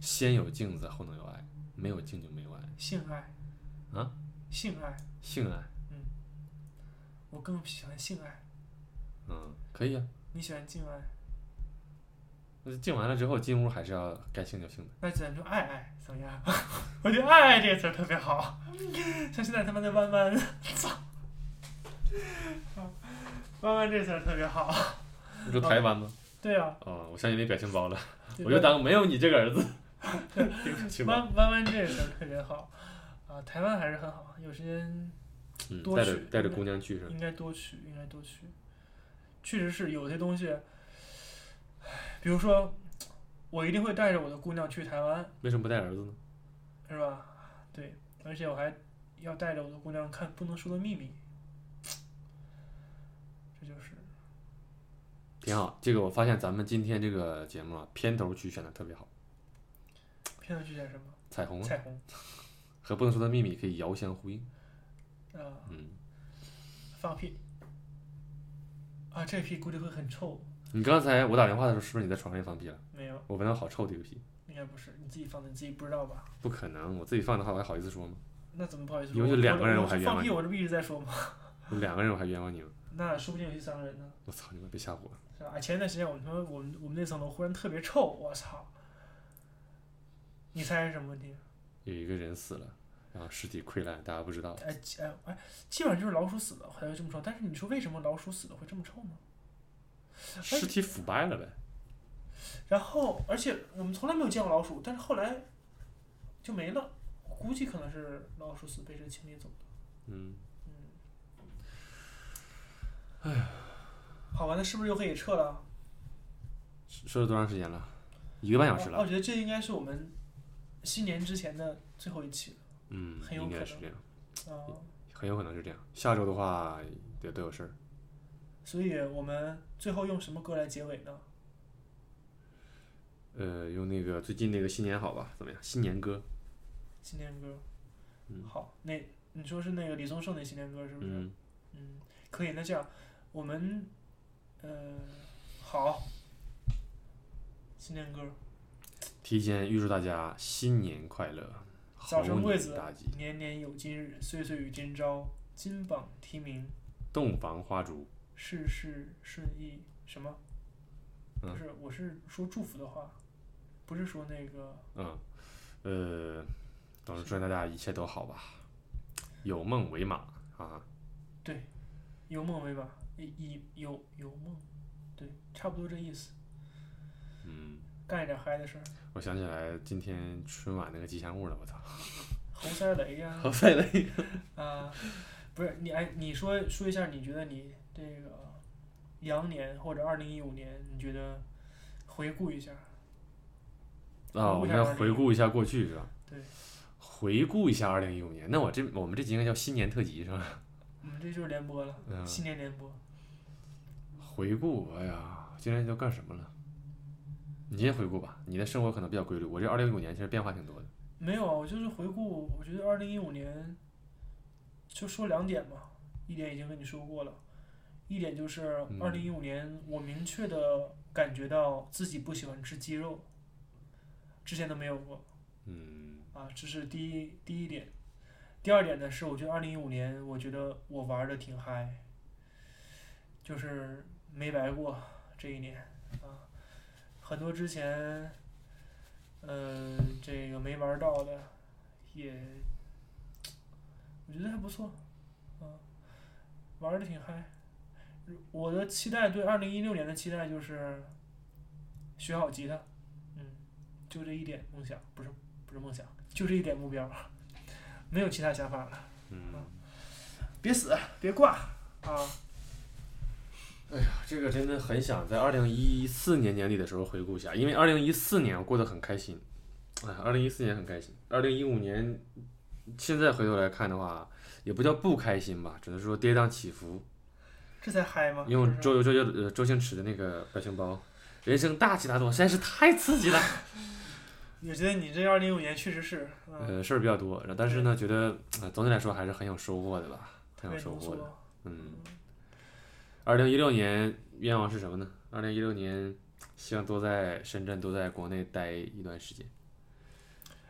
C: 先有镜子，后能有爱，没有镜就没有爱。
B: 性爱
C: 啊？
B: 性爱，
C: 性爱，
B: 我更喜欢性爱。
C: 嗯，可以啊。
B: 你喜欢敬爱？
C: 那敬完了之后，进屋还是要该性就性的。
B: 那咱就爱爱怎么样？ *laughs* 我觉得“爱爱”这个词儿特别好，像现在他妈的弯弯，操， *laughs* 弯弯这词儿特别好。
C: 你说台湾吗？
B: 对啊，
C: 哦，我相信你表情包了。
B: 对
C: 我就当没有你这个儿子。 *laughs* 对不起吧
B: 弯弯弯这个词儿特别好啊，台湾还是很好，有时间
C: 嗯，
B: 多
C: 带
B: 去
C: 着带着姑娘去是吧？
B: 应该多去，应该多去。确实是有些东西，唉比如说，我一定会带着我的姑娘去台湾，
C: 为什么不带儿子呢？
B: 是吧？对，而且我还要带着我的姑娘看《不能说的秘密》，这就是
C: 挺好。这个我发现咱们今天这个节目啊，片头曲选的特别好，
B: 片头曲叫什么？
C: 彩虹啊，
B: 彩虹
C: 和不能说的秘密可以遥相呼应。
B: 啊、
C: 嗯。
B: 放屁啊！这屁估计会很臭，
C: 你刚才我打电话的时候，是不是你在床上也放屁了？
B: 没有，
C: 我闻到好臭的一个屁，
B: 应该不是你自己放的，你自己不知道吧？
C: 不可能，我自己放的话，我还好意思说吗？
B: 那怎么不好意思
C: 因
B: 说？
C: 为就两个人
B: 我
C: 我还
B: 这
C: 冤枉
B: 放屁，
C: 你
B: 我这不一直在说吗？
C: 我两个人我还冤枉你了，
B: 那说不定有第三个人呢，
C: 我操你妈，别吓唬我！
B: 是吧？哎，前一段时间我们他妈我们我们那层楼忽然特别臭，我操！你猜是什么问题？
C: 有一个人死了，然后尸体溃烂，大家不知道，
B: 哎基哎哎，基本上就是老鼠死了才会这么臭。但是你说为什么老鼠死了会这么臭呢？
C: 尸体腐败了呗。
B: 然后，而且我们从来没有见过老鼠，但是后来就没了。我估计可能是老鼠死被这个清理走的。
C: 嗯，
B: 好吧，那是不是又可以撤了？
C: 说了多长时间了？一个半小
B: 我
C: 时了
B: 我。觉得这应该是我们新年之前的最后一期
C: 嗯，
B: 哦很有
C: 应
B: 可
C: 该
B: 能
C: 是这样，
B: 了啊、
C: 嗯很有可能是这样。下周的话得都有事儿，
B: 所以我们最后用什么歌来结尾呢？
C: 呃，用那个最近那个新年好吧？怎么样？新年歌，
B: 新年歌。
C: 嗯
B: 好，那你说是那个李宗盛的新年歌是不是？
C: 嗯，
B: 嗯，可以，那这样我们，呃，好，新年歌，
C: 提前预祝大家新年快乐，
B: 早生贵
C: 猴
B: 子
C: 年大吉，
B: 年年有今日，岁岁与今朝，金榜题名，
C: 洞房花烛。
B: 事事顺意。什么？
C: 嗯
B: 不是，我是说祝福的话，不是说那个
C: 嗯，呃，总之祝愿大家一切都好吧，有梦为马啊，
B: 有梦为马，以以有有梦，对，差不多这意思，
C: 嗯，
B: 干一点嗨的事儿。
C: 我我想起来今天春晚那个吉祥物了，我操！
B: 侯赛雷呀、
C: *laughs* 何塞雷，
B: 啊，不是你哎，你说说一下，你觉得你这个羊年或者二零一五年，你觉得回顾一下，
C: 啊，我们要回顾一下过去是吧？
B: 对。
C: 回顾一下二零一五年，那我这我们这集应该叫新年特辑是吧？
B: 我们这就是联播了，
C: 嗯，
B: 新年联播。
C: 回顾，哎呀，今天都干什么了？你先回顾吧，你的生活可能比较规律。我这二零一五年其实变化挺多的。
B: 没有啊，我就是回顾，我觉得二零一五年就说两点嘛，一点已经跟你说过了，一点就是
C: 嗯
B: 二零一五年我明确的感觉到自己不喜欢吃鸡肉，之前都没有过
C: 嗯
B: 啊，这是第一第一点。第二点呢是，我觉得二零一五年，我觉得我玩的挺嗨，就是没白过这一年啊，很多之前，嗯、这个没玩到的，也我觉得还不错，啊，玩的挺嗨。我的期待对二零一六年的期待就是学好吉他，嗯，就这一点梦想，不是不是梦想，就这一点目标，没有其他想法了。
C: 嗯，
B: 别死，别挂啊！
C: 这个真的很想在二零一四年年底的时候回顾一下，因为二零一四年我过得很开心，哎，二零一四年很开心，二零一五年现在回头来看的话，也不叫不开心吧，只能说跌宕起伏。
B: 这才嗨吗？哦是
C: 用
B: 不是
C: 周游周游呃周星驰的那个表情包，人生大起大落，实在是太刺激了。
B: 我觉得你这二零一五年确实是，嗯，
C: *laughs* 呃，事儿比较多，然后但是呢，觉得呃总体来说还是很有收获的吧，
B: 特
C: 很有
B: 别
C: 收
B: 浓
C: 获的。
B: 缩。
C: 嗯，二零一六年愿望是什么呢？二零一六年希望多在深圳，多在国内待一段时间。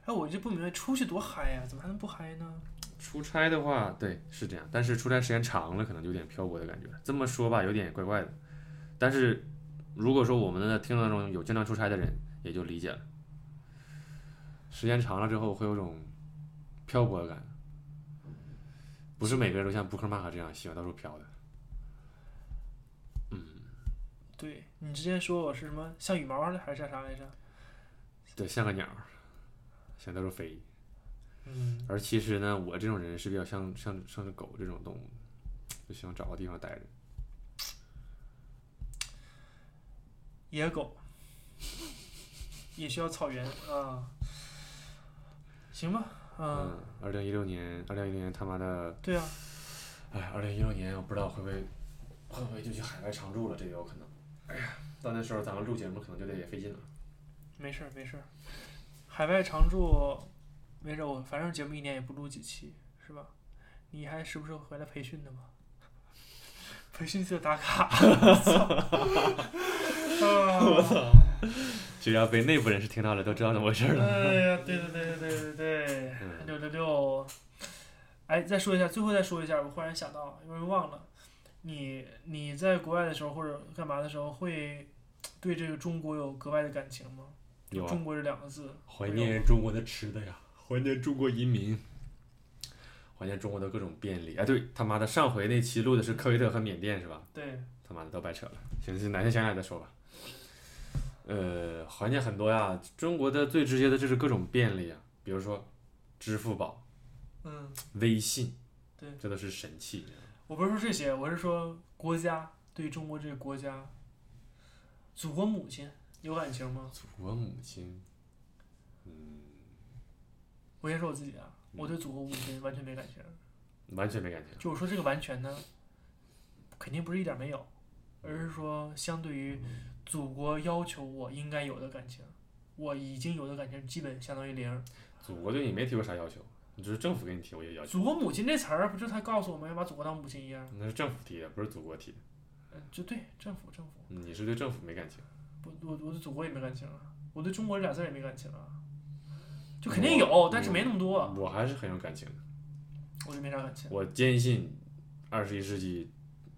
B: 哎，我就不明白，出去多嗨呀、怎么还能不嗨呢？
C: 出差的话，对，是这样，但是出差时间长了，可能就有点漂泊的感觉了。这么说吧，有点怪怪的。但是如果说我们的听众当中有经常出差的人，也就理解了。时间长了之后，会有种漂泊感，不是每个人都像布克马克这样喜欢到处飘的。
B: 对你之前说我是什么像羽毛呢，还是像啥来着？
C: 对，像个鸟儿，想到处飞。
B: 嗯，
C: 而其实呢，我这种人是比较像像像是狗这种动物的，就喜欢找个地方待着。嗯
B: 野狗也需要草原啊。行吧，啊，
C: 嗯，二零一六年，二零一六年他妈的
B: 对啊，
C: 哎，二零一六年我不知道会不会会不会就去海外常住了，这也有可能。哎呀，到那时候咱们录节目可能就得也费劲了。
B: 没事儿没事儿，海外常住，没事儿，我反正节目一年也不录几期，是吧？你还时不时回来培训的吗？ *laughs* 培训就打卡， *laughs* 我操！啊
C: 只要被内部人士听到了，都知道怎么回事了。
B: 哎呀，对对对对对对对，
C: 嗯
B: 六六六。哎，再说一下，最后再说一下，我忽然想到，因为忘了，你你在国外的时候或者干嘛的时候，会对这个中国有格外的感情吗？
C: 有啊，
B: 中国这两个字，
C: 怀念中国的吃的呀，怀念中国移民，怀念中国的各种便利。哎，对他妈的，上回那期录的是科威特和缅甸是吧？
B: 对，
C: 他妈的都白扯了。行，行，哪天想想再说吧。呃，怀念很多呀，中国的最直接的就是各种便利啊，比如说支付宝。
B: 嗯。
C: 微信，
B: 对
C: 这都是神器。
B: 我不是说这些，我是说国家对中国这个国家，祖国母亲有感情吗？
C: 祖国母亲，嗯，
B: 我先说我自己啊，我对祖国母亲完全没感情。
C: 完全没感情。
B: 就我说这个完全呢，肯定不是一点没有，而是说相对于祖国要求我应该有的感情，我已经有的感情基本相当于零。
C: 祖国对你没提过啥要求，只是政府给你提过一些要求，
B: 祖国母亲这词儿，不就他告诉我们要把祖国当母亲一样？
C: 那是政府提的，不是祖国提的。
B: 嗯，就对，政府政府，
C: 你是对政府没感情，
B: 不，我我对祖国也没感情啊，我对中国这俩字儿也没感情啊，就肯定有，但是没那么多。啊
C: 我还是很有感情的。
B: 我就没啥感情。
C: 我坚信二十一世纪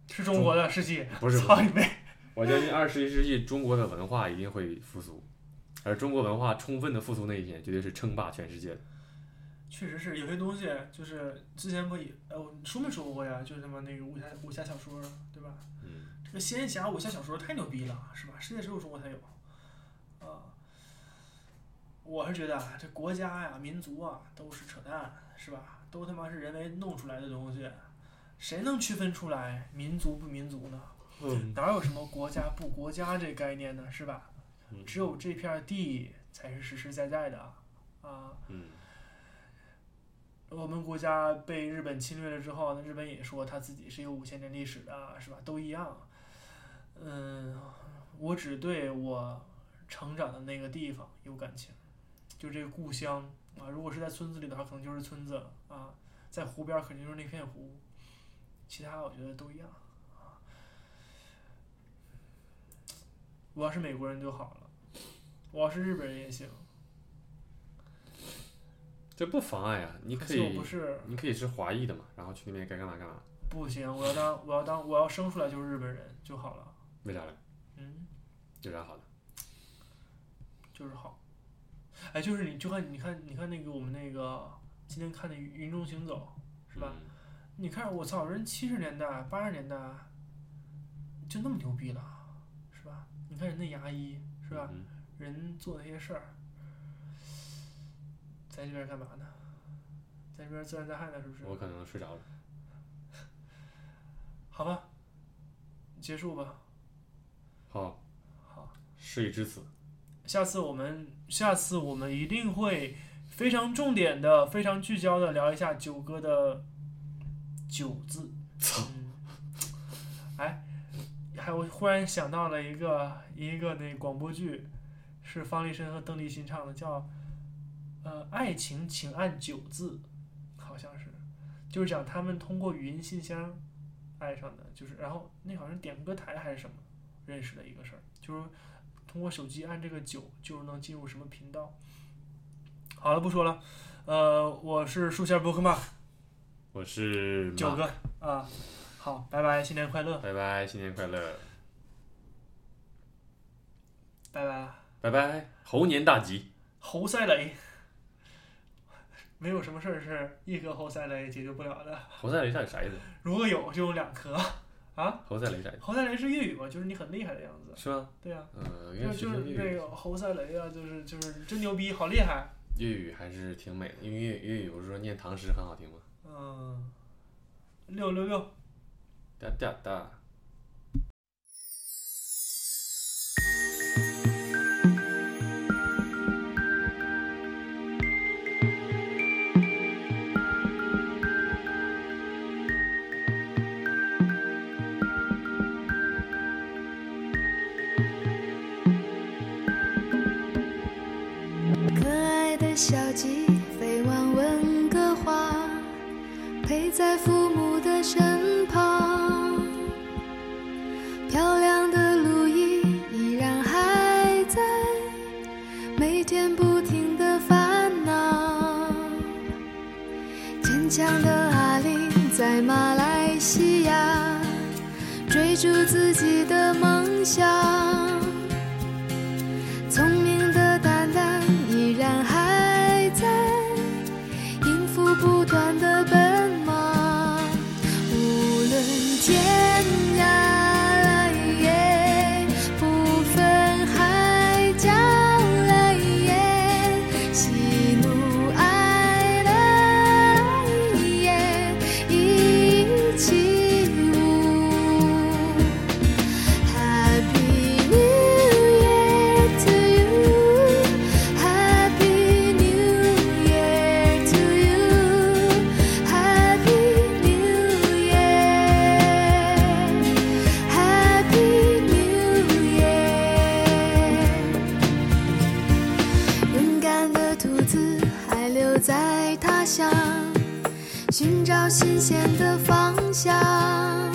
B: 是中国的世纪，
C: 不
B: *laughs*
C: 是，不
B: 操
C: 是
B: 你妹！
C: 我坚信二十一世纪中国的文化一定会复苏，而中国文化充分的复苏那一天，绝对是称霸全世界的。
B: 确实是有些东西，就是之前不也，呃，我说没说过呀？就是他妈那个武侠武侠小说，对吧？
C: 嗯，
B: 这个仙侠武侠小说太牛逼了，是吧？世界只有中国才有，啊、我是觉得啊，这国家呀、民族啊，都是扯淡，是吧？都他妈是人为弄出来的东西，谁能区分出来民族不民族呢？
C: 嗯，
B: 哪有什么国家不国家这概念呢？是吧
C: 嗯？
B: 只有这片地才是实实在在的啊！
C: 嗯，
B: 我们国家被日本侵略了之后，那日本也说他自己是有五千年历史的，是吧？都一样。嗯，我只对我成长的那个地方有感情，就这个故乡啊。如果是在村子里的话，可能就是村子了啊；在湖边，肯定就是那片湖。其他我觉得都一样啊。我要是美国人就好了，我要是日本人也行，
C: 这不妨碍啊，你
B: 可
C: 可
B: 惜我
C: 以
B: 不是。
C: 你可以是华裔的嘛，然后去那边该干嘛干嘛，
B: 不行，我要当，我要当，我要生出来就是日本人就好了。
C: 为啥嘞？
B: 嗯，
C: 有啥好的？
B: 就是好。哎，就是你，就看你看你看那个我们那个今天看的《云中行走》，是吧？
C: 嗯？
B: 你看我操，人七十年代、八十年代就那么牛逼了，是吧？你看人的牙医，是吧？
C: 嗯？
B: 人做那些事儿，在这边干嘛呢？在这边自然灾害呢，是不是？
C: 我可能睡着了。
B: 好吧，结束吧，
C: 好，
B: 好。
C: 事已至此，
B: 下次我们下次我们一定会非常重点的、非常聚焦的聊一下九哥的九字。嗯，哎，还我忽然想到了一个一个那广播剧，是方力申和邓丽欣唱的，叫呃《爱情请按九字》，好像是，就是讲他们通过语音信箱爱上的，就是然后那好像是点歌台还是什么认识的一个事儿，就是。通过手机按这个九，就是能进入什么频道。好了，不说了，呃，我是树仙博克曼
C: 我是
B: 九
C: 马，
B: 哥啊，好，拜拜，新年快乐，
C: 拜拜，新年快乐，
B: 拜拜啦，
C: 拜拜，猴年大吉，
B: 侯赛雷，没有什么事儿是一颗侯赛雷解决不了的，
C: 猴赛雷到底啥意思？
B: 如果有就用两颗。
C: 猴赛雷啥意思？
B: 侯赛雷是粤语嘛，就是你很厉害的样子，
C: 是吗？
B: 对啊，
C: 呃，因
B: 就就
C: 为
B: 是
C: 学生
B: 那
C: 粤语，
B: 个侯赛雷啊，就是就是真牛逼，好厉害，
C: 粤语还是挺美的，因为粤粤语不是说念唐诗很好听吗？
B: 嗯，六六六。
C: 哒哒哒。
D: 可爱的小鸡飞往温哥华，陪在父母的身旁。漂亮的路易依然还在，每天不停的烦恼。坚强的阿玲在马来西亚追逐自己的梦想。聪明的蛋蛋依然还在，应付不断的奔忙。无论天涯来也，不分海角来也，喜怒哀乐来也，一起舞。Happy New Year to you. Happy New Year to you. Happy New Year. Happy New Year. 勇敢的兔子还留在他乡，寻找新鲜的方向。